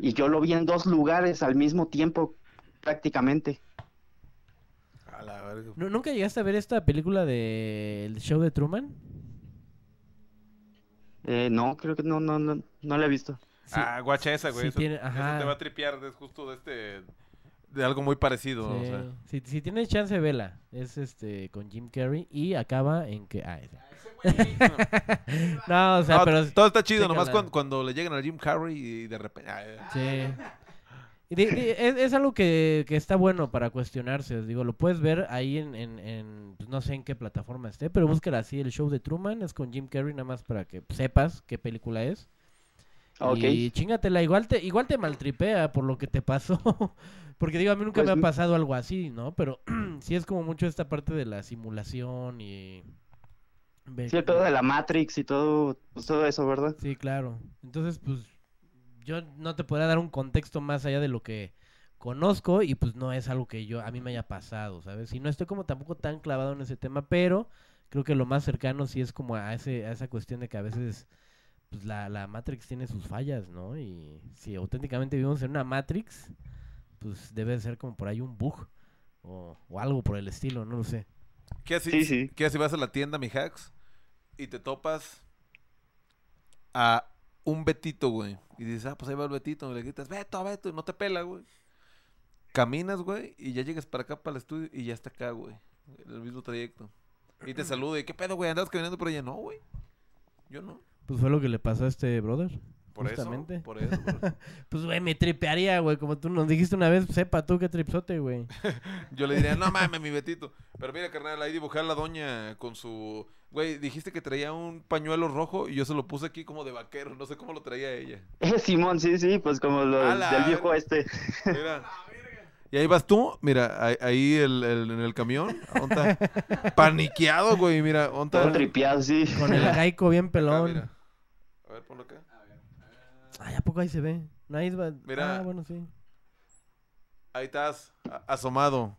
Speaker 8: Y yo lo vi en dos lugares al mismo tiempo, prácticamente.
Speaker 2: A la verga.
Speaker 3: ¿Nu- ¿Nunca llegaste a ver esta película del show de Truman?
Speaker 8: Eh, no, creo que no, no, no, no la he visto.
Speaker 2: Ah, guacha esa, güey.
Speaker 3: sí
Speaker 2: eso,
Speaker 3: tiene-
Speaker 2: eso
Speaker 3: ajá.
Speaker 2: te va a tripear, es justo de este. De algo muy parecido. o
Speaker 3: Sí.
Speaker 2: sea.
Speaker 3: si, si tienes chance, vela. Es este con Jim Carrey y acaba en que. Ah, ese. no, o sea,
Speaker 2: No,
Speaker 3: pero.
Speaker 2: Todo está chido, nomás
Speaker 3: chécala.
Speaker 2: cuando, cuando le llegan al Jim Carrey y de repente. ah,
Speaker 3: Sí. Y di- di- es, es algo que, que está bueno para cuestionarse. Digo, lo puedes ver ahí en, en, en, pues, no sé en qué plataforma esté, pero búscala así. El show de Truman es con Jim Carrey, nada más para que sepas qué película es.
Speaker 8: Ah, Ok.
Speaker 3: Y chingatela, igual te, igual te maltripea por lo que te pasó. Porque digo, a mí nunca
Speaker 8: Pues
Speaker 3: me ha
Speaker 8: n-
Speaker 3: pasado algo así, ¿no? Pero sí es como mucho esta parte de la simulación y... ver-
Speaker 8: Sí, el pedo de la Matrix y todo, pues todo eso, ¿verdad?
Speaker 3: Sí, claro. Entonces, pues yo no te podría dar un contexto más allá de lo que conozco y pues no es algo que yo a mí me haya pasado, ¿sabes? Y no estoy como tampoco tan clavado en ese tema, pero creo que lo más cercano sí es como a ese a esa cuestión de que a veces pues la, la Matrix tiene sus fallas, ¿no? Y si auténticamente vivimos en una Matrix, pues debe ser como por ahí un bug o, o algo por el estilo, no lo sé.
Speaker 2: ¿Qué así,
Speaker 3: Sí, sí.
Speaker 2: qué así vas a la tienda, mi hacks? Y te topas a un Betito, güey. Y dices, ah, pues ahí va el Betito. Y le gritas, Beto, Beto. Y no te pela, güey. Caminas, güey. Y ya llegas para acá, para el estudio. Y ya está acá, güey. El mismo trayecto. Y te saluda. ¿Y qué pedo, güey? ¿Andabas caminando por allá? No, güey. Yo no.
Speaker 3: Pues fue lo que le pasó a este brother.
Speaker 2: Por eso,
Speaker 3: justamente.
Speaker 2: por eso, bro.
Speaker 3: pues, güey, me tripearía, güey. Como tú nos dijiste una vez, sepa tú qué tripsote, güey.
Speaker 2: Yo le diría, no mames, mi Betito. Pero mira, carnal, ahí dibujé a la doña con su. Güey, dijiste que traía un pañuelo rojo y yo se lo puse aquí como de vaquero. No sé cómo lo traía ella.
Speaker 8: Eh, Simón, sí, sí, pues como lo
Speaker 2: A la
Speaker 8: del viejo este.
Speaker 2: Mira. Y ahí vas tú, mira, ahí, ahí el- el- en el camión, onta, paniqueado, güey, mira, onta.
Speaker 8: Todo tripeado, sí.
Speaker 3: Con el caico bien pelón.
Speaker 2: A ver, ponlo acá.
Speaker 3: Ay, ¿a poco ahí se ve? Ahí va-
Speaker 2: Mira.
Speaker 3: Ah, bueno, sí.
Speaker 2: Ahí estás, a- asomado.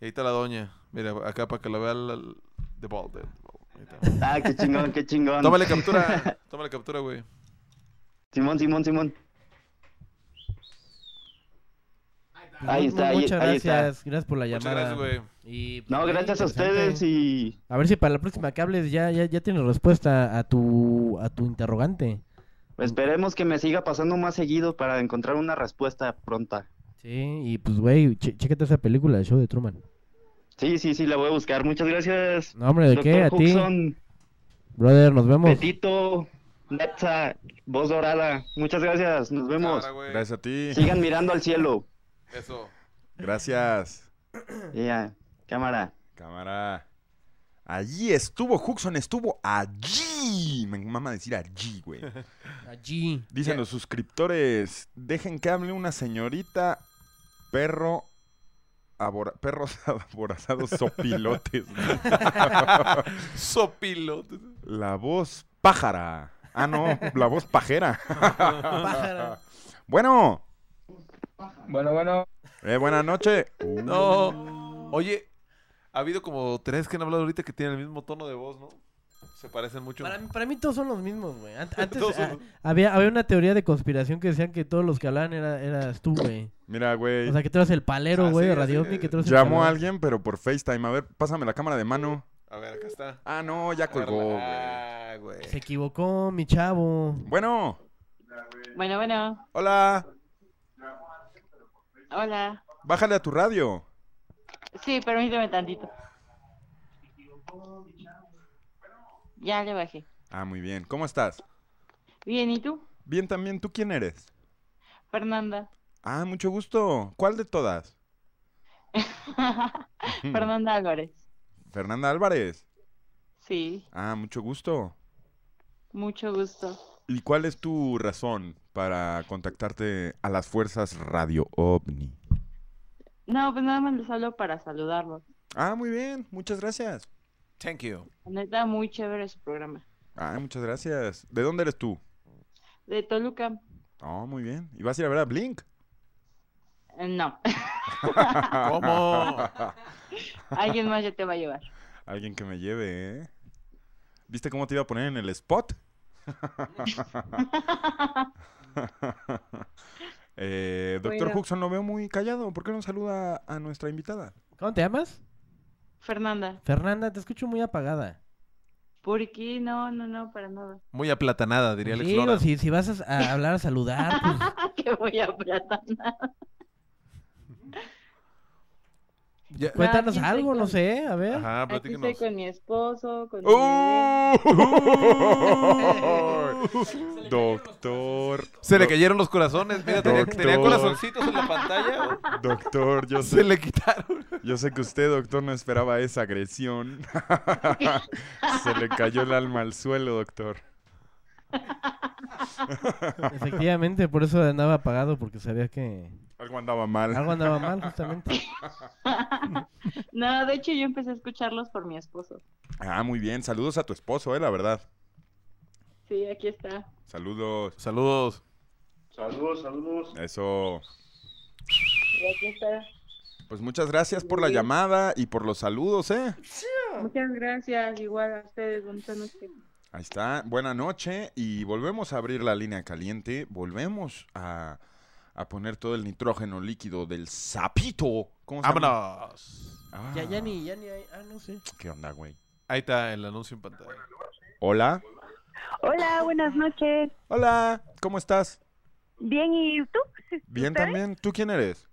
Speaker 2: Y ahí está la doña. Mira, acá para que la vea la- la- de ball. de- ahí está.
Speaker 8: Ah, qué chingón, qué chingón.
Speaker 2: Tómale captura, tómale captura, güey.
Speaker 8: Simón, Simón, Simón.
Speaker 3: Pues,
Speaker 8: Ahí
Speaker 3: mu-
Speaker 8: está, ahí,
Speaker 3: Muchas
Speaker 8: ahí
Speaker 3: gracias.
Speaker 8: está.
Speaker 3: Gracias por la
Speaker 2: Muchas
Speaker 3: llamada.
Speaker 2: gracias, güey.
Speaker 3: Y, pues,
Speaker 8: No,
Speaker 3: bien
Speaker 8: gracias a
Speaker 3: interesante.
Speaker 8: ustedes y
Speaker 3: A ver si para la próxima que hables ya, ya, ya tienes respuesta a tu, a tu interrogante.
Speaker 8: esperemos que me siga pasando más seguido para encontrar una respuesta pronta.
Speaker 3: Sí, y pues, güey, che- chécate esa película, el show de Truman.
Speaker 8: Sí, sí, sí, la voy a buscar. Muchas gracias.
Speaker 3: No, hombre, ¿de qué?
Speaker 8: Dr.
Speaker 3: A ti.
Speaker 8: Huxon,
Speaker 3: Brother, nos vemos.
Speaker 8: Betito, Netza, Voz Dorada. Muchas gracias, nos vemos.
Speaker 1: Gracias a ti.
Speaker 8: Sigan mirando al cielo.
Speaker 2: Eso.
Speaker 1: Gracias.
Speaker 8: Ya, cámara.
Speaker 1: Cámara. Allí estuvo Huxon, estuvo allí. Me mama decir allí, güey.
Speaker 3: Allí.
Speaker 1: Dicen los suscriptores, dejen que hable una señorita perro abora- perros aborazados sopilotes.
Speaker 2: Sopilotes.
Speaker 1: La voz pájara. Ah, no, la voz pajera.
Speaker 3: Pájara.
Speaker 1: Bueno,
Speaker 10: Bueno, bueno.
Speaker 1: eh, buena noche.
Speaker 2: No. Oye, ha habido como tres que han hablado ahorita que tienen el mismo tono de voz, ¿no? Se parecen mucho.
Speaker 3: Para mí, para mí todos son los mismos, güey. Ant- Antes
Speaker 2: Todos son
Speaker 3: ah,
Speaker 2: los-
Speaker 3: había, había una teoría de conspiración que decían que todos los que hablaban era, eras tú, güey.
Speaker 1: Mira, güey.
Speaker 3: O sea, que tú eras el palero,
Speaker 2: Ah,
Speaker 3: güey,
Speaker 2: sí,
Speaker 3: de
Speaker 2: así
Speaker 3: Radio OVNI,
Speaker 2: es.
Speaker 3: que tú eras el
Speaker 1: eh, Llamó a
Speaker 3: palero.
Speaker 1: alguien, pero por FaceTime. A ver, pásame la cámara de mano.
Speaker 2: A ver, acá está.
Speaker 1: Ah, no, ya colgó, güey.
Speaker 2: Ah, güey.
Speaker 3: Se equivocó, mi chavo.
Speaker 1: Bueno,
Speaker 15: Bueno, bueno.
Speaker 1: hola.
Speaker 15: Hola.
Speaker 1: Bájale a tu radio.
Speaker 15: Sí, permíteme tantito. Ya le bajé.
Speaker 1: Ah, muy bien. ¿Cómo estás?
Speaker 15: Bien, ¿y tú?
Speaker 1: Bien también. ¿Tú quién eres?
Speaker 15: Fernanda.
Speaker 1: Ah, mucho gusto. ¿Cuál de todas?
Speaker 15: Fernanda Álvarez.
Speaker 1: Fernanda Álvarez.
Speaker 15: Sí,
Speaker 1: Ah, mucho gusto.
Speaker 15: mucho gusto.
Speaker 1: ¿Y cuál es tu razón para contactarte a las fuerzas Radio OVNI?
Speaker 15: No, pues nada más les hablo para saludarlos.
Speaker 1: Ah, muy bien. Muchas gracias.
Speaker 2: Thank you.
Speaker 15: La Neta, muy chévere su programa.
Speaker 1: Ah, muchas gracias. ¿De dónde eres tú?
Speaker 15: De Toluca,
Speaker 1: Oh, muy bien. ¿Y vas a ir a ver a Blink?
Speaker 15: eh, no.
Speaker 2: ¿Cómo?
Speaker 15: Alguien más ya te va a llevar.
Speaker 1: Alguien que me lleve, ¿eh? ¿Viste cómo te iba a poner en el spot? eh, doctor
Speaker 15: Bueno.
Speaker 1: Huxon, lo veo muy callado. ¿Por qué no saluda a nuestra invitada?
Speaker 3: ¿Cómo te llamas?
Speaker 15: Fernanda,
Speaker 3: Fernanda, te escucho muy apagada.
Speaker 15: ¿por qué? No, no, no, para nada.
Speaker 2: Muy aplatanada, diría Alex
Speaker 3: Digo,
Speaker 2: Lora.
Speaker 3: si, si vas a, a hablar, a saludar, pues,
Speaker 15: que voy a platanar.
Speaker 2: Ya-
Speaker 3: cuéntanos
Speaker 15: aquí estoy
Speaker 3: algo, no
Speaker 15: con-
Speaker 3: sé, a ver.
Speaker 2: Ajá,
Speaker 15: Aquí estoy
Speaker 2: platícanos.
Speaker 15: con mi esposo, con mi bebé.
Speaker 1: ¡Uy! Doctor,
Speaker 2: Se le cayeron los corazones. Mira, tenía,
Speaker 1: Doctor.
Speaker 2: tenía corazoncitos en la pantalla.
Speaker 1: doctor, yo
Speaker 2: Se
Speaker 1: sé,
Speaker 2: le quitaron.
Speaker 1: yo sé que usted, doctor, no esperaba esa agresión. Se le cayó el alma al suelo, doctor.
Speaker 3: Efectivamente, por eso andaba apagado, porque sabía que
Speaker 1: Algo andaba mal.
Speaker 3: algo andaba mal, justamente.
Speaker 15: No, de hecho yo empecé a escucharlos por mi esposo.
Speaker 1: Ah, muy bien. Saludos a tu esposo, eh, la verdad.
Speaker 15: Sí, aquí está.
Speaker 1: Saludos.
Speaker 2: Saludos.
Speaker 9: Saludos, saludos.
Speaker 1: Eso.
Speaker 15: Y aquí está.
Speaker 1: Pues muchas gracias por la llamada y por los saludos, ¿eh?
Speaker 15: Muchas gracias, igual a ustedes, bonita noche.
Speaker 1: Ahí está, buena noche y volvemos a abrir la línea caliente, volvemos a, a poner todo el nitrógeno líquido del sapito. ¿Cómo se llama?
Speaker 2: Vámonos.
Speaker 1: Ah,
Speaker 3: Ya, ya ni, ya ni hay. Ah, no sé.
Speaker 1: ¿Qué onda, güey?
Speaker 2: Ahí está el anuncio en pantalla.
Speaker 1: Hola.
Speaker 11: Hola, buenas noches.
Speaker 1: Hola, ¿cómo estás?
Speaker 11: Bien, ¿y tú?
Speaker 1: Bien
Speaker 11: ¿Ustedes?
Speaker 1: también. ¿Tú quién eres?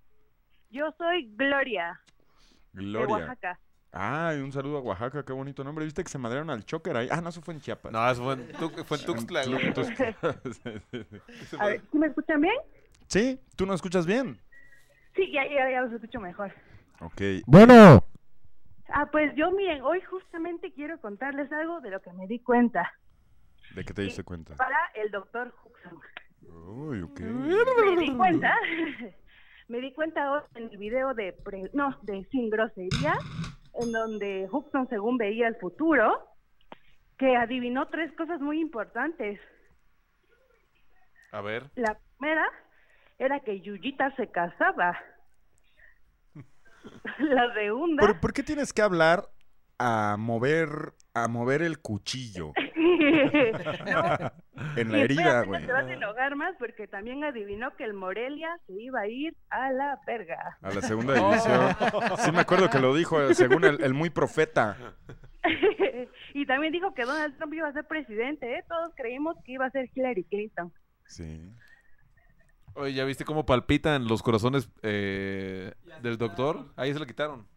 Speaker 11: Yo soy Gloria, de
Speaker 1: Gloria.
Speaker 11: Oaxaca.
Speaker 1: Ah, un saludo a Oaxaca, qué bonito nombre. ¿Viste que se madrearon al choker ahí? Ah, no, eso fue en Chiapas.
Speaker 2: No, eso fue en, Tux- fue en Tuxtla, güey.
Speaker 1: Tlu- Tux-
Speaker 11: A ver, ¿sí me escuchan bien?
Speaker 1: sí, tú no escuchas bien.
Speaker 11: Sí, ya, ya, ya los escucho mejor.
Speaker 1: Ok.
Speaker 3: Bueno,
Speaker 11: Ah, pues yo, miren, hoy justamente quiero contarles algo de lo que me di cuenta
Speaker 1: ¿De qué te diste cuenta?
Speaker 11: para el doctor Huxon.
Speaker 1: Uy, ok.
Speaker 11: Me di cuenta, me di cuenta hoy en el video de, pre- no, de Sin Grosería, en donde Huxon, según veía el futuro, que adivinó tres cosas muy importantes.
Speaker 2: A ver.
Speaker 11: La primera era que Yuyita se casaba. La segunda...
Speaker 1: ¿Por, por qué tienes que hablar a mover a mover el cuchillo en la
Speaker 11: Y
Speaker 1: herida,
Speaker 11: espérate,
Speaker 1: güey?
Speaker 11: Te vas a enojar más porque también adivinó que el Morelia se iba a ir a la verga. Oh.
Speaker 1: A la segunda división. Sí me acuerdo que lo dijo eh, según el, el muy profeta.
Speaker 11: y también dijo que Donald Trump iba a ser presidente, ¿eh? Todos creímos que iba a ser Hillary Clinton.
Speaker 1: Sí.
Speaker 2: Oye, ¿ya viste cómo palpitan los corazones eh, del doctor? Ahí se lo quitaron.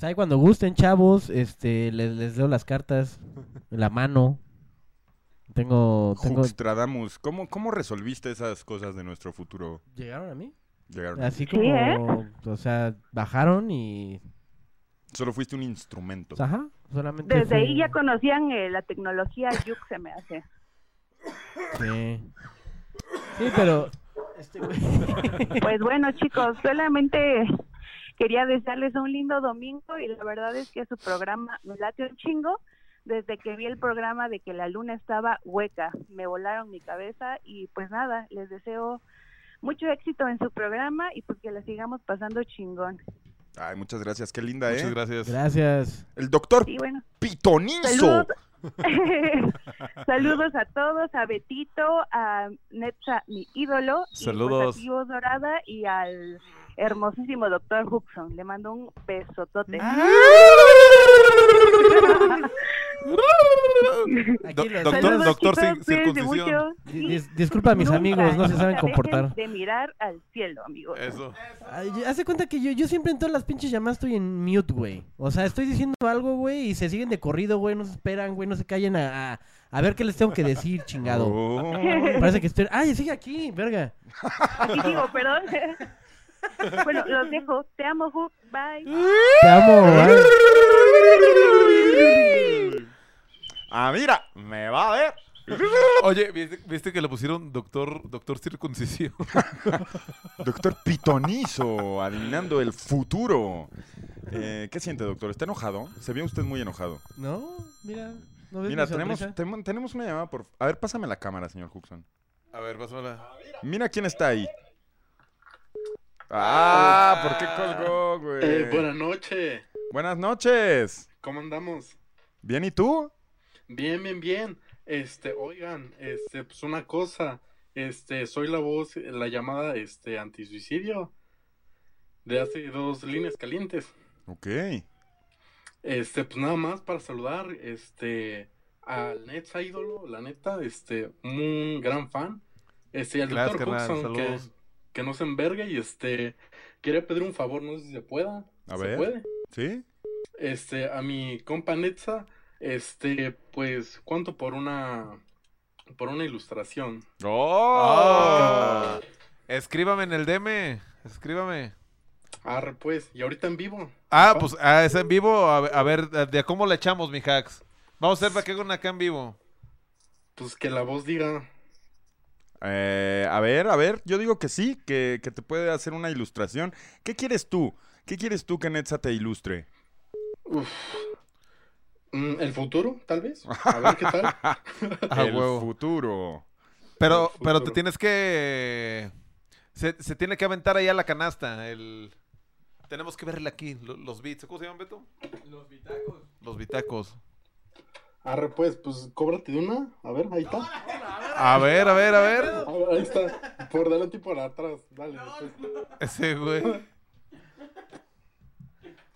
Speaker 3: ahí cuando gusten, chavos, este, les, les leo las cartas, la mano. Tengo, tengo...
Speaker 1: Juxtradamus, ¿cómo, ¿cómo resolviste esas cosas de nuestro futuro?
Speaker 3: ¿Llegaron a mí?
Speaker 1: Llegaron.
Speaker 3: Así
Speaker 11: Sí, ¿eh?
Speaker 3: como, o sea, bajaron y...
Speaker 1: Solo fuiste un instrumento.
Speaker 3: Ajá, solamente...
Speaker 11: Desde
Speaker 3: fue-
Speaker 11: ahí ya conocían eh, la tecnología Yuk, se me hace.
Speaker 3: Sí. Sí, pero... Este güey...
Speaker 11: Pues bueno, chicos, solamente quería desearles un lindo domingo y la verdad es que su programa me late un chingo. Desde que vi el programa de que la luna estaba hueca, me volaron mi cabeza y pues nada, les deseo mucho éxito en su programa y pues que la sigamos pasando chingón.
Speaker 1: Ay, muchas gracias, qué linda, ¿eh?
Speaker 2: Muchas gracias.
Speaker 3: Gracias.
Speaker 1: El doctor
Speaker 11: Y bueno,
Speaker 1: Pitonizo.
Speaker 11: saludos. saludos a todos, a Betito, a Netza, mi ídolo, y
Speaker 2: Saludos.
Speaker 11: pues, a Tivo Dorada y al hermosísimo doctor Hubson. Le mando un besotote.
Speaker 3: Ah.
Speaker 2: Do-
Speaker 3: Aquí los-
Speaker 2: doctor,
Speaker 11: Saludos,
Speaker 2: doctor
Speaker 11: chicos,
Speaker 2: cir-
Speaker 11: cuídense
Speaker 2: circuncisión.
Speaker 11: mucho.
Speaker 3: Di- dis- disculpa a mis
Speaker 11: Nunca,
Speaker 3: amigos, no se
Speaker 11: nunca
Speaker 3: saben
Speaker 11: dejen
Speaker 3: comportar.
Speaker 11: De mirar al cielo, amigos.
Speaker 2: Eso.
Speaker 3: Ay, Haz de cuenta que yo, yo siempre en todas las pinches llamadas estoy en mute, güey. O sea, estoy diciendo algo, güey, y se siguen de corrido, güey, no se esperan, güey, no se callen a, a, a ver qué les tengo que decir, chingado.
Speaker 1: Oh.
Speaker 3: Parece que estoy... ¡Ay, sigue aquí, verga!
Speaker 11: Aquí digo, perdón. bueno, los dejo. Te amo, Hook. Bye.
Speaker 3: Te amo, ¿vale?
Speaker 1: Ah, mira, me va a ver.
Speaker 2: Oye, ¿viste, viste que le pusieron doctor, doctor circuncisión?
Speaker 1: Doctor Pitonizo, adivinando el futuro. Eh, ¿Qué siente, doctor? ¿Está enojado? Se vio usted muy enojado.
Speaker 3: No, mira, no ves
Speaker 1: Mira,
Speaker 3: mi
Speaker 1: tenemos,
Speaker 3: sonrisa?
Speaker 1: tem- tenemos una llamada por... A ver, pásame la cámara, señor Huxon.
Speaker 2: A ver, pásamela.
Speaker 1: Mira quién está ahí. Ah, ¿por qué colgó, güey?
Speaker 10: Eh, buenas noches.
Speaker 1: Buenas noches.
Speaker 10: ¿Cómo andamos?
Speaker 1: ¿Bien y tú?
Speaker 10: Bien, bien, bien. Este, oigan, este, pues una cosa. Este, soy la voz, la llamada, este, antisuicidio de hace dos líneas calientes.
Speaker 1: Ok.
Speaker 10: Este, pues nada más para saludar, este, al Netza ídolo, la neta, este, un gran fan. Este, y al
Speaker 2: Gracias,
Speaker 10: doctor
Speaker 2: carnal,
Speaker 10: Hudson, que,
Speaker 2: saludos.
Speaker 10: que no se envergue y este, quería pedir un favor, no sé si se pueda.
Speaker 1: A
Speaker 10: ¿Se
Speaker 1: ver.
Speaker 10: puede?
Speaker 1: ¿Sí?
Speaker 10: Este, a mi compa Netza, este, pues, ¿cuánto por una, por una ilustración?
Speaker 1: ¡Oh!
Speaker 2: Ah. Escríbame en el DM. Escríbame.
Speaker 10: Arre, pues, y ahorita en vivo.
Speaker 2: Ah,
Speaker 10: Papá.
Speaker 2: pues ah, es en vivo. A ver, a ver, de a cómo le echamos, mi hacks. Vamos a hacer para que haga una acá en vivo.
Speaker 16: Pues que la voz diga.
Speaker 1: Eh, a ver, a ver, yo digo que sí, que, que te puede hacer una ilustración. ¿Qué quieres tú? ¿Qué quieres tú que Netza te ilustre?
Speaker 16: Uf. Mm, ¿El futuro, tal vez? A ver qué tal.
Speaker 3: Ah,
Speaker 2: A
Speaker 1: El
Speaker 2: huevo.
Speaker 1: futuro.
Speaker 2: Pero,
Speaker 16: Pues,
Speaker 1: El
Speaker 2: pero te
Speaker 1: futuro.
Speaker 2: tienes que. Se, se tiene que aventar ahí a la canasta. El... Tenemos que verle aquí, lo- los beats. ¿Cómo se llaman, Beto? Los bitacos. Los bitacos.
Speaker 16: Arre, pues, pues cóbrate de una. A ver, ahí está.
Speaker 2: A ver, a ver, a ver.
Speaker 16: ahí está. Por delante y por atrás. Dale. después.
Speaker 2: Ese güey.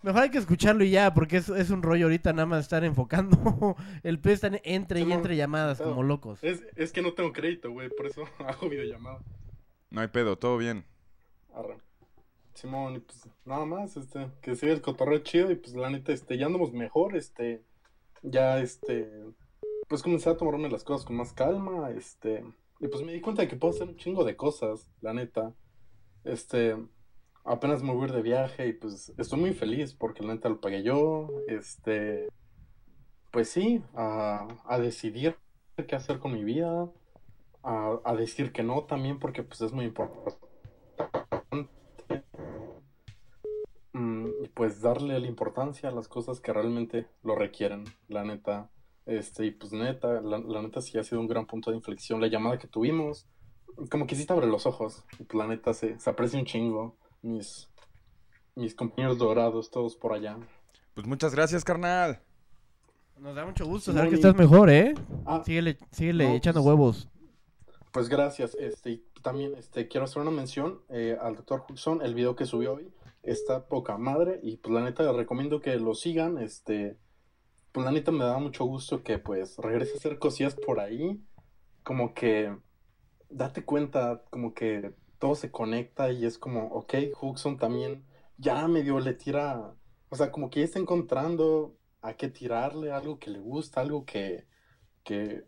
Speaker 3: Mejor hay que escucharlo y ya, porque es, es un rollo ahorita nada más estar enfocando. El pez está entre y entre llamadas como locos.
Speaker 16: Es, es que no tengo crédito, güey. Por eso hago videollamada.
Speaker 1: No hay pedo, todo bien.
Speaker 16: Arre. Simón, y pues nada más, este, que siga el cotorreo chido y pues la neta, este, ya andamos mejor, este, ya, este, pues comencé a tomarme las cosas con más calma, este, y pues me di cuenta de que puedo hacer un chingo de cosas, la neta, este, apenas me voy a ir de viaje y pues estoy muy feliz porque la neta lo pagué yo, este, pues sí, a, a decidir qué hacer con mi vida, a, a decir que no también porque pues es muy importante. Mm, y pues darle la importancia a las cosas que realmente lo requieren, la neta. Este, y pues neta, la, la neta sí ha sido un gran punto de inflexión. La llamada que tuvimos, como que sí te abre los ojos. Y pues la neta se, se aprecia un chingo. Mis, mis compañeros dorados, todos por allá.
Speaker 1: Pues muchas gracias, carnal.
Speaker 3: Nos da mucho gusto
Speaker 16: saber
Speaker 3: que
Speaker 16: que
Speaker 3: estás mejor, ¿eh?
Speaker 16: Ah.
Speaker 3: Síguele, síguele
Speaker 16: No,
Speaker 3: echando huevos.
Speaker 16: Pues gracias. Este, y también este, quiero hacer una mención eh, al doctor Hudson, el video que subió hoy. Está poca madre y pues la neta les recomiendo que lo sigan. Este, pues la neta me da mucho gusto que pues regrese a hacer cosillas por ahí. Como que date cuenta, como que todo se conecta y es como, ok, Hudson también ya medio le tira, o sea, como que ya está encontrando a qué tirarle, algo que le gusta, algo que, que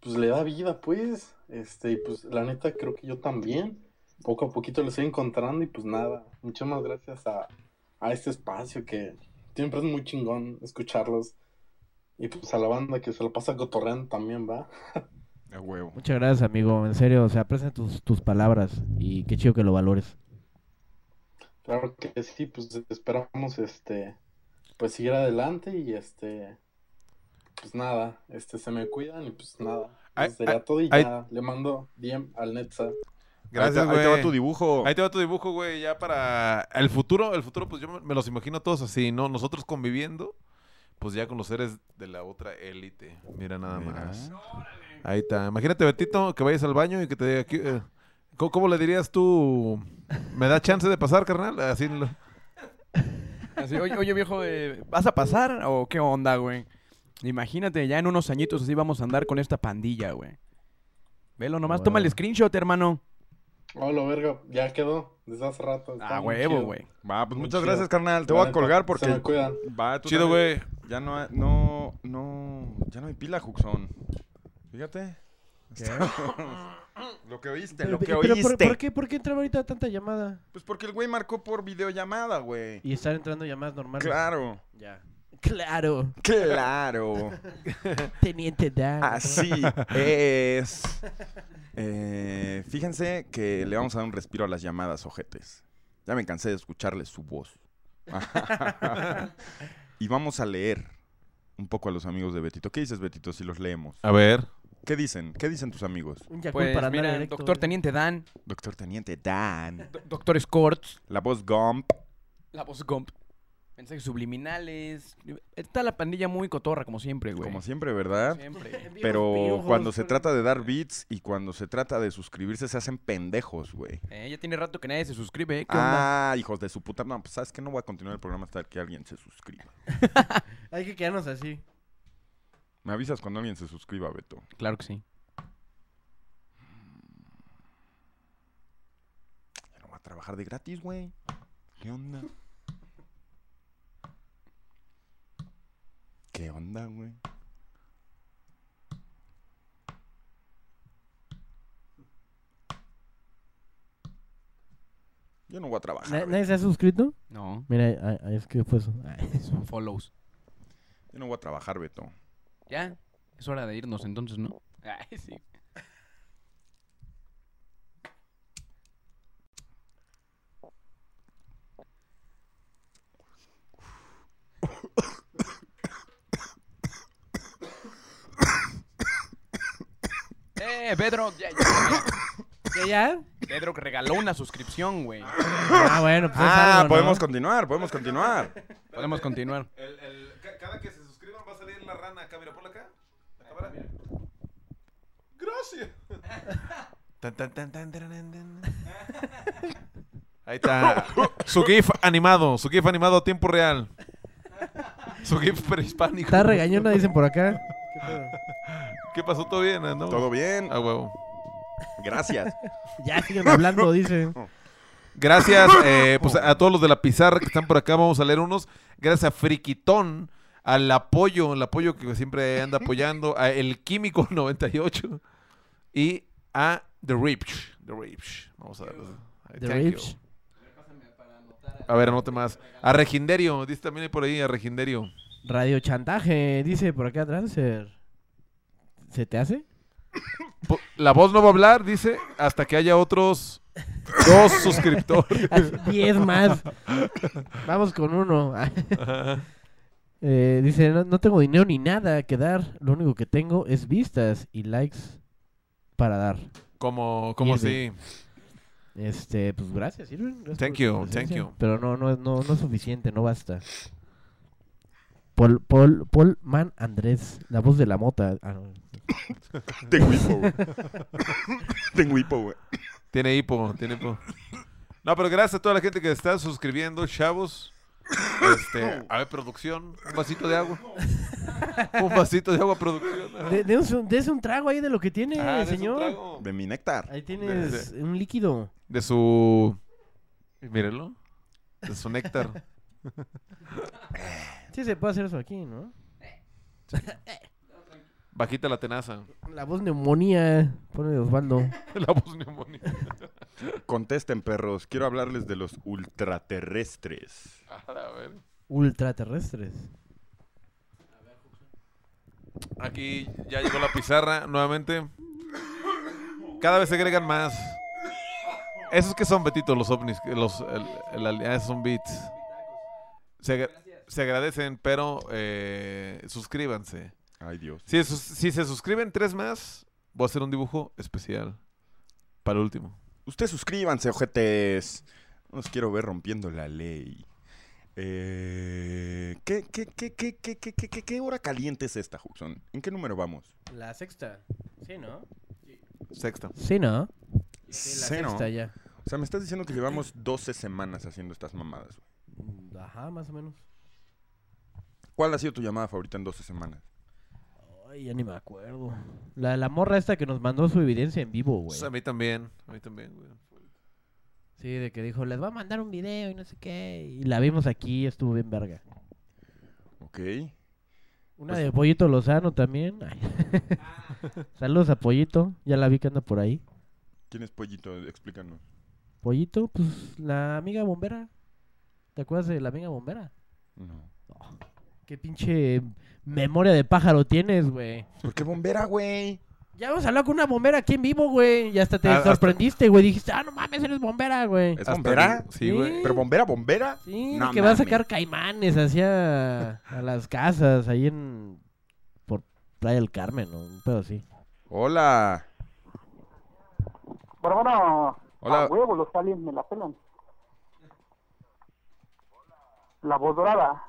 Speaker 16: pues le da vida, pues. Este, y pues la neta creo que yo también. Poco a poquito lo estoy encontrando y pues nada. Muchísimas gracias a, a este espacio que siempre es muy chingón escucharlos. Y pues a la banda que se lo pasa cotorreando también, ¿va?
Speaker 1: A huevo.
Speaker 3: Muchas gracias, amigo. En serio, o sea, aprecian tus, tus palabras y qué chido que lo valores.
Speaker 16: Claro que sí, pues esperamos este pues seguir adelante y este pues nada, este se me cuidan y pues nada.
Speaker 2: Ay,
Speaker 16: Eso sería
Speaker 2: ay,
Speaker 16: todo y
Speaker 2: ay.
Speaker 16: ya le mando DM al Netza.
Speaker 2: Gracias,
Speaker 1: ahí
Speaker 2: güey.
Speaker 1: te va tu dibujo.
Speaker 2: Ahí te va tu dibujo, güey. Ya para el futuro, el futuro, pues yo me- me los imagino todos así, ¿no? Nosotros conviviendo, pues ya con los seres de la otra élite. Mira nada más. Ahí está. Imagínate, Betito, que vayas al baño y que te diga, aquí, eh, ¿cómo, cómo le dirías tú? ¿Me da chance de pasar, carnal? Así. lo-
Speaker 4: Así, oye, oye, viejo, eh, ¿vas a pasar o qué onda, güey? Imagínate, ya en unos añitos así vamos a andar con esta pandilla, güey. Velo nomás, toma el screenshot, hermano.
Speaker 16: Hola, Oh, verga, ya quedó desde hace rato. está
Speaker 4: A
Speaker 16: muy
Speaker 4: huevo,
Speaker 16: chido.
Speaker 4: güey.
Speaker 1: Va, pues
Speaker 16: Muy
Speaker 1: muchas
Speaker 16: chido.
Speaker 1: gracias, carnal. Te
Speaker 16: La
Speaker 1: voy a
Speaker 16: neta,
Speaker 1: colgar porque.
Speaker 16: Se me cuidan.
Speaker 1: Va, tú
Speaker 2: Chido,
Speaker 1: también.
Speaker 2: güey.
Speaker 1: Ya no, hay- no, no, ya no hay pila, Juxon. Fíjate. lo que oíste, lo que oíste.
Speaker 3: por, ¿por qué, ¿Por qué entraba ahorita tanta llamada?
Speaker 1: Pues porque el güey marcó por videollamada, güey.
Speaker 3: Y estar entrando llamadas normales.
Speaker 1: Claro.
Speaker 3: Ya. Claro.
Speaker 1: Claro.
Speaker 3: Teniente Dan.
Speaker 1: Así es. Eh, fíjense que le vamos a dar un respiro a las llamadas, ojetes. Ya me cansé de escucharles su voz. y vamos a leer un poco a los amigos de Betito. ¿Qué dices, Betito, si los leemos?
Speaker 2: A ver.
Speaker 1: ¿Qué dicen? ¿Qué dicen tus amigos?
Speaker 3: Un Yakult
Speaker 4: Pues
Speaker 3: para andar
Speaker 4: mira,
Speaker 3: directo, eh.
Speaker 4: doctor
Speaker 3: güey.
Speaker 4: Teniente Dan,
Speaker 1: Doctor Teniente Dan.
Speaker 4: do- doctor Scorts,
Speaker 1: La voz Gump.
Speaker 4: la voz Gump, mensajes subliminales. Está la pandilla muy cotorra, como siempre, güey.
Speaker 1: Como siempre, ¿verdad?
Speaker 4: siempre.
Speaker 1: Pero
Speaker 3: Piojos,
Speaker 1: cuando se
Speaker 3: pero-
Speaker 1: trata de dar beats y cuando se trata de suscribirse, se hacen pendejos, güey.
Speaker 4: Eh, ya tiene rato que nadie se suscribe, ¿eh? ¿Qué onda?
Speaker 1: Ah, hijos de su puta. No, pues sabes que no voy a continuar el programa hasta que alguien se suscriba.
Speaker 3: Hay que quedarnos así.
Speaker 1: Me avisas cuando alguien se suscriba, Beto.
Speaker 4: Claro que sí.
Speaker 1: Ya no voy a trabajar de gratis, güey. ¿Qué onda? ¿Qué onda, güey? Yo no voy a trabajar.
Speaker 3: Na-
Speaker 1: Beto.
Speaker 3: ¿Nadie se ha suscrito?
Speaker 4: No,
Speaker 3: Mira, ah, ah, es que fue eso. Ay.
Speaker 4: son follows.
Speaker 1: Yo no voy a trabajar, Beto.
Speaker 4: Ya, es hora de irnos entonces, ¿no? Ay, sí. Eh, Pedro, ya, ya.
Speaker 3: ¿Ya, ya?
Speaker 4: Pedro que regaló una suscripción, güey.
Speaker 3: Ah, bueno, pues es
Speaker 1: Ah,
Speaker 3: algo, ¿no?
Speaker 1: podemos continuar, podemos continuar.
Speaker 4: Podemos continuar.
Speaker 2: El- el- ca- cada que se suscriban va a salir la rana acá, mira, ponla acá. La cámara, mira. Gracias. Tan, tan, tan, tan, tararán, tan. Ahí está. Su GIF animado, su GIF animado a tiempo real. Su GIF prehispánico.
Speaker 3: Está regañona, dicen por acá.
Speaker 2: ¿Qué pasó? ¿Todo bien? Andamos?
Speaker 1: Todo bien.
Speaker 2: A huevo.
Speaker 1: Gracias.
Speaker 3: Ya siguen hablando, dicen.
Speaker 2: Gracias eh, pues, a todos los de la pizarra que están por acá. Vamos a leer unos. Gracias a Friquitón, al apoyo, el apoyo que siempre anda apoyando, a El Químico 98 y a The Ripch. The Ripch. Vamos a ver.
Speaker 3: The
Speaker 2: Thank you.
Speaker 3: Ripch.
Speaker 2: A ver, anote más. A Reginderio, dice también ahí por ahí, a Reginderio.
Speaker 3: Radio chantaje, dice por acá Transer. ¿Se te hace?
Speaker 2: Po- La voz no va a hablar, dice, hasta que haya otros dos suscriptores.
Speaker 3: Diez más. Vamos con uno.
Speaker 2: Ajá.
Speaker 3: Eh, dice, no, no tengo dinero ni nada que dar. Lo único que tengo es vistas y likes para dar.
Speaker 2: Como, como si.
Speaker 3: Sirve. Este, pues gracias, Irving. Gracias
Speaker 2: Thank
Speaker 3: por tu
Speaker 2: you, thank
Speaker 3: presencia.
Speaker 2: you.
Speaker 3: Pero no, no, no, no es suficiente, no basta. Paul, Paul, Paul Man Andrés, la voz de la mota. Ah, no.
Speaker 1: Tengo hipo, güey. Tengo hipo, güey.
Speaker 2: Tiene hipo, tiene hipo. No, pero gracias a toda la gente que está suscribiendo, chavos. Este, a ver, producción, un vasito de agua. Un vasito de agua, producción.
Speaker 3: De- denos un, des un trago ahí de lo que tiene,
Speaker 2: Ah, ¿des un
Speaker 3: señor.
Speaker 2: trago?
Speaker 1: De mi néctar.
Speaker 3: Ahí tienes un líquido.
Speaker 2: De su. Mírelo. De su néctar.
Speaker 3: Sí, se puede hacer eso aquí, ¿no?
Speaker 2: Bajita la tenaza.
Speaker 3: La voz neumonía, pone Osvaldo.
Speaker 2: La voz neumonía.
Speaker 1: Contesten, perros. Quiero hablarles de los ultraterrestres.
Speaker 2: A la ver.
Speaker 3: Ultraterrestres.
Speaker 2: Aquí ya llegó la pizarra nuevamente. Cada vez se agregan más. ¿Esos que son, Betito? Los ovnis. que Los, el- el- el- ah, esos son beats. Se, agra- se agradecen, pero eh, suscríbanse.
Speaker 1: Ay, Dios.
Speaker 2: Si, sus- si se suscriben tres más, voy a hacer un dibujo especial. Para el último.
Speaker 1: Ustedes suscríbanse, ojetes. No los quiero ver rompiendo la ley. Eh, ¿qué, qué, qué, qué, qué, qué, qué, qué- qué hora caliente es esta, Huxon? ¿En qué número vamos?
Speaker 3: La sexta. Sí, ¿no?
Speaker 2: Sexta.
Speaker 3: Sí, ¿no?
Speaker 1: Sí, ¿no?
Speaker 3: sexta ya.
Speaker 1: O sea, me estás diciendo que llevamos 12 semanas haciendo estas mamadas. güey.
Speaker 3: Mm, Ajá, más o menos.
Speaker 1: ¿Cuál ha sido tu llamada favorita en 12 semanas?
Speaker 3: Ay, ya ni me acuerdo. La, la morra esta que nos mandó su evidencia en vivo, güey.
Speaker 2: a mí también. A mí también, güey.
Speaker 3: Sí, de que dijo, les voy a mandar un video y no sé qué. Y la vimos aquí, estuvo bien verga.
Speaker 1: Ok.
Speaker 3: Una
Speaker 1: Pues-
Speaker 3: de Pollito Lozano también. Ay. Saludos a Pollito, ya la vi que anda por ahí.
Speaker 1: ¿Quién es Pollito? Explícanos.
Speaker 3: Pollito, pues la amiga bombera. ¿Te acuerdas de la amiga bombera? Oh,
Speaker 1: No.
Speaker 3: Qué pinche memoria de pájaro tienes, güey.
Speaker 1: ¿Por qué bombera, güey?
Speaker 3: Ya hemos hablado con una bombera aquí en vivo, güey. Y hasta te
Speaker 2: Ah, hasta-
Speaker 3: sorprendiste, güey. Dijiste, ah, no mames, eres bombera, güey.
Speaker 1: ¿Es
Speaker 2: Hasta
Speaker 1: bombera?
Speaker 2: el- Sí, güey.
Speaker 1: ¿Pero bombera, bombera?
Speaker 3: Sí,
Speaker 1: No
Speaker 3: que va a
Speaker 1: mames.
Speaker 3: sacar caimanes hacia a las casas, ahí en. por Playa del Carmen, o un pedo así.
Speaker 1: Hola.
Speaker 10: Pero bueno,
Speaker 1: Hola.
Speaker 10: a huevo los aliens me la pelan. La voz dorada,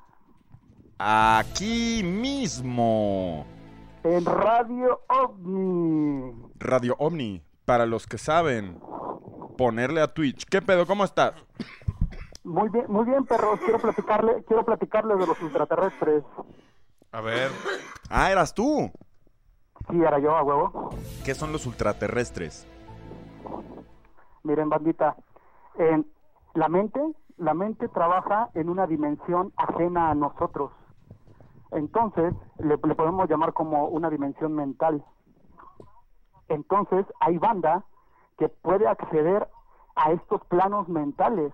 Speaker 1: Aquí mismo.
Speaker 10: en Radio OVNI.
Speaker 1: Radio Omni. Para los que saben, ponerle a Twitch. ¿Qué pedo? ¿Cómo estás?
Speaker 10: Muy bien, muy bien, perros, quiero platicarle, quiero platicarles de los extraterrestres.
Speaker 2: A ver.
Speaker 1: Ah, eras tú.
Speaker 10: Sí, era yo, a huevo.
Speaker 1: ¿Qué son los ultraterrestres?
Speaker 10: Miren, bandita, en la mente, la mente trabaja en una dimensión ajena a nosotros. Entonces, le, le podemos llamar como una dimensión mental. Entonces, hay banda que puede acceder a estos planos mentales,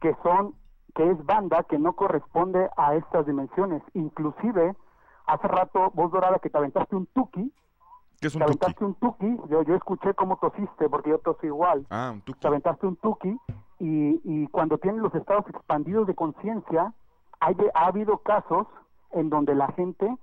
Speaker 10: que son, que es banda que no corresponde a estas dimensiones. Inclusive, hace rato, vos dorada que te aventaste un tuki,
Speaker 1: ¿Qué es un
Speaker 17: te
Speaker 1: tuki?
Speaker 17: aventaste un tuki, yo, yo escuché cómo tosiste, porque yo toso igual.
Speaker 1: Ah, un tuki.
Speaker 17: Te aventaste un tuki y, y cuando tienen los estados expandidos de conciencia, hay de- ha habido casos en donde la gente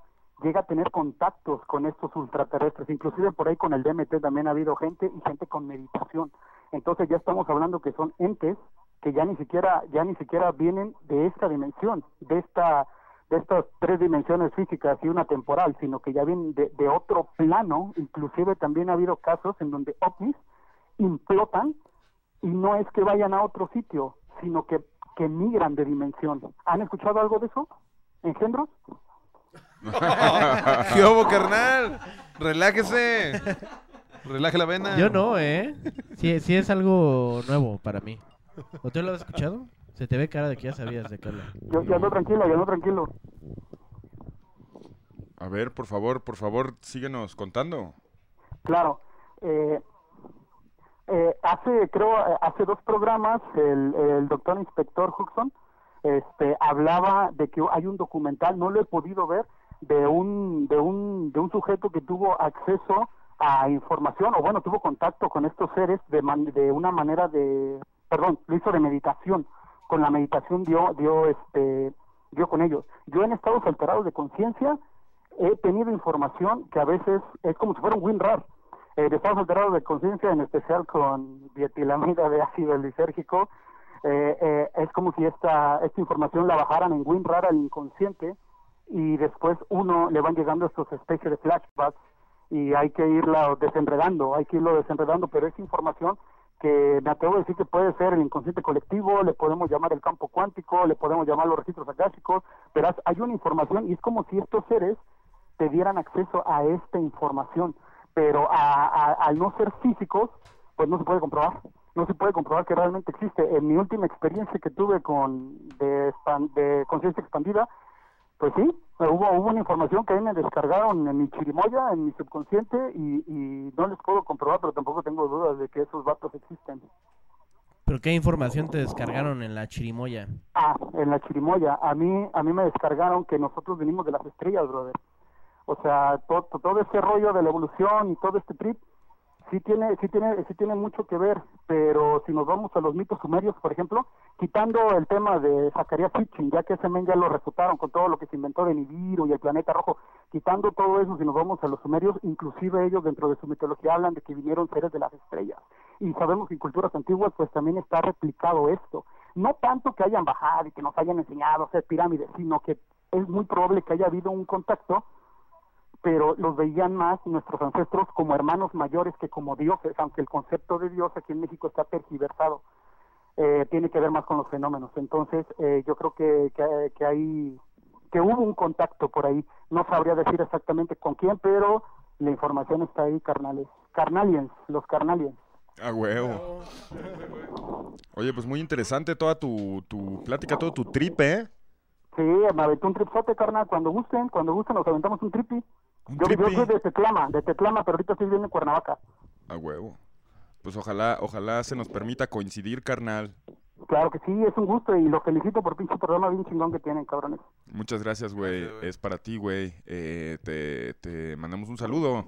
Speaker 17: llega a tener contactos con estos ultraterrestres, inclusive por ahí con el DMT también ha habido gente y gente con meditación. Entonces ya estamos hablando que son entes que ya ni siquiera ya ni siquiera vienen de esta dimensión, de esta de estas tres dimensiones físicas y una temporal, sino que ya vienen de, de otro plano. Inclusive también ha habido casos en donde ovnis implotan y no es que vayan a otro sitio, sino que, que migran de dimensión. ¿Han escuchado algo de eso? ¿Engendros?
Speaker 2: ¿Qué hubo, carnal? Relájese. Relaje la vena.
Speaker 3: Yo no, ¿eh? Sí, sí es algo nuevo para mí. ¿O tú lo has escuchado? Se te ve cara de que ya sabías de qué hablar.
Speaker 17: Yo, yo ando tranquilo, yo ando tranquilo.
Speaker 1: A ver, por favor, por favor, síguenos contando.
Speaker 17: Claro. Eh, eh, hace, creo, eh, hace dos programas, el, el doctor inspector Huxon este, hablaba de que hay un documental, no lo he podido ver, de un, de un, de un sujeto que tuvo acceso a información, o bueno, tuvo contacto con estos seres de, man- de una manera de, perdón, lo hizo de meditación. Con la meditación dio, dio, este, dio con ellos. Yo en estados alterados de conciencia he tenido información que a veces es como si fuera un WinRAR. Eh, de estados alterados de conciencia, en especial con dietilamida de ácido lisérgico, eh, eh, es como si esta, esta información la bajaran en WinRAR al inconsciente y después uno le van llegando estos especies de flashbacks y hay que irla desenredando, hay que irlo desenredando, pero es información que me atrevo a decir que puede ser el inconsciente colectivo, le podemos llamar el campo cuántico, le podemos llamar los registros akáshicos, pero has- hay una información y es como si estos seres te dieran acceso a esta información, pero a- a- al no ser físicos, pues no se puede comprobar, no se puede comprobar que realmente existe. En mi última experiencia que tuve con de, expan- de conciencia expandida, pues sí, hubo, hubo una información que ahí me descargaron en mi chirimoya, en mi subconsciente, y, y no les puedo comprobar, pero tampoco tengo dudas de que esos vatos existen.
Speaker 3: ¿Pero qué información te descargaron en la chirimoya?
Speaker 17: Ah, en la chirimoya. A mí, a mí me descargaron que nosotros venimos de las estrellas, brother. O sea, to- to- todo ese rollo de la evolución y todo este trip sí tiene, sí tiene, sí tiene mucho que ver. Pero si nos vamos a los mitos sumerios, por ejemplo, quitando el tema de Zacarías Sitchin, ya que ese men ya lo refutaron con todo lo que se inventó de Nibiru y el planeta rojo, quitando todo eso, si nos vamos a los sumerios, inclusive ellos dentro de su mitología hablan de que vinieron seres de las estrellas. Y sabemos que en culturas antiguas pues también está replicado esto. No tanto que hayan bajado y que nos hayan enseñado a hacer pirámides, sino que es muy probable que haya habido un contacto, pero los veían más nuestros ancestros como hermanos mayores que como dioses, aunque el concepto de dios aquí en México está tergiversado. Eh, tiene que ver más con los fenómenos. Entonces, eh, yo creo que, que, que hay que hubo un contacto por ahí. No sabría decir exactamente con quién, pero la información está ahí, carnales. Carnalians, los carnalians.
Speaker 1: A huevo. Oye, pues muy interesante toda tu, tu plática, todo tu tripe, ¿eh?
Speaker 17: Sí, me aventó un tripsote, carnal. Cuando gusten, cuando gusten, nos aventamos un tripi. Yo, yo soy de Tetlama, de Tetlama, pero ahorita estoy viviendo en Cuernavaca.
Speaker 1: A huevo. Pues ojalá, ojalá se nos permita coincidir, carnal.
Speaker 17: Claro que sí, es un gusto y los felicito por pinche programa bien chingón que tienen, cabrones.
Speaker 1: Muchas gracias, güey. Es para ti, güey. Eh, te, te mandamos un saludo.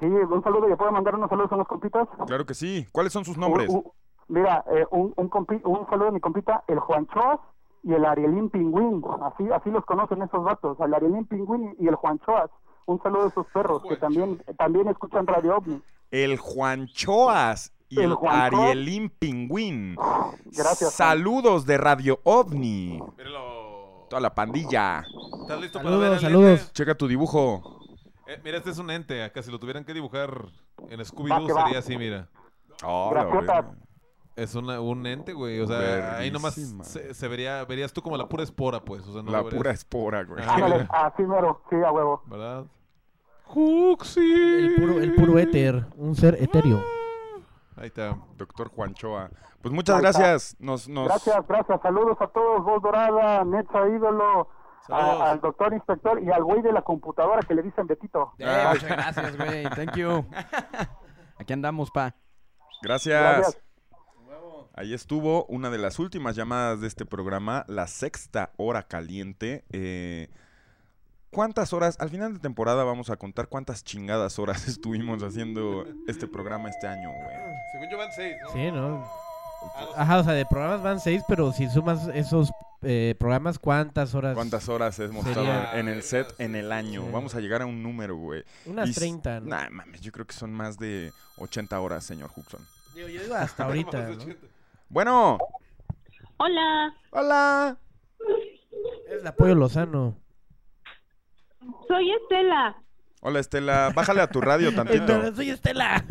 Speaker 17: Sí, un saludo. ¿Le puedo mandar unos saludos a unos compitas?
Speaker 1: Claro que sí. ¿Cuáles son sus nombres?
Speaker 17: U- u- mira, eh, un, un, compi- un saludo a mi compita, el Juanchoas y el Arielín Pingüín. Así, así los conocen esos vatos, al Arielín Pingüín y el Juanchoas. Un saludo a esos perros que también, también escuchan Radio OVNI.
Speaker 1: El Juanchoas y el,
Speaker 17: El Juanchoas.
Speaker 1: Arielín Pingüín.
Speaker 17: Gracias, Juan.
Speaker 1: Saludos de Radio OVNI. Toda la pandilla.
Speaker 2: ¿Estás listo para ver
Speaker 1: Saludos,
Speaker 2: al
Speaker 1: saludos. Checa tu dibujo.
Speaker 2: Eh, mira, este es un ente. Acá si lo tuvieran que dibujar en
Speaker 17: Va
Speaker 2: Scooby-Doo
Speaker 17: que va.
Speaker 2: sería así, mira.
Speaker 1: la Graciotas.
Speaker 2: es una- un ente, güey. O sea, ahí nomás se, se vería, verías tú como la pura espora, pues. O sea, no
Speaker 1: La
Speaker 2: lo verías. Ah,
Speaker 1: pura espora, güey.
Speaker 17: Ándale, así mero, sí, a huevo.
Speaker 2: ¿Verdad?
Speaker 3: El puro, el puro éter, un ser etéreo.
Speaker 1: Ahí está. Doctor Juanchoa. Pues muchas
Speaker 17: Ahí está.
Speaker 1: gracias. Nos, nos...
Speaker 17: Gracias, gracias. Saludos a todos, Voz Dorada, Necha Ídolo, a-
Speaker 1: Saludos.
Speaker 17: al doctor inspector y al güey de la computadora que le dicen Betito.
Speaker 4: Eh, muchas gracias, güey. Thank you. Aquí andamos, pa.
Speaker 1: Gracias.
Speaker 4: Gracias.
Speaker 1: Ahí estuvo una de las últimas llamadas de este programa, la sexta hora caliente. Eh, ¿Cuántas horas, al final de temporada vamos a contar cuántas chingadas horas estuvimos haciendo este programa este año, güey?
Speaker 2: Según yo van seis, ¿no?
Speaker 3: Sí, ¿no? Ajá, o sea, de programas van seis, pero si sumas esos eh, programas, ¿cuántas horas?
Speaker 1: ¿Cuántas horas hemos estado
Speaker 3: Sería-
Speaker 1: en el set en el año? Vamos a llegar a un número, güey.
Speaker 3: Unas
Speaker 1: Y s-
Speaker 3: 30, ¿no?
Speaker 1: Nah, mames, yo creo que son más de 80 horas, señor Huxon.
Speaker 3: Digo, yo digo hasta ahorita, ¿no?
Speaker 1: Bueno,
Speaker 15: Hola.
Speaker 1: Hola.
Speaker 3: Es la Pollo Lozano.
Speaker 15: Soy Estela.
Speaker 1: hola Estela, bájale a tu radio tantito.
Speaker 3: Soy Estela.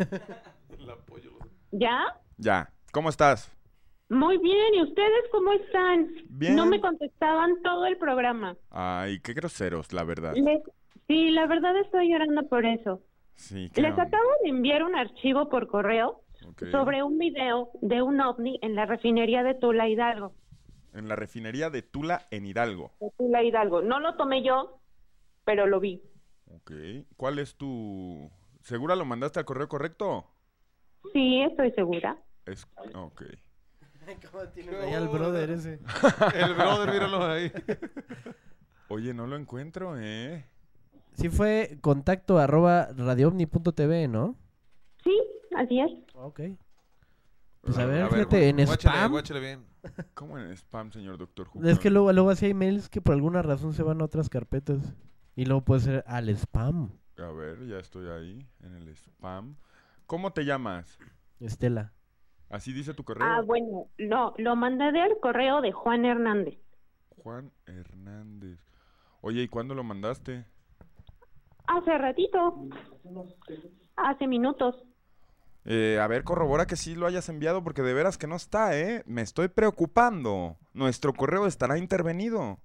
Speaker 15: ¿Ya?
Speaker 1: Ya, ¿cómo estás?
Speaker 15: Muy bien. ¿Y ustedes cómo están?
Speaker 1: Bien.
Speaker 15: No me contestaban todo el programa.
Speaker 1: Ay, qué groseros, la verdad.
Speaker 15: Les- Sí, la verdad estoy llorando por eso.
Speaker 1: Sí, qué
Speaker 15: Les
Speaker 1: onda.
Speaker 15: acabo de enviar un archivo por correo
Speaker 1: Ok.
Speaker 15: sobre un video de un ovni en la refinería de Tula Hidalgo.
Speaker 1: En la refinería de Tula, en Hidalgo.
Speaker 15: De Tula Hidalgo. No lo tomé yo, pero lo vi.
Speaker 1: Ok. ¿Cuál es tu... ¿Segura lo mandaste al correo correcto?
Speaker 15: Sí, estoy segura.
Speaker 1: Es... Ok.
Speaker 3: Ahí al brother ese.
Speaker 2: El brother, míralo ahí.
Speaker 1: Oye, no lo encuentro, ¿eh?
Speaker 3: Sí fue contacto arroba radioovni.tv, ¿no?
Speaker 15: Sí, así es.
Speaker 3: Ok. Pues a ver, fíjate, en spam.
Speaker 2: bien.
Speaker 1: ¿Cómo en spam, señor doctor
Speaker 3: Pues Es que luego, luego así hay mails que por alguna razón se van a otras carpetas. Y luego puede ser al spam,
Speaker 1: A ver, ya estoy ahí, en el spam. ¿Cómo te llamas?
Speaker 3: Estela.
Speaker 1: Así dice tu correo.
Speaker 15: Ah, bueno, no, lo mandé del correo de Juan Hernández.
Speaker 1: Juan Hernández. Oye, ¿y cuándo lo mandaste?
Speaker 15: Hace ratito. Hace minutos.
Speaker 1: Eh, a ver, corrobora que sí lo hayas enviado porque de veras que no está, ¿eh? Me estoy preocupando. Nuestro correo estará intervenido.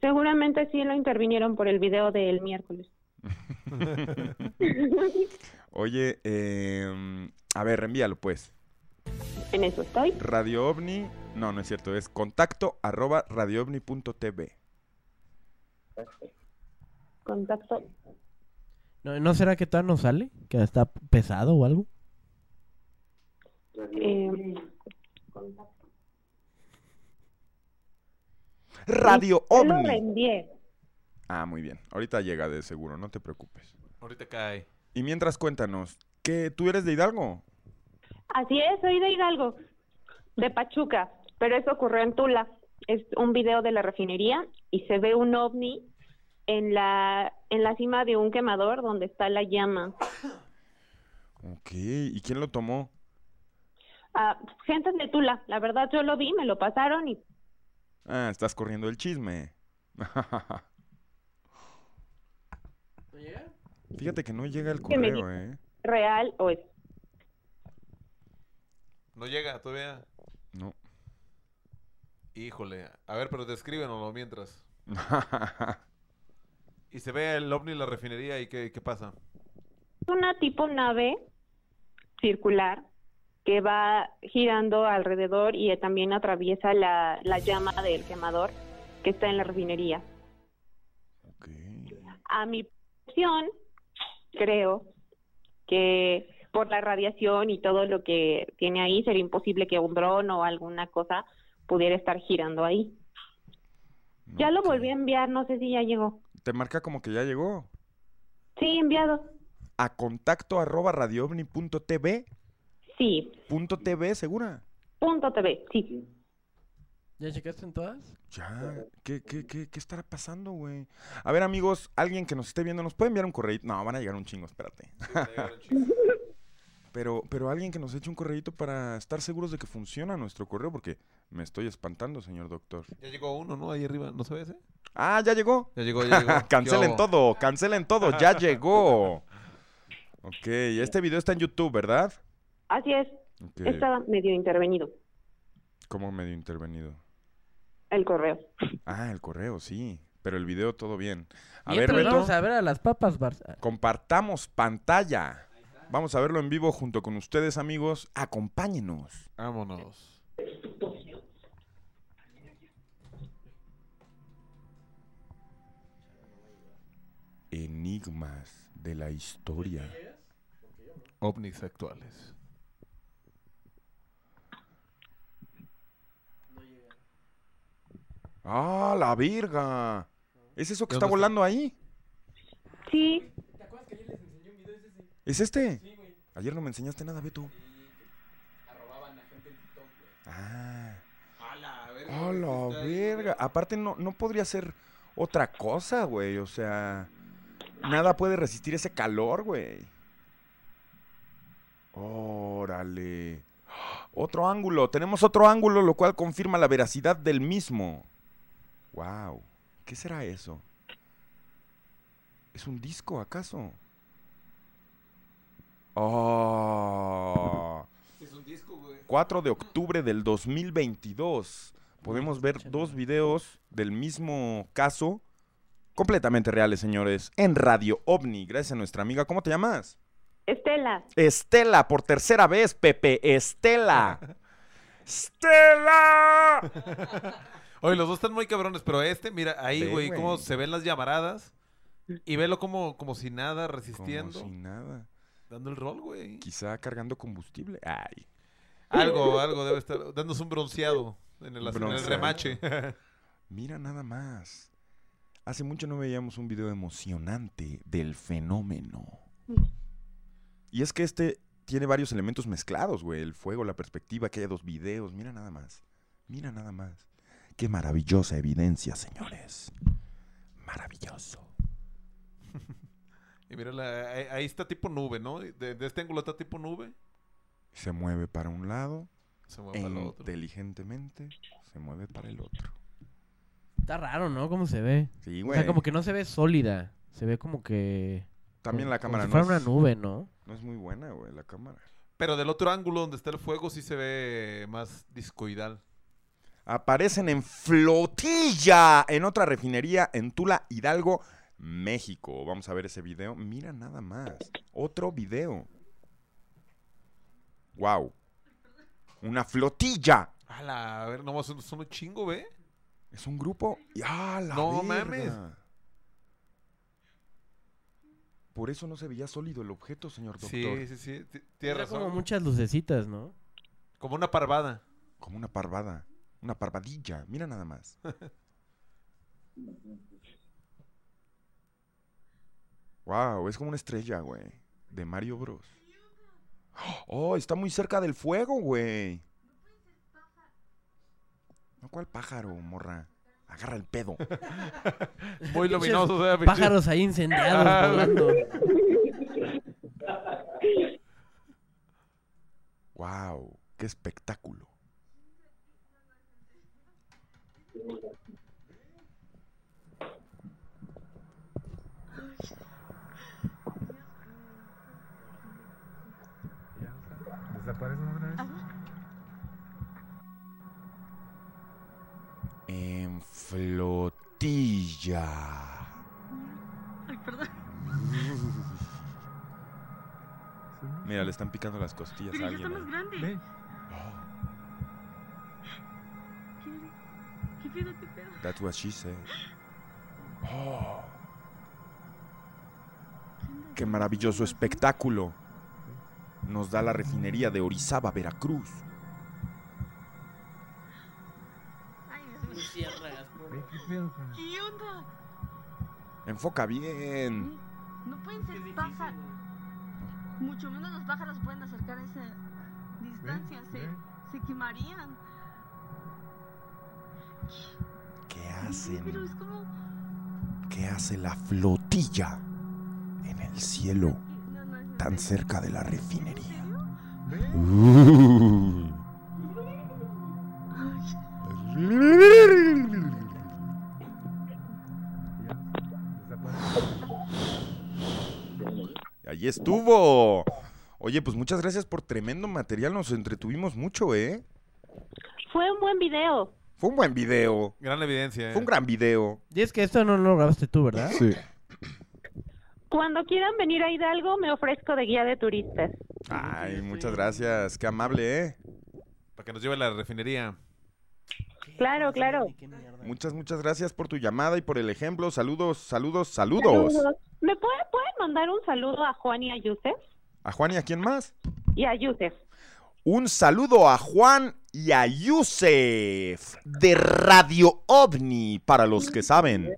Speaker 15: Seguramente sí lo intervinieron por el video del miércoles.
Speaker 1: Oye, eh, a ver, envíalo pues.
Speaker 15: En eso estoy.
Speaker 1: Radio OVNI, no, no es cierto, es contacto arroba radioovni.tv.
Speaker 15: Contacto.
Speaker 3: ¿No, ¿no será que todavía no sale? ¿Que está pesado o algo?
Speaker 15: eh,
Speaker 1: Radio
Speaker 15: ya Lo
Speaker 1: OVNI.
Speaker 15: reenvié.
Speaker 1: Ah, muy bien. Ahorita llega de seguro, no te preocupes.
Speaker 2: Ahorita cae.
Speaker 1: Y mientras cuéntanos, ¿qué, ¿tú eres de Hidalgo?
Speaker 15: Así es, soy de Hidalgo, de Pachuca, pero eso ocurrió en Tula. Es un video de la refinería y se ve un ovni en la en la cima de un quemador donde está la llama.
Speaker 1: Ok, ¿y quién lo tomó?
Speaker 15: Ah, gente de Tula, la verdad yo lo vi, me lo pasaron y
Speaker 1: Ah, estás corriendo el chisme. Fíjate que no llega el
Speaker 15: Que me
Speaker 1: correo, ¿eh?
Speaker 15: real o es
Speaker 2: No llega todavía.
Speaker 1: No.
Speaker 2: Híjole. A ver, pero descríbenoslo mientras. Y se ve el ovni en la refinería y qué, qué pasa.
Speaker 15: una tipo nave circular que va girando alrededor y también atraviesa la, la llama del quemador que está en la refinería. A mi percepción, creo que por la radiación y todo lo que tiene ahí, sería imposible que un dron o alguna cosa pudiera estar girando ahí. Ya lo volví a enviar, no sé si ya llegó.
Speaker 1: Te marca como que ya llegó.
Speaker 15: Sí, enviado.
Speaker 1: A contacto arroba radioovni.tv.
Speaker 15: Sí.
Speaker 1: Punto TV, segura.
Speaker 15: Punto TV, sí.
Speaker 3: ¿Ya checaste en todas?
Speaker 1: Ya, ¿qué, qué, qué, qué estará pasando, güey? A ver, amigos, alguien que nos esté viendo, ¿nos puede enviar un correo? No, van a llegar un chingo, espérate. pero, pero alguien que nos eche un correíto para estar seguros de que funciona nuestro correo, porque me estoy espantando, señor doctor.
Speaker 2: Ya llegó uno, ¿no? Ahí arriba, ¿no se ve ese?
Speaker 1: Ah, ya llegó.
Speaker 2: Ya llegó, ya llegó.
Speaker 1: cancelen
Speaker 2: Yo-
Speaker 1: todo, cancelen todo, ya llegó. Ok, este video está en YouTube, ¿verdad?
Speaker 15: Así es.
Speaker 1: Ok,
Speaker 15: Estaba medio intervenido
Speaker 1: como medio intervenido.
Speaker 15: el correo.
Speaker 1: Ah, el correo, sí. Pero el video todo bien. A ver,
Speaker 3: Mientras
Speaker 1: Beto.
Speaker 3: vamos a ver a las papas, Barça.
Speaker 1: Compartamos pantalla. Vamos a verlo en vivo junto con ustedes, amigos. Acompáñenos.
Speaker 2: Vámonos.
Speaker 1: Enigmas de la historia.
Speaker 2: Ovnis actuales.
Speaker 1: ¡Ah, la virga! ¿Es eso que está Ah,
Speaker 2: ¿Dónde está?
Speaker 1: volando ahí?
Speaker 15: Sí,
Speaker 1: ¿Es este? Ayer no me enseñaste nada, Beto. Ah. A la verga. Aparte, no, no podría ser otra cosa, güey. O sea, nada puede resistir ese calor, güey. Órale. Otro ángulo. Tenemos otro ángulo, lo cual confirma la veracidad del mismo. Wow. ¿Qué será eso? ¿Es un disco, acaso? Oh.
Speaker 2: Es un disco, güey.
Speaker 1: 4 de octubre del 2022. Podemos ver dos videos del mismo caso, completamente reales, señores, en Radio OVNI. Gracias a nuestra amiga. ¿Cómo te llamas?
Speaker 15: Estela.
Speaker 1: Estela, por tercera vez, Pepe. Estela. ¡Estela!
Speaker 2: Oye, los dos están muy cabrones, pero este, mira, ahí,
Speaker 1: Ve,
Speaker 2: güey,
Speaker 1: güey.
Speaker 2: cómo se ven las llamaradas. Y velo como, como si nada, resistiendo.
Speaker 1: Como si nada.
Speaker 2: Dando el rol, güey.
Speaker 1: Quizá cargando combustible. Ay.
Speaker 2: Algo, algo debe estar. Dándose un bronceado en el, en el
Speaker 1: Bronceado.
Speaker 2: remache.
Speaker 1: Mira nada más. Hace mucho no veíamos un video emocionante del fenómeno. Y es que este tiene varios elementos mezclados, güey. El fuego, la perspectiva, que haya dos videos. Mira nada más. Mira nada más. Qué maravillosa evidencia, señores. Maravilloso.
Speaker 2: y mira, la- ahí, ahí está tipo nube, ¿no? De, de este ángulo está tipo nube.
Speaker 1: Se mueve para un lado.
Speaker 2: Se mueve para el otro.
Speaker 1: Inteligentemente se mueve para el otro.
Speaker 3: Está raro, ¿no? ¿Cómo se ve?
Speaker 1: Sí,
Speaker 3: O
Speaker 1: güey.
Speaker 3: sea, como que no se ve sólida. Se ve como que...
Speaker 1: También
Speaker 3: como-
Speaker 1: la cámara
Speaker 3: como si fuera
Speaker 1: no es-
Speaker 3: una nube, ¿no?
Speaker 1: No es muy buena, güey, la cámara.
Speaker 2: Pero del otro ángulo donde está el fuego sí se ve más discoidal.
Speaker 1: aparecen en flotilla en otra refinería en Tula Hidalgo, México. Vamos a ver ese video. Mira nada más. Otro video. Wow. Una flotilla.
Speaker 2: Ala, a ver, nomás son, son un chingo, ¿ve?
Speaker 1: Es un grupo. Y- ¡Ah, la
Speaker 2: No
Speaker 1: verga!
Speaker 2: mames.
Speaker 1: Por eso no se veía sólido el objeto, señor doctor.
Speaker 2: Sí, sí, sí. ti- Tienes
Speaker 3: Era
Speaker 2: razón.
Speaker 3: como muchas lucecitas, ¿no?
Speaker 2: Como una parvada.
Speaker 1: Como una parvada. Una parvadilla. Mira nada más.
Speaker 2: Pues
Speaker 1: Wow, es como una estrella, güey. De Mario Bros. Oh, está muy cerca del fuego, güey. No, ¿cuál pájaro, morra? Agarra el pedo.
Speaker 2: Muy luminoso,
Speaker 3: Pinches Pájaros ahí incendiados
Speaker 1: Ah,
Speaker 3: volando.
Speaker 1: Wow, qué espectáculo. En flotilla. Mira, le están picando las costillas a alguien. ahí.
Speaker 12: grande. ¿Qué pedo, qué pedo?
Speaker 1: That's what she said. Oh. Qué maravilloso espectáculo nos da la refinería de Orizaba, Veracruz.
Speaker 12: ¿Qué onda?
Speaker 1: Enfoca bien.
Speaker 12: No pueden ser pájaros. Mucho menos los pájaros pueden acercar a esa distancia. Se, se quemarían.
Speaker 1: ¿Qué
Speaker 12: Pero
Speaker 1: hacen?
Speaker 12: es como.
Speaker 1: ¿Qué hace la flotilla en el cielo tan cerca de la refinería? Uh. Allí estuvo. Oye, pues muchas gracias por tremendo material. Nos entretuvimos mucho, ¿eh?
Speaker 15: fue un buen video.
Speaker 1: Fue un buen video.
Speaker 2: Gran evidencia.
Speaker 1: Fue un gran video.
Speaker 3: Y es que esto no lo grabaste tú, ¿verdad?
Speaker 1: Sí.
Speaker 15: Cuando quieran venir a Hidalgo, me ofrezco de guía de turistas.
Speaker 1: Ay, muchas gracias. Qué amable, ¿eh?
Speaker 2: Para que nos lleve a la refinería.
Speaker 15: Claro, claro.
Speaker 1: Muchas, muchas gracias por tu llamada y por el ejemplo. Saludos, saludos, saludos.
Speaker 15: ¿Me puede, pueden mandar un saludo a Juan y a Yusef?
Speaker 1: ¿A Juan y a quién más?
Speaker 15: Y a Yusef.
Speaker 1: Un saludo a Juan y a Yusef de Radio OVNI, para los que saben.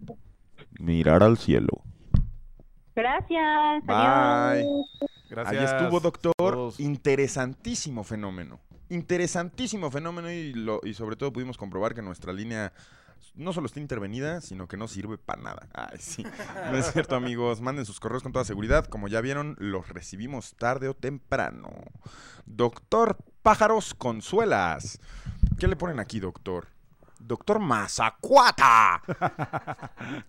Speaker 1: Mirar al cielo.
Speaker 15: Gracias.
Speaker 1: Bye.
Speaker 15: adiós.
Speaker 2: Gracias.
Speaker 1: Ahí estuvo, doctor. Interesantísimo fenómeno. Interesantísimo fenómeno y, lo- y sobre todo pudimos comprobar que nuestra línea no solo está intervenida, sino que no sirve para nada. Ay, sí. No es cierto, amigos. Manden sus correos con toda seguridad. Como ya vieron, los recibimos tarde o temprano. Doctor Pájaros Consuelas. ¿Qué le ponen aquí, doctor? Doctor Mazacuata.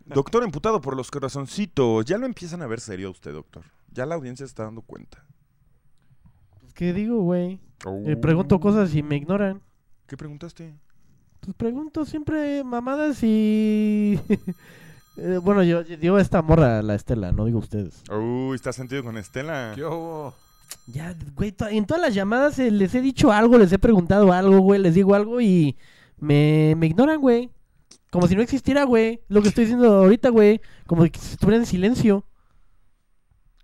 Speaker 1: doctor emputado por los corazoncitos. Ya lo empiezan a ver serio a usted, doctor. Ya la audiencia está dando cuenta.
Speaker 3: Pues, ¿Qué digo, güey? Le
Speaker 1: Oh.
Speaker 3: pregunto cosas y me ignoran.
Speaker 1: ¿Qué preguntaste?
Speaker 3: Pues pregunto siempre mamadas y... Eh, bueno, yo yo digo esta morra, la Estela, no digo ustedes.
Speaker 1: Uy, está sentido con Estela.
Speaker 3: Ya, güey, to- en todas las llamadas eh, les he dicho algo, les he preguntado algo, güey, les digo algo y me, me ignoran, güey. Como si no existiera, güey. Lo que estoy diciendo ahorita, güey. Como que si estuviera en silencio.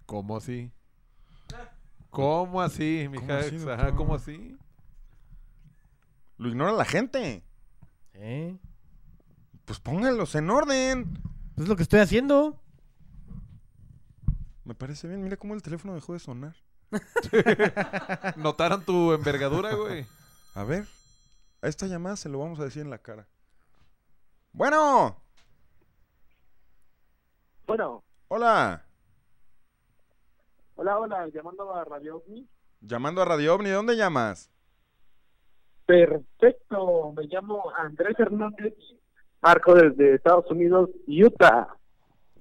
Speaker 2: ¿Cómo así? ¿Cómo así, mi
Speaker 1: Ah. ¿Cómo así,
Speaker 2: Jax?
Speaker 1: doctor?
Speaker 2: Ajá, ¿Cómo así?
Speaker 1: Lo ignora la gente.
Speaker 3: ¿Eh?
Speaker 1: Pues pónganlos en orden.
Speaker 3: Es lo que estoy haciendo.
Speaker 1: Me parece bien. Mira cómo el teléfono dejó de sonar.
Speaker 2: Notaron tu envergadura, güey.
Speaker 1: A ver. A esta llamada se lo vamos a decir en la cara. Bueno.
Speaker 18: Bueno,
Speaker 1: Hola.
Speaker 18: hola, hola, llamando a Radio OVNI.
Speaker 1: Llamando a Radio OVNI. ¿De dónde llamas?
Speaker 18: Perfecto, me llamo Andrés Hernández, marco desde Estados Unidos, Utah.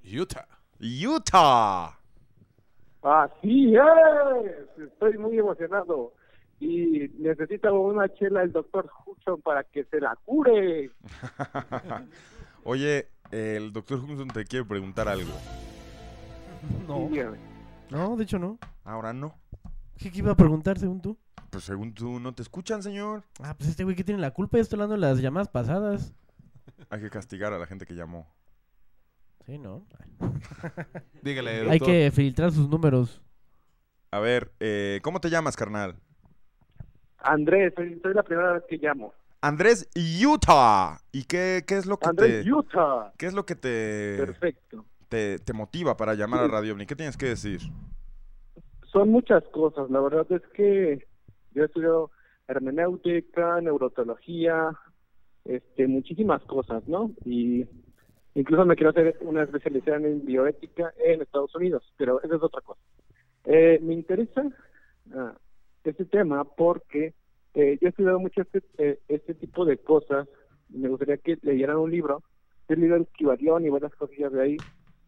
Speaker 2: Utah.
Speaker 1: Utah.
Speaker 18: Así es, estoy muy emocionado y necesito una chela del doctor Hudson para que se la cure.
Speaker 1: Oye, el doctor Johnson te quiere preguntar algo.
Speaker 3: No. No, de hecho no.
Speaker 1: Ahora no.
Speaker 3: ¿Qué, qué iba a preguntar según tú?
Speaker 1: Pues según tú, no te escuchan, señor.
Speaker 3: Ah, pues este güey que tiene la culpa, yo estoy hablando de las llamadas pasadas.
Speaker 1: Hay que castigar a la gente que llamó.
Speaker 3: Sí, ¿no?
Speaker 2: Dígale,
Speaker 3: Hay que filtrar sus números.
Speaker 1: A ver, eh, ¿cómo te llamas, carnal?
Speaker 18: Andrés, soy, soy la primera vez que llamo.
Speaker 1: Andrés Utah. ¿Y qué, qué es lo que
Speaker 18: Andrés
Speaker 1: te...
Speaker 18: Utah.
Speaker 1: ¿Qué es lo que te,
Speaker 18: Perfecto.
Speaker 1: te, te motiva para llamar a Radio OVNI? ¿Qué tienes que decir?
Speaker 18: Son muchas cosas, la verdad es que yo estudio hermenéutica, neurotología, este, muchísimas cosas, ¿no? Y incluso me quiero hacer una especialización en bioética en Estados Unidos, pero esa es otra cosa. Eh, me interesa ah, este tema porque eh, yo he estudiado mucho este, eh, este tipo de cosas y me gustaría que leyeran un libro. Yo he leído el Kibalión y varias cosillas de ahí,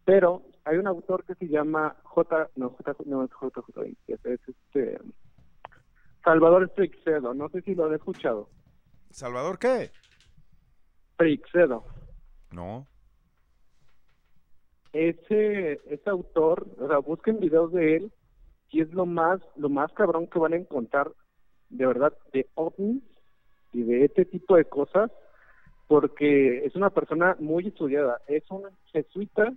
Speaker 18: pero hay un autor que se llama J. No, J. No, es J. J. es este. Salvador Freixedo, no sé si lo han escuchado.
Speaker 1: ¿Salvador qué?
Speaker 18: Freixedo.
Speaker 1: No.
Speaker 18: ese, ese autor, o sea, busquen videos de él, y es lo más, lo más cabrón que van a encontrar, de verdad, de ovnis y de este tipo de cosas, porque es una persona muy estudiada, es un jesuita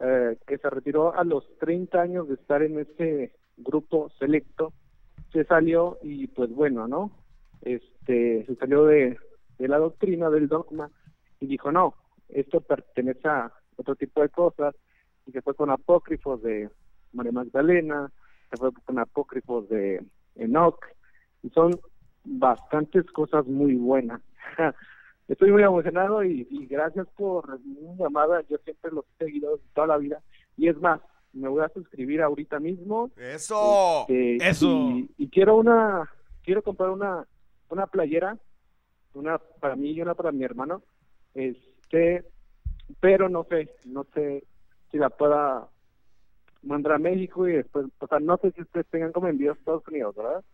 Speaker 18: eh, que se retiró a los 30 años de estar en ese grupo selecto, se salió y pues bueno, ¿no? Este, se salió de, de la doctrina, del dogma, y dijo, no, esto pertenece a otro tipo de cosas, y se fue con apócrifos de María Magdalena, se fue con apócrifos de Enoch, y son bastantes cosas muy buenas. Estoy muy emocionado y, y gracias por mi llamada, yo siempre los he seguido toda la vida, y es más, me voy a suscribir ahorita mismo.
Speaker 1: ¡Eso!
Speaker 18: Este,
Speaker 1: ¡Eso!
Speaker 18: Y, y quiero una, quiero comprar una, una playera, una para mí y una para mi hermano, este, pero no sé, no sé si la pueda mandar a México y después, o sea, no sé si ustedes tengan como envíos a Estados Unidos, ¿verdad?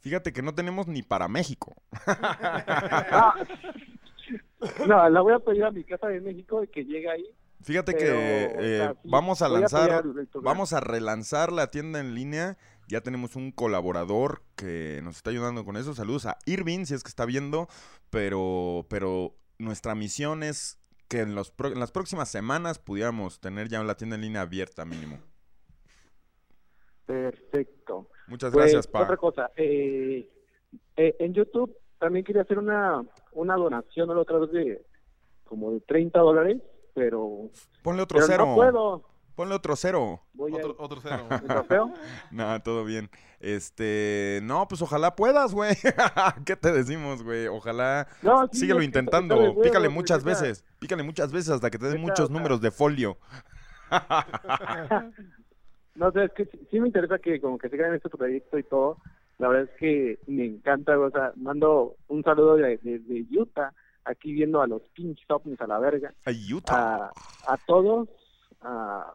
Speaker 1: Fíjate que no tenemos ni para México.
Speaker 18: Ah, No, la voy a pedir a mi casa de México y que llegue ahí.
Speaker 1: Fíjate
Speaker 18: Pero,
Speaker 1: que
Speaker 18: o sea,
Speaker 1: eh,
Speaker 18: sí,
Speaker 1: vamos a
Speaker 18: voy a
Speaker 1: lanzar,
Speaker 18: apoyar el programa.
Speaker 1: vamos a relanzar la tienda en línea. Ya tenemos un colaborador que nos está ayudando con eso. Saludos a Irving, si es que está viendo. Pero, pero nuestra misión es que en, los pro- en las próximas semanas pudiéramos tener ya la tienda en línea abierta mínimo.
Speaker 18: Perfecto.
Speaker 1: Muchas
Speaker 18: Pues,
Speaker 1: gracias, Pa.
Speaker 18: Otra cosa, eh, eh, en YouTube también quería hacer una, una donación a la otra vez de como de 30 dólares, pero...
Speaker 1: Ponle otro
Speaker 18: pero
Speaker 1: cero.
Speaker 18: No puedo.
Speaker 1: Ponle otro cero.
Speaker 2: Otro, otro cero.
Speaker 1: No, todo bien. Este, no, pues ojalá puedas, güey. ¿Qué te decimos, güey? Ojalá
Speaker 18: No, sí,
Speaker 1: síguelo
Speaker 18: es que
Speaker 1: intentando.
Speaker 18: pícale huevos,
Speaker 1: pícale
Speaker 18: güey,
Speaker 1: muchas
Speaker 18: neta.
Speaker 1: veces. Pícale muchas veces hasta que te den
Speaker 18: Neta,
Speaker 1: muchos
Speaker 18: o sea.
Speaker 1: números de folio.
Speaker 18: No sé, es que sí, sí me interesa que como que sigan en este proyecto y todo. La verdad es que me encanta, o sea, mando un saludo de- desde Utah, aquí viendo a los pinch ovnis a la verga.
Speaker 1: A Utah.
Speaker 18: A, todos, a,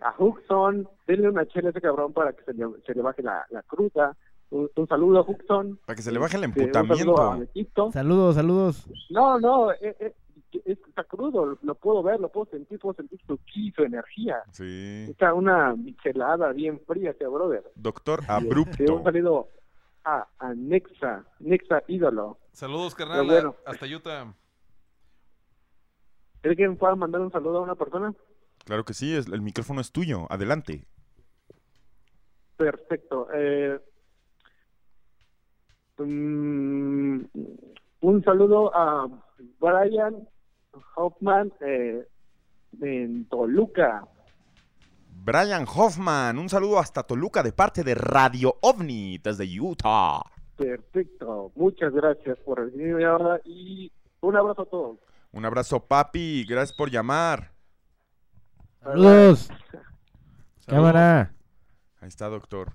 Speaker 18: a Huxon, denle una chela a ese cabrón para que se le, se le baje la, la cruda. Un, un saludo a Huxon.
Speaker 1: Para que se le baje el
Speaker 18: Este, un saludo a
Speaker 1: emputamiento.
Speaker 18: Betito.
Speaker 3: Saludos, saludos.
Speaker 18: No, no, eh, eh, es- está crudo, lo, lo puedo ver, lo puedo sentir, puedo sentir su ki, su energía.
Speaker 1: Sí.
Speaker 18: Está una michelada bien fría este brother.
Speaker 1: Doctor
Speaker 18: Te un
Speaker 1: Abrupto.
Speaker 18: salido a, a Nexa, Nexa ídolo.
Speaker 2: Saludos,
Speaker 18: Pero
Speaker 2: carnal.
Speaker 18: bueno.
Speaker 2: a- Hasta Utah.
Speaker 18: ¿Crees que me pueda mandar un saludo a una persona?
Speaker 1: Claro que sí, es- el micrófono es tuyo. Adelante.
Speaker 18: Perfecto. Eh, mm, un saludo a Brian Hoffman eh, en Toluca.
Speaker 1: Brian Hoffman, un saludo hasta Toluca de parte de Radio OVNI desde Utah.
Speaker 18: Perfecto. Muchas gracias por recibirme ahora y un abrazo a todos.
Speaker 1: Un abrazo, papi. Gracias por llamar.
Speaker 3: Saludos. Cámara.
Speaker 1: Ahí está, doctor.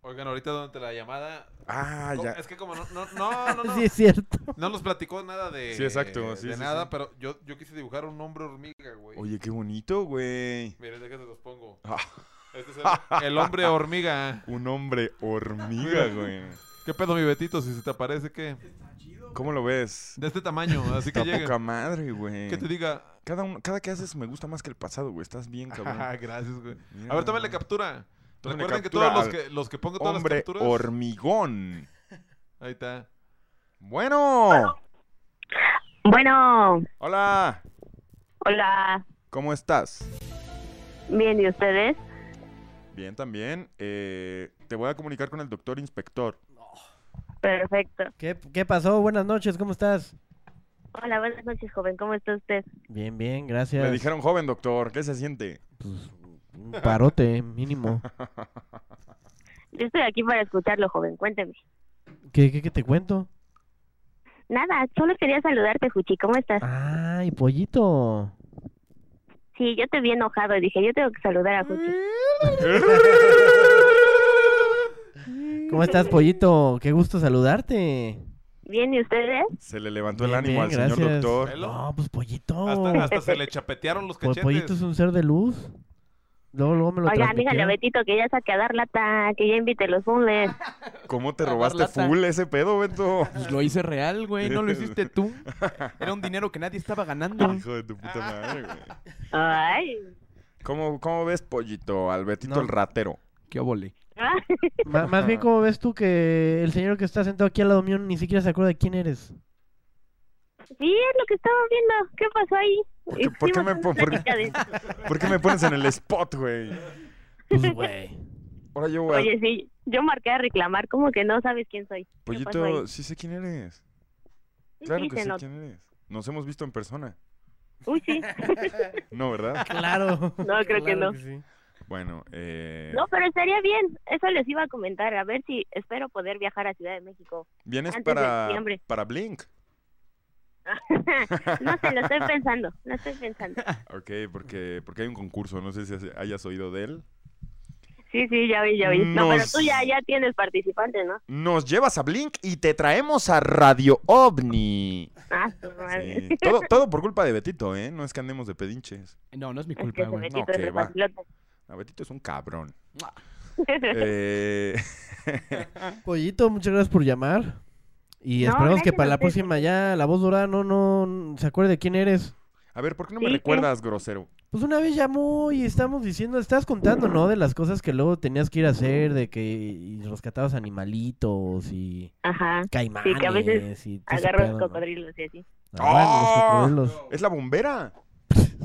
Speaker 2: Oigan, ahorita durante la llamada.
Speaker 1: Ah,
Speaker 2: Co-
Speaker 1: ya.
Speaker 2: Es que como no, no, no, no, no.
Speaker 3: Sí, es cierto.
Speaker 2: No nos platicó nada de.
Speaker 1: Sí, exacto, sí,
Speaker 2: de
Speaker 1: sí,
Speaker 2: nada,
Speaker 1: sí.
Speaker 2: pero yo, yo quise dibujar un hombre hormiga, güey.
Speaker 1: Oye, qué bonito, güey.
Speaker 2: Miren, déjenme los pongo.
Speaker 1: Ah.
Speaker 2: Este es el, el hombre hormiga.
Speaker 1: Un hombre
Speaker 2: Mira.
Speaker 1: hormiga, güey.
Speaker 2: ¿Qué pedo, mi Betito? Si se te aparece, ¿qué?
Speaker 1: ¿Cómo lo ves?
Speaker 2: De este tamaño, así que
Speaker 1: Está
Speaker 2: lleguen.
Speaker 1: poca madre, güey.
Speaker 2: Que te diga.
Speaker 1: Cada, uno- cada que haces me gusta más que el pasado, güey. Estás bien, cabrón.
Speaker 2: Ah, gracias, güey.
Speaker 1: Mira.
Speaker 2: A ver, tómale captura.
Speaker 1: Tómale
Speaker 2: Recuerden que
Speaker 1: captura
Speaker 2: todos los
Speaker 1: al
Speaker 2: que, los que pongan todas las
Speaker 1: Hombre
Speaker 2: capturas.
Speaker 1: hormigón.
Speaker 2: Ahí está.
Speaker 1: Bueno.
Speaker 19: Bueno,
Speaker 1: Hola.
Speaker 19: hola,
Speaker 1: ¿Cómo estás?
Speaker 19: bien, ¿y ustedes?
Speaker 1: Bien, también. Eh, te voy a comunicar con el doctor inspector.
Speaker 19: Perfecto.
Speaker 3: ¿Qué, qué pasó? Buenas noches, ¿cómo estás?
Speaker 19: Hola, buenas noches, joven, ¿cómo está usted?
Speaker 3: Bien, bien, gracias. Pues,
Speaker 1: Le dijeron joven, doctor. ¿Qué se siente?
Speaker 3: Un Parote, mínimo.
Speaker 19: Yo estoy aquí para escucharlo, joven, cuénteme.
Speaker 3: ¿Qué, qué, qué te cuento?
Speaker 19: Nada, solo quería saludarte, Fuchi, ¿cómo estás?
Speaker 3: Ay, pollito.
Speaker 19: Sí, yo te vi enojado y dije, yo tengo que saludar a Fuchi.
Speaker 3: ¿Cómo estás, pollito? Qué gusto saludarte.
Speaker 19: ¿Bien, y ustedes?
Speaker 1: Se le levantó el
Speaker 3: Bien,
Speaker 1: ánimo
Speaker 3: bien,
Speaker 1: al señor
Speaker 3: gracias.
Speaker 1: doctor.
Speaker 3: No, pues pollito.
Speaker 2: Hasta, hasta se le chapetearon los
Speaker 3: Pues
Speaker 2: cachetes.
Speaker 3: pollito es un ser de luz. Luego, luego me lo
Speaker 19: Oiga, dígale a
Speaker 3: transmitieron.
Speaker 19: Betito que ya saque a dar lata, que ya invite los funes.
Speaker 1: ¿Cómo te robaste
Speaker 19: lata.
Speaker 1: full ese pedo, Beto?
Speaker 4: Pues Lo hice real, güey, no lo hiciste tú. Era un dinero que nadie estaba ganando.
Speaker 1: Hijo de tu puta madre, güey.
Speaker 19: Ay.
Speaker 1: ¿Cómo, cómo ves, pollito? Al Betito
Speaker 3: No.
Speaker 1: el ratero.
Speaker 4: ¿Qué obole?
Speaker 3: Ma- más bien, como ves tú que el señor que está sentado aquí al lado mío ni siquiera se acuerda de quién eres?
Speaker 19: Sí, es lo que estaba viendo. ¿Qué pasó ahí?
Speaker 1: ¿Por qué, por qué me, pon- por- por qué me pones en el spot, güey?
Speaker 3: Pues, güey.
Speaker 1: Ahora yo, güey.
Speaker 19: Oye, sí, yo marqué a reclamar, como que no sabes quién soy. ¿Qué pasó ahí?
Speaker 1: Pollito, sí sé quién eres.
Speaker 19: Sí,
Speaker 1: Claro
Speaker 19: sí,
Speaker 1: que
Speaker 19: se
Speaker 1: sé
Speaker 19: nota.
Speaker 1: quién eres. Nos hemos visto en persona.
Speaker 19: Uy, sí.
Speaker 1: No, ¿verdad?
Speaker 3: Claro.
Speaker 19: No, creo que no.
Speaker 1: Bueno, eh,
Speaker 19: No, pero estaría bien. Eso les iba a comentar. A ver si espero poder viajar a Ciudad de México.
Speaker 1: vienes
Speaker 19: antes de
Speaker 1: para,
Speaker 19: diciembre.
Speaker 1: para Blink.
Speaker 19: no sé, lo estoy pensando. Lo estoy pensando.
Speaker 1: Ok, porque, porque hay un concurso, no sé si has- hayas oído de él.
Speaker 19: Sí, sí, ya vi, ya vi. No, pero
Speaker 1: Nos-
Speaker 19: tú ya, ya tienes participantes, ¿no?
Speaker 1: Nos llevas a Blink y te traemos a Radio OVNI.
Speaker 19: Ah, su madre.
Speaker 1: Sí, Todo, todo por culpa de Betito, ¿eh? No es que andemos de pedinches.
Speaker 4: No, no es mi
Speaker 19: Es que
Speaker 4: culpa,
Speaker 19: ese
Speaker 4: güey.
Speaker 19: Betito
Speaker 1: No, que
Speaker 19: es
Speaker 1: va.
Speaker 19: refacilota.
Speaker 1: A Betito es un cabrón. Eh,
Speaker 3: Pollito, muchas gracias por llamar. Y
Speaker 1: No,
Speaker 3: esperemos que
Speaker 1: gracias
Speaker 3: para
Speaker 1: a
Speaker 3: la
Speaker 1: ustedes.
Speaker 3: próxima ya la voz dorada no, no, n- se acuerde de quién eres.
Speaker 1: a ver, ¿por qué no me
Speaker 3: Sí, sí.
Speaker 1: recuerdas, grosero?
Speaker 3: Pues una vez llamó y estamos diciendo, estás contando, ¿no? De las cosas que luego tenías que ir a hacer, de que y rescatabas animalitos y
Speaker 19: Ajá.
Speaker 3: caimanes
Speaker 19: Sí, que a veces
Speaker 3: y todo ese
Speaker 19: agarro
Speaker 3: pedo, ¿no?
Speaker 19: cocodrilos y así.
Speaker 3: Ah, bueno, los
Speaker 1: ¡Oh! Es la bombera.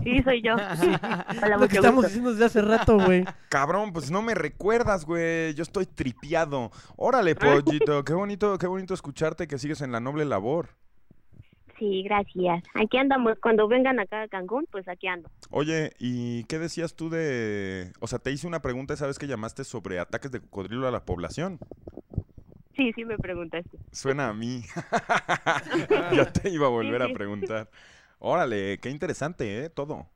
Speaker 19: Sí, soy yo. Hola,
Speaker 3: Lo que
Speaker 19: mucho
Speaker 3: estamos
Speaker 19: gusto.
Speaker 3: diciendo desde hace rato, güey.
Speaker 1: Cabrón, pues no me recuerdas, güey. Yo estoy tripiado. Órale, pollito. Qué bonito, qué bonito escucharte que sigues en la noble labor.
Speaker 19: Sí, gracias. Aquí andamos. Cuando vengan acá a Cancún, pues aquí ando.
Speaker 1: Oye, ¿y qué decías tú de...? O sea, te hice una pregunta, ¿sabes que llamaste sobre ataques de cocodrilo a la población?
Speaker 19: Sí, sí me preguntaste.
Speaker 1: Suena a mí. ya te iba a volver a preguntar. Órale, qué interesante, ¿eh? Todo.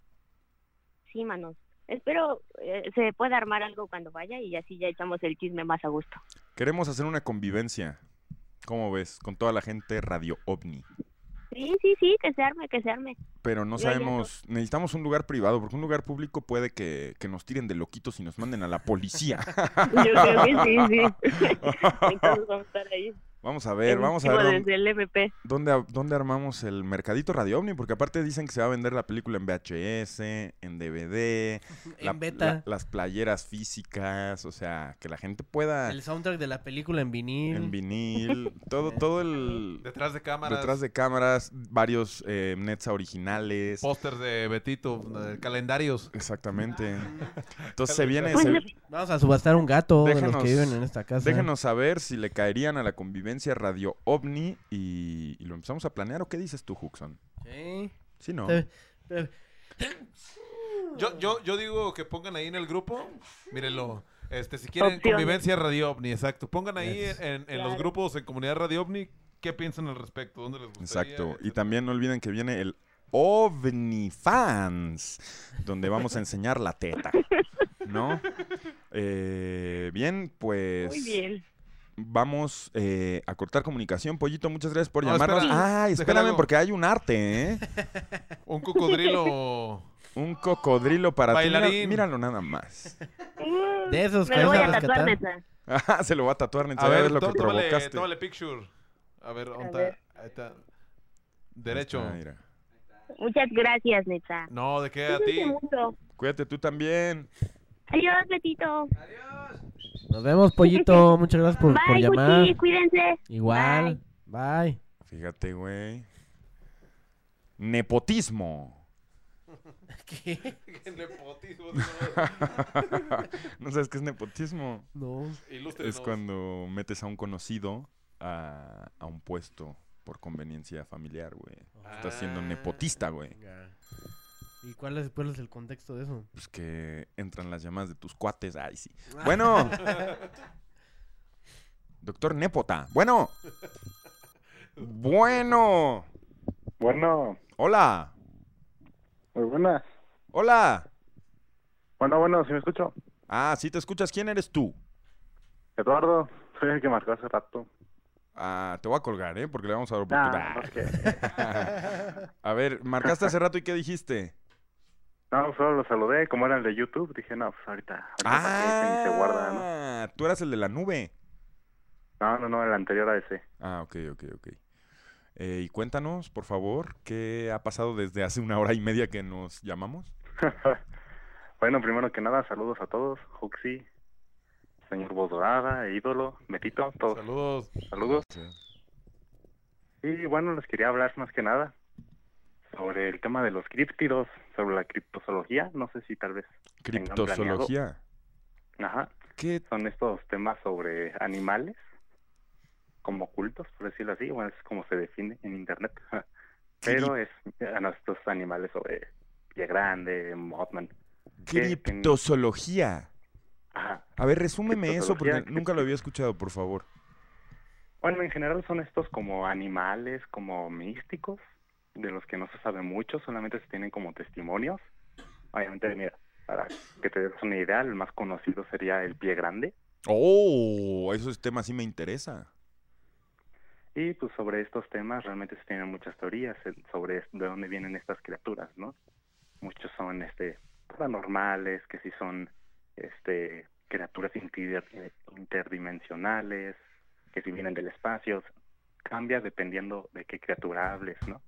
Speaker 19: Sí, manos. Espero eh, se pueda armar algo cuando vaya y así ya echamos el chisme más a gusto.
Speaker 1: Queremos hacer una convivencia. ¿Cómo ves? Con toda la gente Radio OVNI.
Speaker 19: Sí, sí, sí, que se arme, que se arme.
Speaker 1: Pero no
Speaker 19: Yo ya
Speaker 1: sabemos... Necesitamos un lugar privado, porque un lugar público puede que, que nos tiren de loquitos y nos manden a la policía.
Speaker 19: Yo creo que sí, sí. Entonces vamos a estar ahí.
Speaker 1: Vamos a ver,
Speaker 19: En
Speaker 1: vamos a
Speaker 19: vivo
Speaker 1: ver. dónde-
Speaker 19: Desde el MP.
Speaker 1: ¿Dónde, a- dónde armamos el mercadito Radio OVNI? Porque aparte dicen que se va a vender la película en VHS, en DVD, la-
Speaker 3: beta.
Speaker 1: la- las playeras físicas, o sea, que la gente pueda
Speaker 3: El soundtrack de la película en vinil.
Speaker 1: en vinil, todo, todo el...
Speaker 2: Detrás de cámaras.
Speaker 1: Detrás de cámaras, varios eh, nets originales.
Speaker 2: Pósters de Betito, eh, calendarios.
Speaker 1: Exactamente.
Speaker 19: Ah.
Speaker 1: Entonces se viene...
Speaker 19: Pues,
Speaker 1: se-
Speaker 3: Vamos a subastar un gato de los
Speaker 1: Déjenos-
Speaker 3: que viven en esta casa.
Speaker 1: Déjenos saber si le caerían a la convivencia Radio OVNI y, y lo empezamos a planear. ¿O qué dices tú, Huxon?
Speaker 3: Sí.
Speaker 1: Sí, no.
Speaker 3: Te-
Speaker 2: Yo, yo, yo digo que pongan ahí en el grupo, mírenlo. Este, si quieren
Speaker 3: Opciones.
Speaker 2: convivencia Radio OVNI, exacto. Pongan ahí en,
Speaker 1: Gracias.
Speaker 2: en los
Speaker 1: Claro.
Speaker 2: grupos, en comunidad Radio OVNI, qué piensan al respecto, dónde les gustaría.
Speaker 1: Exacto. Y también no olviden que viene el OVNI Fans, donde vamos a enseñar la teta, ¿no? Eh, bien, pues...
Speaker 19: Muy bien.
Speaker 1: Vamos eh, a cortar comunicación. Pollito, muchas gracias por
Speaker 2: No,
Speaker 1: llamarnos.
Speaker 2: espera.
Speaker 1: Ay,
Speaker 2: Déjale
Speaker 1: espérame,
Speaker 2: algo.
Speaker 1: porque hay un arte, ¿eh?
Speaker 2: Un cocodrilo.
Speaker 1: Un cocodrilo para ti. Mira-
Speaker 2: Bailarín.
Speaker 1: Míralo nada más.
Speaker 3: De esos
Speaker 19: Uh, Me
Speaker 3: que
Speaker 19: lo voy
Speaker 3: vas a
Speaker 19: a
Speaker 3: rescatar.
Speaker 19: tatuar, neta.
Speaker 1: Ajá, se lo va a tatuar, Nitsa,
Speaker 2: A
Speaker 1: ya
Speaker 2: ver,
Speaker 1: ves lo que
Speaker 2: tó- tómale-
Speaker 1: provocaste.
Speaker 2: tómale picture. A ver, ¿dónde
Speaker 19: ver.
Speaker 2: está? Ahí está. Derecho.
Speaker 1: Ah, mira.
Speaker 19: Muchas gracias, Neta.
Speaker 2: No, ¿de qué a
Speaker 19: Cuídense
Speaker 2: ti?
Speaker 19: mucho.
Speaker 1: Cuídate tú también.
Speaker 19: Adiós, Betito.
Speaker 3: Nos vemos, pollito. Muchas gracias por, por
Speaker 19: Bye,
Speaker 3: llamar.
Speaker 19: Guti, cuídense.
Speaker 3: Igual. Bye.
Speaker 1: Fíjate, güey. Nepotismo.
Speaker 3: ¿Qué?
Speaker 2: Nepotismo.
Speaker 1: ¿No sabes qué es nepotismo?
Speaker 3: No.
Speaker 2: Ilústrenos.
Speaker 1: Es cuando metes a un conocido a, a un puesto por conveniencia familiar, güey. Estás siendo
Speaker 3: Ah.
Speaker 1: nepotista, güey.
Speaker 3: ¿Y cuál es, cuál es el contexto de eso?
Speaker 1: Pues que entran las llamadas de tus cuates. Ay, sí. Bueno. Doctor Nepota. Bueno. Bueno.
Speaker 20: Bueno,
Speaker 1: Hola.
Speaker 20: muy buenas.
Speaker 1: Hola.
Speaker 20: Bueno, bueno, si me escucho.
Speaker 1: Ah, sí te escuchas. ¿Quién eres tú?
Speaker 20: Eduardo, soy el que marcó hace rato.
Speaker 1: Ah, te voy a colgar, ¿eh? Porque le vamos a dar
Speaker 20: Nah, Ah,
Speaker 1: oportunidad. a ver, marcaste hace rato y ¿qué dijiste?
Speaker 20: No, solo lo saludé, como eran de YouTube, dije, no, pues ahorita. ahorita para que se guarda, ¿no?
Speaker 1: Ah, tú eras el de la nube.
Speaker 20: No, no, no, el anterior a ese.
Speaker 1: Ah, ok, ok, ok. Eh, y cuéntanos, por favor, qué ha pasado desde hace una hora y media que nos llamamos.
Speaker 20: Bueno, primero que nada, saludos a todos, Juxi, señor Voz Dorada, ídolo, Metito, todos.
Speaker 2: Saludos.
Speaker 20: Saludos. Y bueno, les quería hablar más que nada sobre el tema de los críptidos, sobre la criptozoología, no sé si tal vez. tengan planeado.
Speaker 1: Criptozoología.
Speaker 20: Ajá.
Speaker 1: ¿Qué?
Speaker 20: Son estos temas sobre animales, como cultos, por decirlo así, bueno, es como se define en internet. Pero es a nuestros animales sobre pie grande, Mothman. que en-
Speaker 1: Criptozoología.
Speaker 20: Ajá.
Speaker 1: A ver, resúmeme eso porque
Speaker 20: Criptozoología,
Speaker 1: nunca lo había escuchado, por favor.
Speaker 20: Bueno, en general son estos como animales, como místicos, de los que no se sabe mucho, solamente se tienen como testimonios. Obviamente, mira, para que te des una idea, el más conocido sería el pie grande.
Speaker 1: Oh, esos temas sí me interesa.
Speaker 20: Y pues sobre estos temas realmente se tienen muchas teorías eh, sobre es- de dónde vienen estas criaturas, ¿no? Muchos son este paranormales, que sí son este criaturas inter- eh, interdimensionales, que sí vienen del espacio, cambia dependiendo de qué criatura hables, ¿no?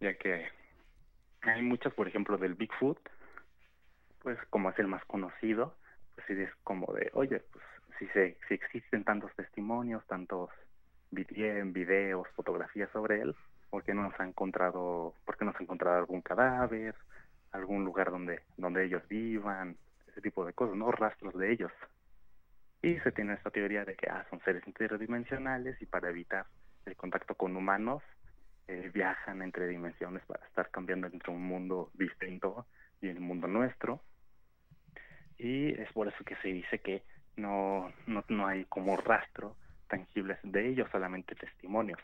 Speaker 20: Ya que hay muchas, por ejemplo, del Bigfoot, pues como es el más conocido, pues sí es como de, oye, pues si se si existen tantos testimonios, tantos bien videos, fotografías sobre él, porque no se ha encontrado, porque no se ha encontrado algún cadáver, algún lugar donde, donde ellos vivan, ese tipo de cosas, no rastros de ellos. Y se tiene esta teoría de que ah, son seres interdimensionales y para evitar el contacto con humanos, eh, viajan entre dimensiones para estar cambiando entre un mundo distinto y el mundo nuestro. Y es por eso que se dice que no, no, no hay como rastro tangibles de ellos, solamente testimonios.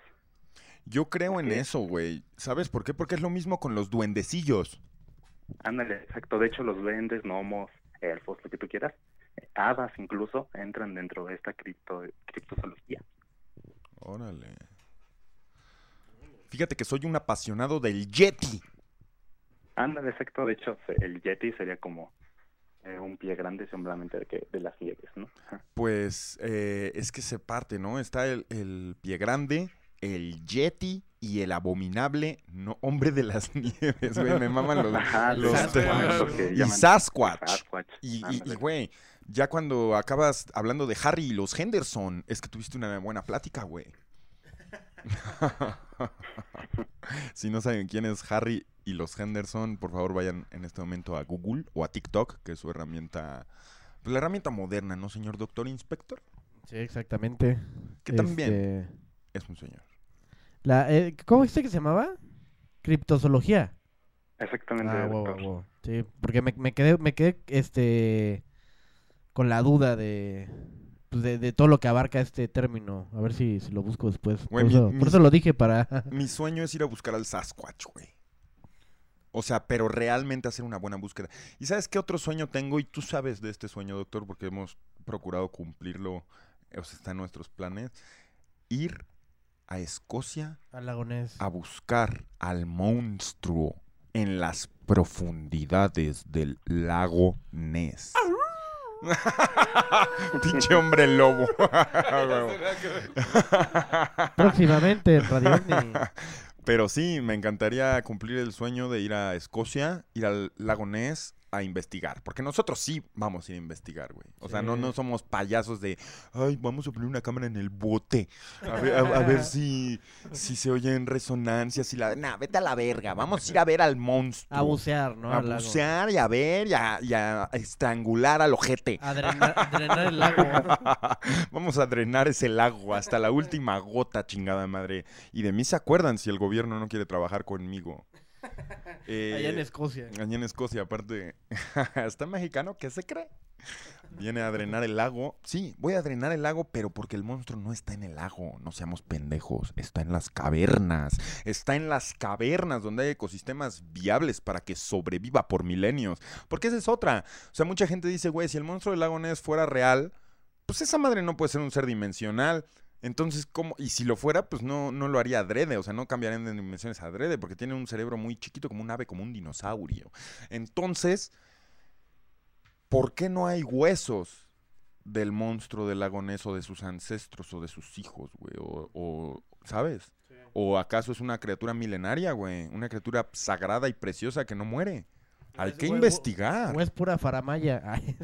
Speaker 1: Yo creo en eso, güey. ¿Sabes por qué? Porque es lo mismo con los duendecillos.
Speaker 20: Ándale, exacto. De hecho, los vendes, gnomos, elfos, lo que tú quieras, eh, hadas incluso, entran dentro de esta cripto, criptozoología.
Speaker 1: Órale. Fíjate que soy un apasionado del Yeti.
Speaker 20: Ándale, exacto. De hecho, se- el yeti sería como eh, un pie grande simplemente de, que, de las liebres, ¿no?
Speaker 1: Pues eh, es que se parte, ¿no? Está el, el pie grande, el Yeti y el abominable no, hombre de las nieves, güey. Me maman los,
Speaker 20: Ajá,
Speaker 1: los
Speaker 20: Sasquatch,
Speaker 1: tres.
Speaker 20: lo que
Speaker 1: Y
Speaker 20: llaman
Speaker 1: Sasquatch.
Speaker 20: Sasquatch,
Speaker 1: Y, y- y,
Speaker 20: ándale.
Speaker 1: güey, ya cuando acabas hablando de Harry y los Henderson, es que tuviste una buena plática, güey. si no saben quién es Harry y los Henderson, por favor vayan en este momento a Google o a TikTok, que es su herramienta, pues, la herramienta moderna, ¿no, señor doctor inspector?
Speaker 3: Sí, exactamente.
Speaker 1: Que también
Speaker 3: Este,
Speaker 1: es un señor.
Speaker 3: la, eh, ¿Cómo dijiste que se llamaba? Criptozoología.
Speaker 20: Exactamente.
Speaker 3: Ah,
Speaker 20: doctor.
Speaker 3: wow, wow, wow. Sí, porque me, me quedé, me quedé este, con la duda de, pues, de, de todo lo que abarca este término. A ver si, si lo busco después.
Speaker 1: Güey,
Speaker 3: por,
Speaker 1: mi-
Speaker 3: eso, por
Speaker 1: mis-
Speaker 3: eso lo dije para...
Speaker 1: Mi sueño es ir a buscar al Sasquatch, güey. O sea, pero realmente hacer una buena búsqueda. ¿Y sabes qué otro sueño tengo? Y tú sabes de este sueño, doctor, porque hemos procurado cumplirlo. eh, O sea, está en nuestros planes. Ir a Escocia
Speaker 3: Al lagonés.
Speaker 1: a buscar al monstruo en las profundidades del lago Ness. Pinche hombre lobo.
Speaker 3: Próximamente en Radio Ovni.
Speaker 1: Pero sí, me encantaría cumplir el sueño de ir a Escocia, ir al lago Ness a investigar. Porque nosotros sí vamos a ir a investigar, güey. O sea, no,
Speaker 2: Sí.
Speaker 1: no somos payasos de, ay, vamos a poner una cámara en el bote. A ver, a- a ver si, si se oyen resonancias. Si la... Nah, vete a la verga. Vamos a ir a ver al monstruo.
Speaker 3: A bucear, ¿no?
Speaker 1: A
Speaker 3: Al lago.
Speaker 1: bucear y a ver y a, y a estrangular al ojete.
Speaker 3: A drenar- drenar el lago.
Speaker 1: Vamos a drenar ese lago hasta la última gota, chingada madre. Y de mí se acuerdan si el gobierno no quiere trabajar conmigo. Eh,
Speaker 3: Allá en Escocia.
Speaker 1: Allá en Escocia, aparte. Está mexicano, ¿qué se cree? Viene a drenar el lago. Sí, voy a drenar el lago, pero porque el monstruo no está en el lago. No seamos pendejos. Está en las cavernas. Está en las cavernas donde hay ecosistemas viables para que sobreviva por milenios. Porque esa es otra. O sea, mucha gente dice, güey, si el monstruo del lago Ness fuera real, pues esa madre no puede ser un ser dimensional. Entonces, ¿cómo? Y si lo fuera, pues no, no lo haría adrede, o sea, no cambiarían de dimensiones adrede, porque tiene un cerebro muy chiquito, como un ave, como un dinosaurio. Entonces, ¿por qué no hay huesos del monstruo del lago Ness o de sus ancestros o de sus hijos, güey? O, o- ¿sabes? ¿O acaso es una criatura milenaria, güey? Una criatura sagrada y preciosa que no muere. Hay que
Speaker 3: O es-
Speaker 1: investigar.
Speaker 3: O es pura faramaya. Ay.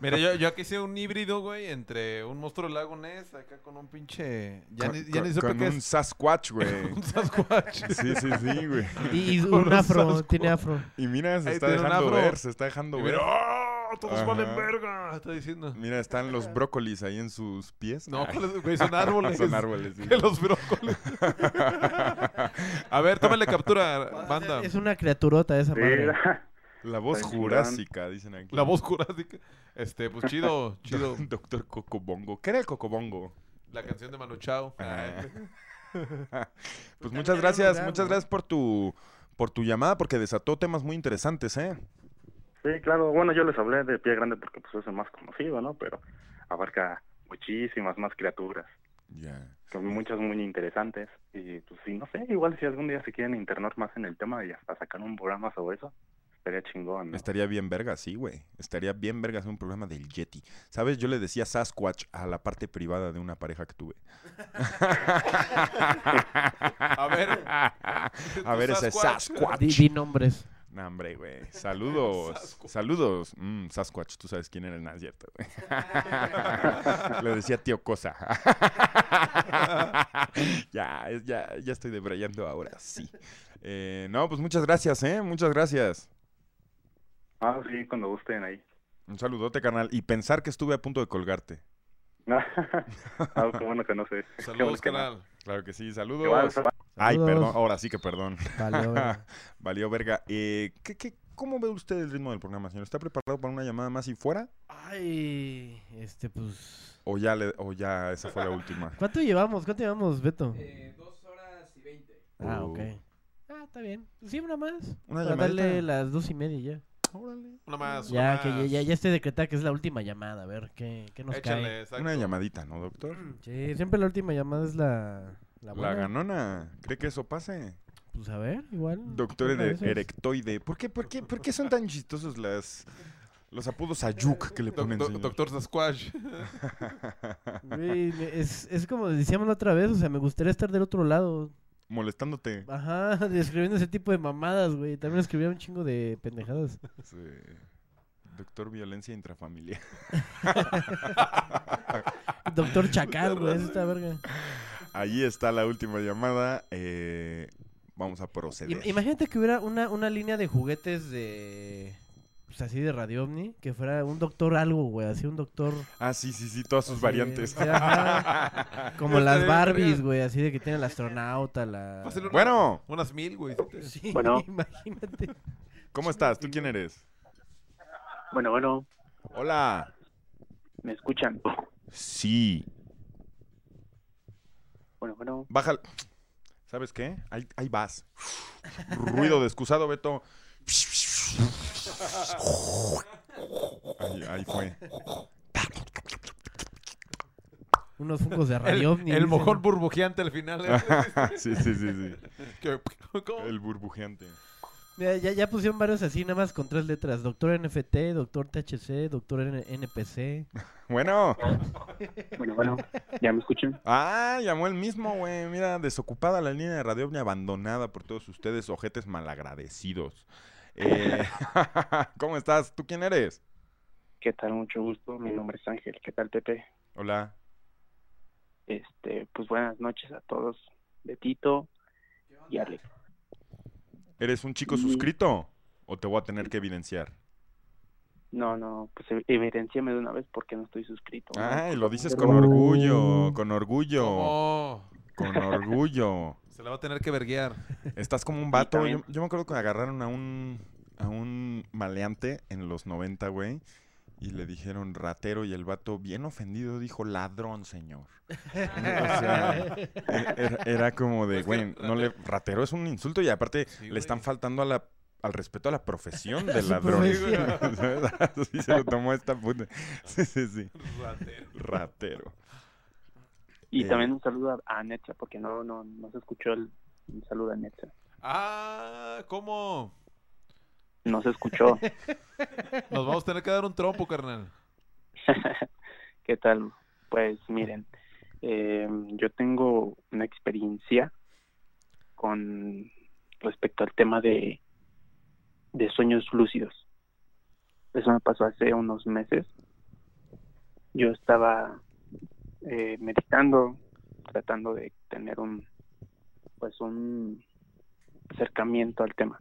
Speaker 2: Mira, yo, yo aquí hice un híbrido, güey, entre un monstruo del lago Ness acá con un pinche. Ya
Speaker 1: Con-
Speaker 2: ni, ya
Speaker 1: con-
Speaker 2: ni supe
Speaker 1: con
Speaker 2: qué
Speaker 1: un
Speaker 2: es.
Speaker 1: Sasquatch, güey.
Speaker 2: un Sasquatch.
Speaker 1: Sí, sí, sí, güey.
Speaker 3: Y- y un afro, tiene afro.
Speaker 1: Y mira, se
Speaker 2: Ahí
Speaker 1: está
Speaker 2: tiene un
Speaker 1: dejando
Speaker 2: afro.
Speaker 1: ver, se está dejando
Speaker 2: Y
Speaker 1: ver.
Speaker 2: mira, ¡ah! Todos valen
Speaker 1: Ajá.
Speaker 2: verga, está diciendo.
Speaker 1: Mira, están los brócolis ahí en sus pies.
Speaker 2: No,
Speaker 1: Ay.
Speaker 2: ¿cuáles, güey? son árboles.
Speaker 1: son árboles. sí.
Speaker 2: Que los brócolis. A ver, tómale captura, banda.
Speaker 3: Es una criaturota esa
Speaker 2: Sí,
Speaker 3: madre.
Speaker 2: la-
Speaker 1: La voz jurásica, dicen aquí.
Speaker 2: La voz jurásica. Este, pues chido, chido.
Speaker 1: Doctor Cocobongo. ¿Qué era el Cocobongo?
Speaker 2: La canción de Manu Chao.
Speaker 1: Pues
Speaker 2: Pues
Speaker 1: muchas
Speaker 2: cambiaron
Speaker 1: gracias,
Speaker 2: lugar,
Speaker 1: muchas
Speaker 2: ¿no?
Speaker 1: gracias por tu por tu llamada porque desató temas muy interesantes, ¿eh?
Speaker 20: Sí, claro. Bueno, yo les hablé de pie grande porque pues es el más conocido, ¿no? Pero abarca muchísimas más criaturas.
Speaker 1: Ya.
Speaker 20: Son muchas muy interesantes. Y pues sí, no sé, igual si algún día se quieren internar más en el tema y hasta sacar un programa sobre eso, estaría chingón. ¿no?
Speaker 1: Estaría bien verga, sí, güey. Estaría bien verga hacer un programa del Yeti. ¿Sabes? Yo le decía Sasquatch a la parte privada de una pareja que tuve. a
Speaker 2: ver.
Speaker 1: A ver ese Sasquatch.
Speaker 3: Di, di nombres.
Speaker 1: No, hombre, güey. Saludos. Saludos. Mm, Sasquatch, tú sabes quién eres, no es cierto, güey. Le decía tío Cosa. ya, es- ya, ya estoy debrayando ahora, sí. Eh, no, pues muchas gracias, ¿eh? Muchas gracias.
Speaker 20: Ah, sí, cuando gusten ahí.
Speaker 1: Un saludote, canal. Y pensar que estuve a punto de colgarte.
Speaker 20: ah, qué bueno que no sé. Qué bueno que no.
Speaker 1: Claro que sí, saludos.
Speaker 20: Igual, sal-
Speaker 1: Ay,
Speaker 3: Saludos.
Speaker 1: perdón, ahora sí que perdón.
Speaker 3: Valió verga.
Speaker 1: Valió verga. Eh, ¿qué- qué- cómo ve usted el ritmo del programa, señor? ¿Está preparado para una llamada más y fuera?
Speaker 3: Ay, este, pues.
Speaker 1: ¿O ya, le- o ya esa fue la última?
Speaker 3: ¿Cuánto llevamos? ¿Cuánto llevamos, Beto?
Speaker 4: Eh,
Speaker 3: Ah,
Speaker 1: Uh,
Speaker 3: ok. Ah, está bien. Sí, una más.
Speaker 2: Una
Speaker 3: Para darle
Speaker 2: llamadita.
Speaker 3: las dos y media ya.
Speaker 2: Una más,
Speaker 3: Ya,
Speaker 2: una
Speaker 3: que ya,
Speaker 2: más.
Speaker 3: ya, ya esté decretada que es la última llamada. A ver, ¿qué, qué nos
Speaker 2: Échale,
Speaker 3: cae? Mm,
Speaker 2: exacto.
Speaker 1: Una llamadita, ¿no, doctor?
Speaker 3: Sí, siempre la última llamada es la, la
Speaker 1: La,
Speaker 3: buena.
Speaker 1: ganona. ¿Cree que eso pase?
Speaker 3: Pues a ver, igual.
Speaker 1: Doctor
Speaker 3: una de
Speaker 1: ere-
Speaker 3: esas.
Speaker 1: erectoide. ¿Por qué, por, qué, ¿Por qué son tan chistosos las, los apodos a Yuk que le ponen? señor?
Speaker 2: Doctor Sasquatch.
Speaker 3: Güey, me- es, es como decíamos la otra vez, o sea, me gustaría estar del otro lado.
Speaker 1: Molestándote.
Speaker 3: Ajá, escribiendo ese tipo de mamadas, güey. También escribía un chingo de pendejadas.
Speaker 1: Sí. Doctor Violencia Intrafamiliar.
Speaker 3: Doctor Chacal, güey, es esta verga.
Speaker 1: Allí está la última llamada. eh, vamos a proceder.
Speaker 3: Im- Imagínate que hubiera una, una línea de juguetes de. Pues así de Radio Omni, que fuera un doctor algo, güey, así un doctor.
Speaker 1: Ah, sí, sí, sí, todas sus
Speaker 3: así,
Speaker 1: variantes.
Speaker 3: sí, ajá. Como
Speaker 2: Estaría
Speaker 3: las
Speaker 2: bien
Speaker 3: Barbies,
Speaker 2: verga.
Speaker 3: güey, así de que tiene el astronauta, la.
Speaker 2: Pásale una- Unas mil, güey.
Speaker 3: Sí,
Speaker 1: Bueno.
Speaker 3: imagínate.
Speaker 1: ¿Cómo estás? ¿Tú quién eres?
Speaker 21: Bueno, bueno,
Speaker 1: Hola.
Speaker 21: ¿me escuchan?
Speaker 1: Sí.
Speaker 21: Bueno, bueno.
Speaker 1: Bájale. ¿Sabes qué? Ahí, ahí vas. Ruido de excusado, Beto. Ahí, ahí fue.
Speaker 3: Unos fungos de
Speaker 2: El,
Speaker 3: Radio Omni.
Speaker 2: el
Speaker 3: dicen.
Speaker 2: mojón burbujeante al final. ¿eh?
Speaker 1: sí, sí, sí, sí.
Speaker 2: Que-
Speaker 1: El burbujeante.
Speaker 3: Mira, ya, ya pusieron varios así, nada más con tres letras: Doctor NFT, Doctor THC, Doctor N- NPC.
Speaker 1: Bueno.
Speaker 21: Bueno, bueno, ¿ya me escuchan?
Speaker 1: Ah, llamó el mismo, güey. Mira, desocupada la línea de Radio Ovni, abandonada por todos ustedes, ojetes malagradecidos. Eh, ¿Cómo estás? ¿Tú quién eres?
Speaker 21: ¿Qué tal? Mucho gusto. Mi nombre es Ángel. ¿Qué tal, Pepe?
Speaker 1: Hola.
Speaker 21: Este, pues buenas noches a todos. Betito y Alex.
Speaker 1: ¿Eres un chico suscrito? ¿O te voy a tener que evidenciar?
Speaker 21: No, no, pues ev- evidenciame de una vez porque no estoy suscrito. ¿no?
Speaker 1: Ay, lo dices con orgullo, con orgullo. Con orgullo.
Speaker 2: Se la va a tener que verguear.
Speaker 1: Estás como un vato. Yo, yo me acuerdo que agarraron a un, a un maleante en los 90, güey. Y le dijeron ratero y el vato, bien ofendido, dijo ladrón, señor. O sea, e- era, era como de, güey, no le, ratero es un insulto y aparte le están faltando a la, al respeto a la profesión
Speaker 2: A
Speaker 1: de
Speaker 2: su
Speaker 1: ladrón.
Speaker 2: profesión.
Speaker 1: ¿Sabes? Así se lo tomó esta puta. Sí, sí, sí.
Speaker 2: Ratero.
Speaker 1: Ratero.
Speaker 21: Y
Speaker 1: Eh,
Speaker 21: también un saludo a, a Netza porque no, no, no se escuchó el un saludo a Netza.
Speaker 2: Ah, ¿cómo?
Speaker 21: No se escuchó.
Speaker 2: Nos vamos a tener que dar un trompo, carnal.
Speaker 21: ¿Qué tal? Pues miren, eh, yo tengo una experiencia con respecto al tema de, de sueños lúcidos. Eso me pasó hace unos meses. Yo estaba eh, meditando, tratando de tener un pues un acercamiento al tema.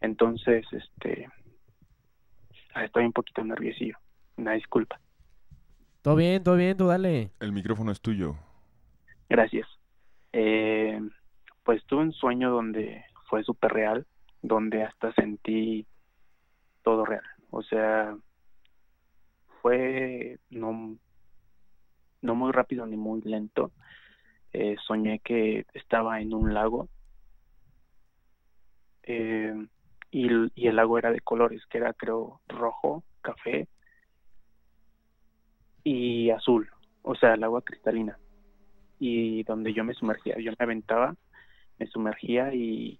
Speaker 21: Entonces, este ah, estoy un poquito nerviosillo. Una disculpa.
Speaker 3: Todo bien, todo bien, tú dale.
Speaker 1: El micrófono es tuyo.
Speaker 21: Gracias. Eh, pues tuve un sueño donde fue súper real, donde hasta sentí todo real. O sea, fue no, no muy rápido ni muy lento. Eh, soñé que estaba en un lago eh, y, el- y el lago era de colores, que era creo rojo, café y azul. O sea, el agua cristalina y donde yo me sumergía, yo me aventaba, me sumergía y,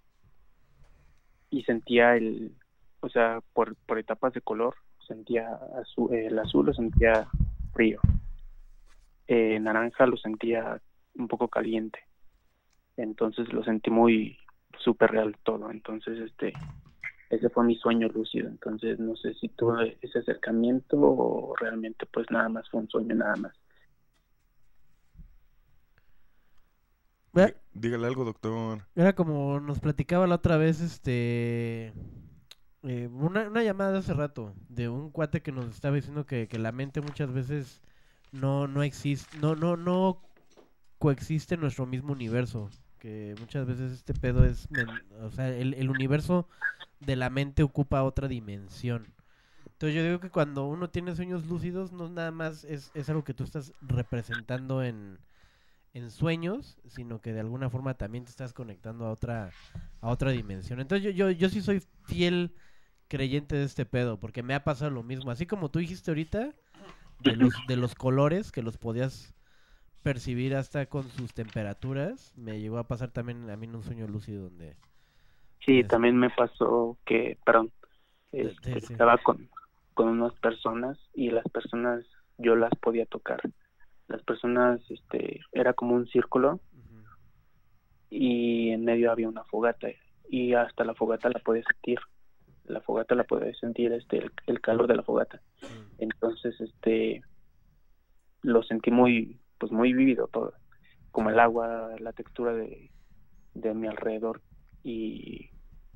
Speaker 21: y sentía el, o sea, por, por etapas de color, sentía azu- el azul, lo sentía frío, Eh, naranja lo sentía un poco caliente, entonces lo sentí muy súper real todo, entonces este, ese fue mi sueño lúcido, entonces no sé si tuve ese acercamiento o realmente pues nada más fue un sueño nada más.
Speaker 3: Ve-
Speaker 1: Dígale algo, doctor.
Speaker 3: Era como nos platicaba la otra vez, este... eh, una, una llamada de hace rato de un cuate que nos estaba diciendo que, que la mente muchas veces no, no existe, no, no, no coexiste en nuestro mismo universo. que muchas veces este pedo es, men- o sea, el, el universo de la mente ocupa otra dimensión. Entonces yo digo que cuando uno tiene sueños lúcidos, no nada más es, es algo que tú estás representando en, en sueños, sino que de alguna forma también te estás conectando a otra, a otra dimensión. Entonces yo, yo, yo sí soy fiel creyente de este pedo, porque me ha pasado lo mismo. Así como tú dijiste ahorita, de los, de los colores que los podías percibir hasta con sus temperaturas, me llegó a pasar también a mí en un sueño lúcido donde...
Speaker 21: Sí, también me pasó que, perdón, este,
Speaker 3: Este, sí.
Speaker 21: estaba con, con unas personas y las personas yo las podía tocar. Las personas, este, era como un círculo y en medio había una fogata y hasta la fogata la podía sentir. La fogata la podía sentir, este, el, el calor de la fogata. Entonces, este, lo sentí muy, pues muy vívido todo, como el agua, la textura de, de mi alrededor y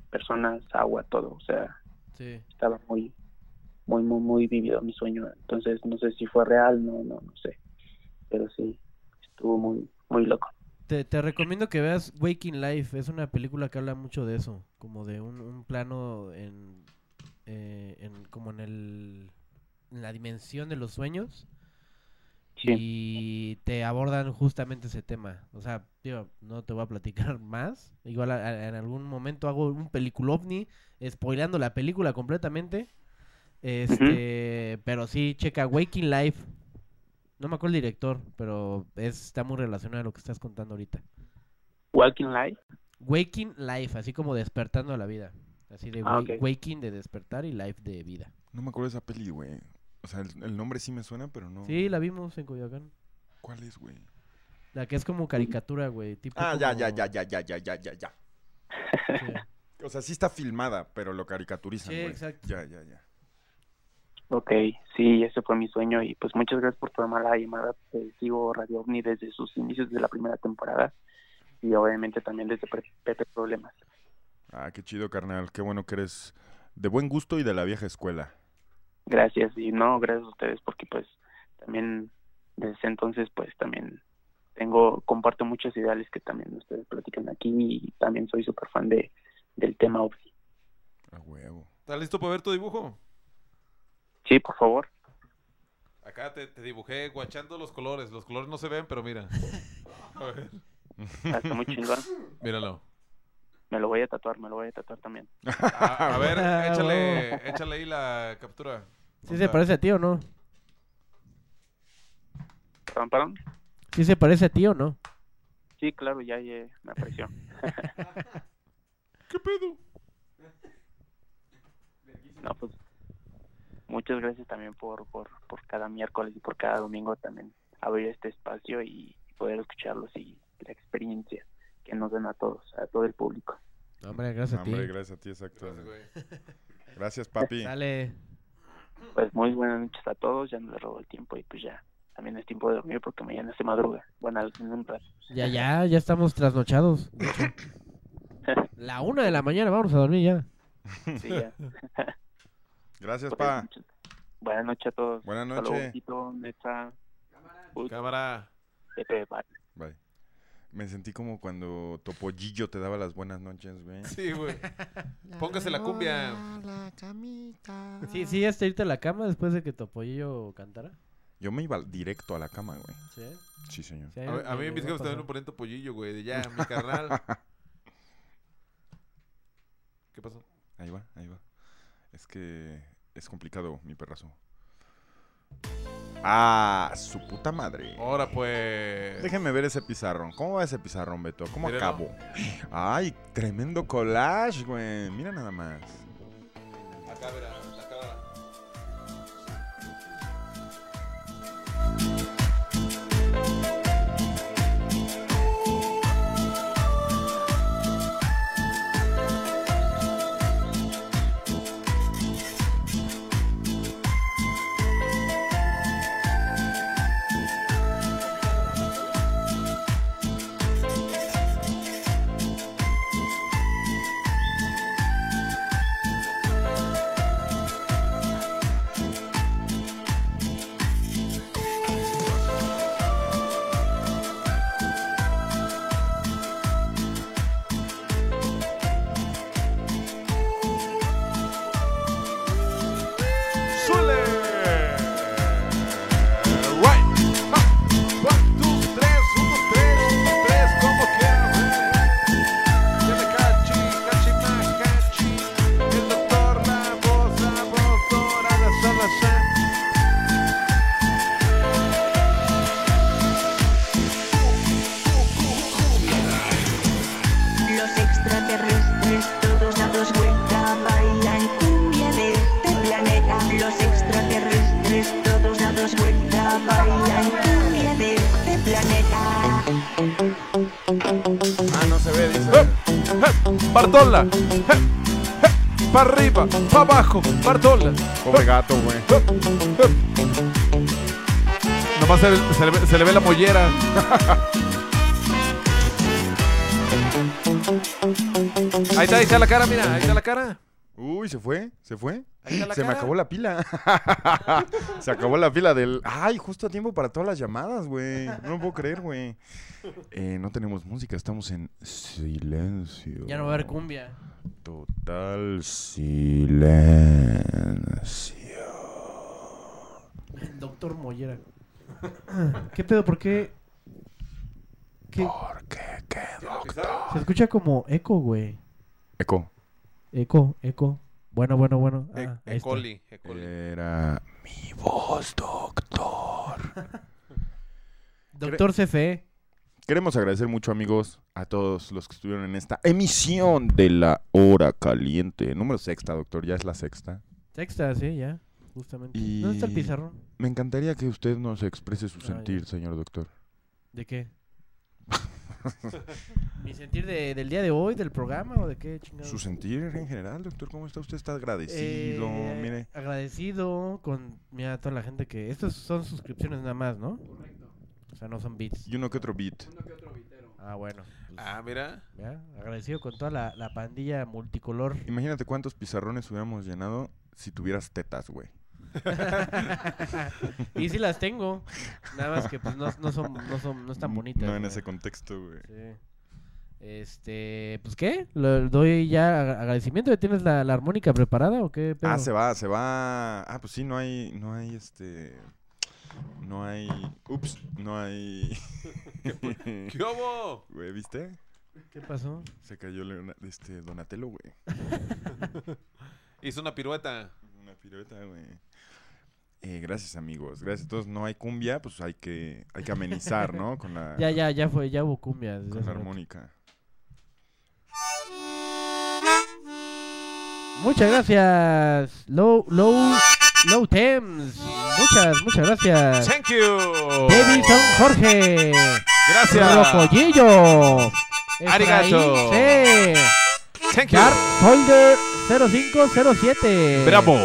Speaker 21: personas, agua, todo, o sea,
Speaker 3: Sí.
Speaker 21: estaba muy, muy, muy, muy vivido mi sueño. Entonces no sé si fue real, no, no, no sé. Pero sí, estuvo muy, muy loco.
Speaker 3: Te, te recomiendo que veas Waking Life, es una película que habla mucho de eso, como de un, un plano en, eh, en- como en el en la dimensión de los sueños y te abordan justamente ese tema. O sea, digo, no te voy a platicar más. Igual a- a- en algún momento hago un película ovni, spoileando la película completamente. Este, pero sí, checa Waking Life. No me acuerdo el director, pero es- está muy relacionado a lo que estás contando ahorita.
Speaker 21: Walking Life.
Speaker 3: Waking Life, así como despertando a la vida. Así de
Speaker 1: Ah,
Speaker 3: wa-
Speaker 1: ok.
Speaker 3: Waking de despertar y Life de vida.
Speaker 1: No me acuerdo de esa peli, güey. O sea, el, el nombre sí me suena, pero no.
Speaker 3: Sí, la vimos en Coyoacán.
Speaker 1: Oh. ¿Cuál es, güey?
Speaker 3: La que es como caricatura, güey. tipo
Speaker 1: Ah, ya, ya,
Speaker 3: como-
Speaker 1: ya, ya, ya, ya, ya, ya, ya. O sea, sí está filmada, pero lo caricaturizan,
Speaker 3: Sí,
Speaker 1: güey.
Speaker 3: exacto.
Speaker 1: Ya, ya, ya.
Speaker 21: Ok, sí, ese fue mi sueño y pues muchas gracias por tomar la llamada. Eh, sigo Radio OVNI desde sus inicios de la primera temporada y obviamente también desde Pre- Pepe Problemas.
Speaker 1: Ah, qué chido, carnal. Qué bueno que eres de buen gusto y de la vieja escuela.
Speaker 21: Gracias y no, gracias a ustedes porque pues también desde ese entonces pues también tengo, comparto muchos ideales que también ustedes platican aquí y también soy súper fan de, del tema OVNI.
Speaker 2: ¿Estás listo para ver tu dibujo?
Speaker 21: Sí, por favor.
Speaker 2: Acá te, te dibujé guachando los colores. Los colores no se ven, pero mira. A ver.
Speaker 21: Ah, Está muy chingón.
Speaker 2: Míralo.
Speaker 21: Me lo voy a tatuar, me lo voy a tatuar también.
Speaker 2: A, a ver,
Speaker 3: Ah,
Speaker 2: échale,
Speaker 3: huevo.
Speaker 2: échale ahí la captura.
Speaker 3: ¿Sí se parece a ti o no?
Speaker 21: ¿Perdón, perdón?
Speaker 3: ¿Sí se parece a ti o no?
Speaker 21: Sí, claro, ya, ya me apareció.
Speaker 2: ¿Qué pedo?
Speaker 21: No, pues muchas gracias también por, por, por cada miércoles y por cada domingo también abrir este espacio y poder escucharlos y la experiencia que nos dan a todos, a todo el público.
Speaker 3: Hombre, gracias a ti.
Speaker 1: Hombre, gracias a ti, exacto. Gracias, papi.
Speaker 3: Dale.
Speaker 21: Pues muy buenas noches a todos, ya no les robo el tiempo y pues ya también es tiempo de dormir porque mañana se madruga. Bueno, al en un rato.
Speaker 3: Ya, ya, ya estamos trasnochados. de hecho. La una de la mañana, vamos a dormir ya.
Speaker 21: Sí, ya.
Speaker 1: Gracias,
Speaker 21: Pues,
Speaker 1: pa.
Speaker 21: Buenas noches a todos.
Speaker 1: Buenas
Speaker 21: Hasta luego,
Speaker 1: noches.
Speaker 21: Tito, Neta. Uy.
Speaker 2: Cámara.
Speaker 21: Pepe, bye.
Speaker 1: Bye. Me sentí como cuando Topollillo te daba las buenas noches, güey.
Speaker 2: Sí, güey. Póngase la cumbia.
Speaker 3: Sí, sí, hasta irte a la cama después de que Topollillo cantara.
Speaker 1: Yo me iba directo a la cama, güey.
Speaker 3: Sí.
Speaker 1: Sí, señor.
Speaker 3: Sí,
Speaker 2: A, mí- a mí en mis
Speaker 3: llegó
Speaker 2: jefes
Speaker 3: a
Speaker 2: también
Speaker 3: pasar.
Speaker 2: me ponían topollillo, güey. De ya, mi carnal. ¿Qué pasó?
Speaker 1: Ahí va, ahí va. Es que es complicado, mi perrazo. Ah, su puta madre.
Speaker 2: Ahora pues.
Speaker 1: Déjenme ver ese pizarrón. ¿Cómo va ese pizarrón, Beto? ¿Cómo
Speaker 2: Míralo.
Speaker 1: acabo? Ay, tremendo collage, güey. Mira nada más.
Speaker 2: Acá, verá, la cámara.
Speaker 1: Ah,
Speaker 2: Eh, Bartola. Para arriba, para abajo, Bartola. Eh,
Speaker 1: Pobre gato, güey.
Speaker 2: Nomás se, le- se le, ve- se le ve la mollera. ahí está, ahí está la cara, mira, ahí está la cara.
Speaker 1: Uy, se fue, se fue.
Speaker 2: está la
Speaker 1: Se me
Speaker 2: cara.
Speaker 1: acabó la pila. se acabó la pila del. Ay, justo a tiempo para todas las llamadas, güey. No lo puedo creer, güey. Eh, no tenemos música, estamos en silencio.
Speaker 3: Ya no va a haber cumbia.
Speaker 1: Total silencio.
Speaker 3: Doctor Mollera. ¿Qué pedo? ¿Por qué? ¿Qué? ¿Por qué qué doctor? Se escucha como eco, güey.
Speaker 1: Eco.
Speaker 3: Eco, eco. Bueno, bueno, bueno. Ah, ahí está.
Speaker 2: Ecoli.
Speaker 1: Era mi voz, doctor.
Speaker 3: Doctor E. CFE.
Speaker 1: Queremos agradecer mucho, amigos, a todos los que estuvieron en esta emisión de la hora caliente. Número sexta, doctor, ya es la sexta.
Speaker 3: Sexta, sí, ya. Justamente.
Speaker 1: Y
Speaker 3: ¿Dónde está el pizarrón? Ah,
Speaker 1: Me encantaría que usted nos exprese su sentir, señor doctor.
Speaker 3: ¿De qué? ¿Mi sentir de- del día de hoy, del programa o de qué chingados?
Speaker 1: Su sentir en general, doctor, ¿cómo está? Usted está agradecido,
Speaker 3: Eh,
Speaker 1: mire.
Speaker 3: Agradecido con mira, toda la gente que. Estas son suscripciones nada más, ¿no? Correcto. O sea, no son bits.
Speaker 1: Y uno que otro beat.
Speaker 3: Ah, bueno.
Speaker 2: Ah, mira.
Speaker 3: Ya, Agradecido con toda la, la pandilla multicolor.
Speaker 1: Imagínate cuántos pizarrones hubiéramos llenado si tuvieras tetas, güey.
Speaker 3: y sí las tengo. Nada más que pues no, no son, no son, no están bonitas.
Speaker 1: No en
Speaker 3: güey.
Speaker 1: ese contexto, güey.
Speaker 3: Sí. Este, pues qué, le doy ya ag- agradecimiento. ¿Ya ¿Tienes la, la armónica preparada o qué? pedo?
Speaker 1: Ah, se va, se va. Ah, pues sí, no hay, no hay este. No hay. Ups, no hay.
Speaker 2: ¿Qué hubo?
Speaker 1: Güey, ¿viste?
Speaker 3: ¿Qué pasó?
Speaker 1: Se cayó Leona- este Donatello, güey.
Speaker 2: Hizo una pirueta.
Speaker 1: Una pirueta, güey. Eh, gracias, amigos. Gracias. Entonces, no hay cumbia, pues hay que, hay que amenizar, ¿no? Con la,
Speaker 3: Ya, ya, ya fue, ya hubo cumbia. desde
Speaker 1: con
Speaker 3: hace
Speaker 1: la
Speaker 3: rato.
Speaker 1: armónica.
Speaker 3: Muchas gracias, Low, Low, Low Thames. Muchas, muchas gracias.
Speaker 2: Thank you.
Speaker 3: Davidson Jorge.
Speaker 2: Gracias.
Speaker 3: Rocollillo.
Speaker 2: Arigato.
Speaker 3: Efraín C.
Speaker 2: Thank you.
Speaker 3: Dark Holder 0507.
Speaker 2: Bravo.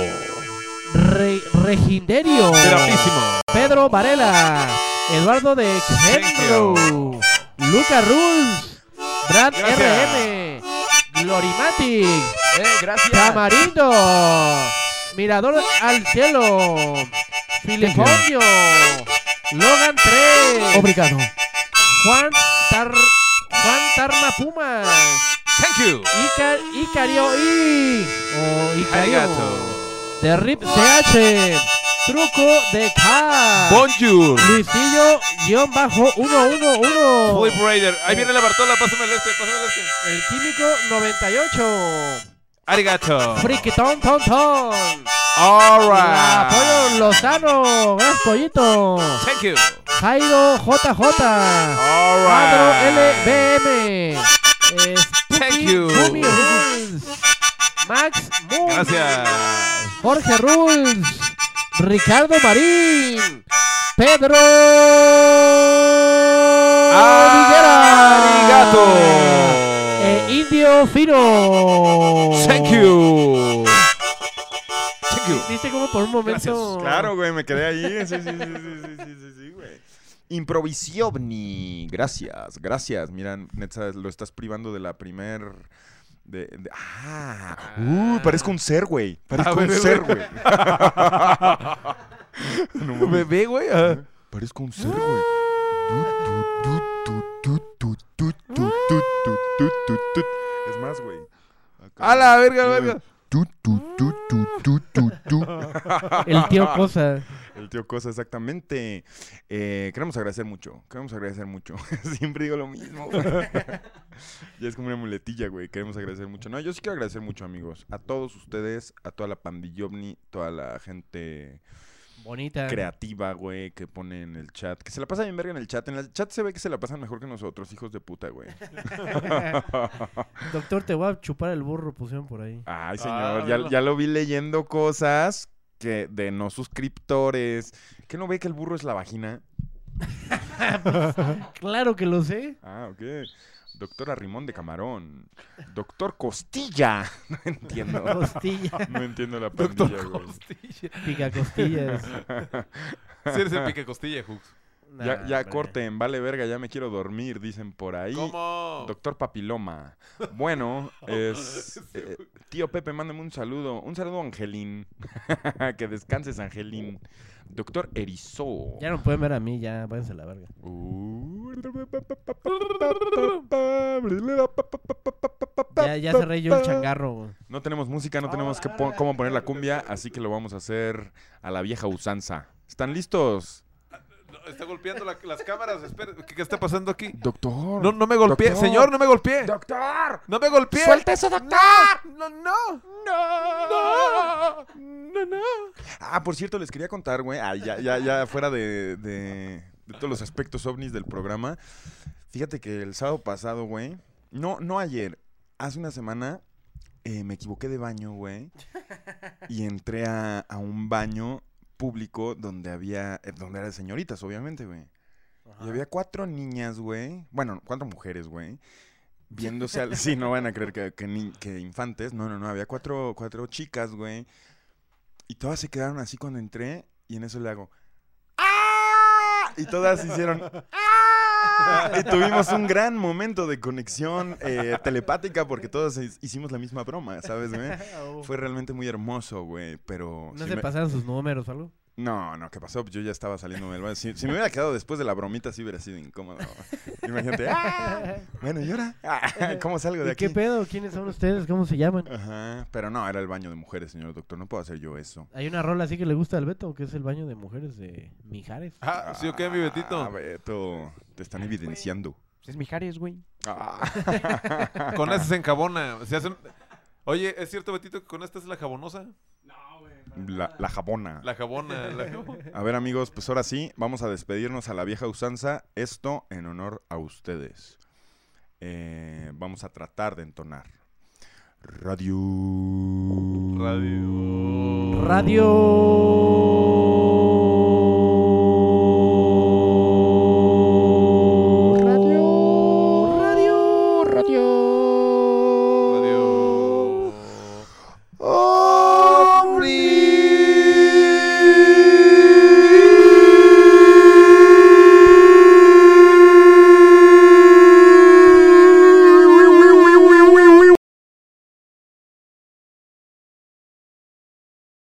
Speaker 3: Re- Reginderio.
Speaker 2: Bravísimo.
Speaker 3: Pedro Varela. Eduardo de Centro. Luca Ruz. Brad RM. Glorimatic.
Speaker 2: Eh,
Speaker 4: gracias.
Speaker 3: Tamarindo. Mirador al cielo. Filefonio. Logan 3.
Speaker 4: Obrigado.
Speaker 3: Juan Tar Juan Tarma Pumas.
Speaker 2: Thank you.
Speaker 3: Icar Icario I. O Icario. De Rip CH. Truco de K.
Speaker 2: Bonjour.
Speaker 3: Luisillo guión bajo 111.
Speaker 2: Flip Raider. Ahí viene la Bartola. Pásame el este, pásame el este.
Speaker 3: El químico 98.
Speaker 2: Arigato.
Speaker 3: Friki Ton Ton Ton.
Speaker 2: All
Speaker 3: La
Speaker 2: right.
Speaker 3: Pollo Lozano. Gracias, Pollito.
Speaker 2: Thank you.
Speaker 3: Jairo JJ. Adro LBM. eh,
Speaker 2: Thank you.
Speaker 3: Rumi Rules. Max Moon.
Speaker 2: Gracias.
Speaker 3: Jorge Rules. Ricardo Marín. Pedro Villera. Eh, Indio Fino.
Speaker 2: Thank you. Thank you.
Speaker 3: Viste como por un momento.
Speaker 1: Claro, güey, me quedé ahí. Sí, sí, sí, sí, sí, sí, sí, sí, güey. Improvisiovni. Gracias, gracias. Miran, Netza, lo estás privando de la primer. De, de- ah, uh, parezco un ser, güey. Parezco
Speaker 2: Ah,
Speaker 1: un
Speaker 2: bebé,
Speaker 1: ser,
Speaker 2: güey.
Speaker 1: güey. No mames.
Speaker 2: Bebé, güey. ah.
Speaker 1: Parezco un ser, güey. Tu, tu, tu, tu, tu, tu, tu, tu, tu, tu. Es más, güey.
Speaker 2: A la verga, la verga.
Speaker 1: Tu, tu, tu, tu, tu, tu, tu.
Speaker 3: El tío Cosa.
Speaker 1: El tío Cosa, exactamente. Eh, queremos agradecer mucho. Queremos agradecer mucho. Siempre digo lo mismo. güey. ya es como una muletilla, güey. Queremos agradecer mucho. No, yo sí quiero agradecer mucho, amigos. A todos ustedes, a toda la pandillovni, toda la gente
Speaker 3: Bonita.
Speaker 1: creativa, güey, que pone en el chat. Que se la pasa bien verga en el chat. En el chat se ve que se la pasan mejor que nosotros, hijos de puta, güey.
Speaker 3: Doctor, te voy a chupar el burro, pusieron por ahí.
Speaker 1: Ay,
Speaker 3: Ah,
Speaker 1: señor, ya,
Speaker 3: verlo.
Speaker 1: ya lo vi leyendo cosas que de no suscriptores. ¿Qué no ve que el burro es la vagina?
Speaker 3: claro que lo sé.
Speaker 1: Ah, ok. Doctora Rimón de Camarón. Doctor Costilla. No entiendo.
Speaker 3: Costilla.
Speaker 1: No entiendo la pandilla,
Speaker 3: Doctor
Speaker 1: güey.
Speaker 3: Costilla. Pica costillas.
Speaker 2: Sí eres el pica costilla, Hux.
Speaker 1: ya
Speaker 2: Nah,
Speaker 1: ya
Speaker 2: hombre.
Speaker 1: corten, vale verga, ya me quiero dormir, dicen por ahí. Doctor Papiloma. Bueno, es, eh, tío Pepe, mándame un saludo. Un saludo, Angelín. que descanses, Angelín. Doctor Erizo.
Speaker 3: Ya no pueden ver a mí, ya váyanse a la verga. Ya, ya cerré yo el changarro. güey.
Speaker 1: No tenemos música, no tenemos que po- cómo poner la cumbia, así que lo vamos a hacer a la vieja usanza. ¿Están listos?
Speaker 2: Está golpeando la- las cámaras. Espera, ¿qué, qué está pasando aquí?
Speaker 1: Doctor.
Speaker 2: No, no me golpeé.
Speaker 1: Doctor.
Speaker 2: Señor, no me golpeé.
Speaker 1: Doctor.
Speaker 2: No me golpeé.
Speaker 1: Suelta eso, doctor.
Speaker 2: No, no.
Speaker 1: No.
Speaker 2: No, no.
Speaker 1: Ah, por cierto, les quería contar, güey. ah, ya, ya, ya fuera de, de- de todos los aspectos ovnis del programa. Fíjate que el sábado pasado, güey. No, no ayer. Hace una semana eh, me equivoqué de baño, güey. Y entré a, a un baño público donde había. eh, donde eran señoritas, obviamente, güey. Y había cuatro niñas, güey. Bueno, cuatro mujeres, güey. Viéndose al. Sí, no van a creer que, que ni- que infantes. No, no, no. Había cuatro, cuatro chicas, güey. Y todas se quedaron así cuando entré. Y en eso le hago. ¡Ah! Y todas hicieron. ¡Ah! Y tuvimos un gran momento de conexión eh, telepática porque todas his- hicimos la misma broma, ¿sabes, güey? Fue realmente muy hermoso, güey. Pero.
Speaker 3: ¿No
Speaker 1: sí
Speaker 3: se
Speaker 1: me-
Speaker 3: pasaron sus números o algo?
Speaker 1: no, no, ¿qué pasó? Yo ya estaba saliendo del baño. Si, si me hubiera quedado después de la bromita, sí hubiera sido incómodo. Imagínate, ¡ah! Bueno, ¿y ahora? Ah, ¿Cómo salgo de
Speaker 3: ¿Y
Speaker 1: aquí?
Speaker 3: ¿Qué pedo? ¿Quiénes son ustedes? ¿Cómo se llaman?
Speaker 1: Ajá, pero no, era el baño de mujeres, señor doctor. No puedo hacer yo eso.
Speaker 3: Hay una rola así que le gusta al Beto, que es el baño de mujeres de Mijares.
Speaker 2: Ah, sí, ok, mi Betito.
Speaker 1: Ah, Beto, te están evidenciando.
Speaker 4: Es Mijares, güey.
Speaker 1: Ah.
Speaker 2: Con esa se encabona. se hacen- Oye, ¿es cierto, Betito, que con esta es la jabonosa?
Speaker 1: La, la jabona.
Speaker 2: La jabona. la jabona.
Speaker 1: A ver, amigos, pues ahora sí, vamos a despedirnos a la vieja usanza. Esto en honor a ustedes. Eh, vamos a tratar de entonar. Radio.
Speaker 2: Radio.
Speaker 3: Radio.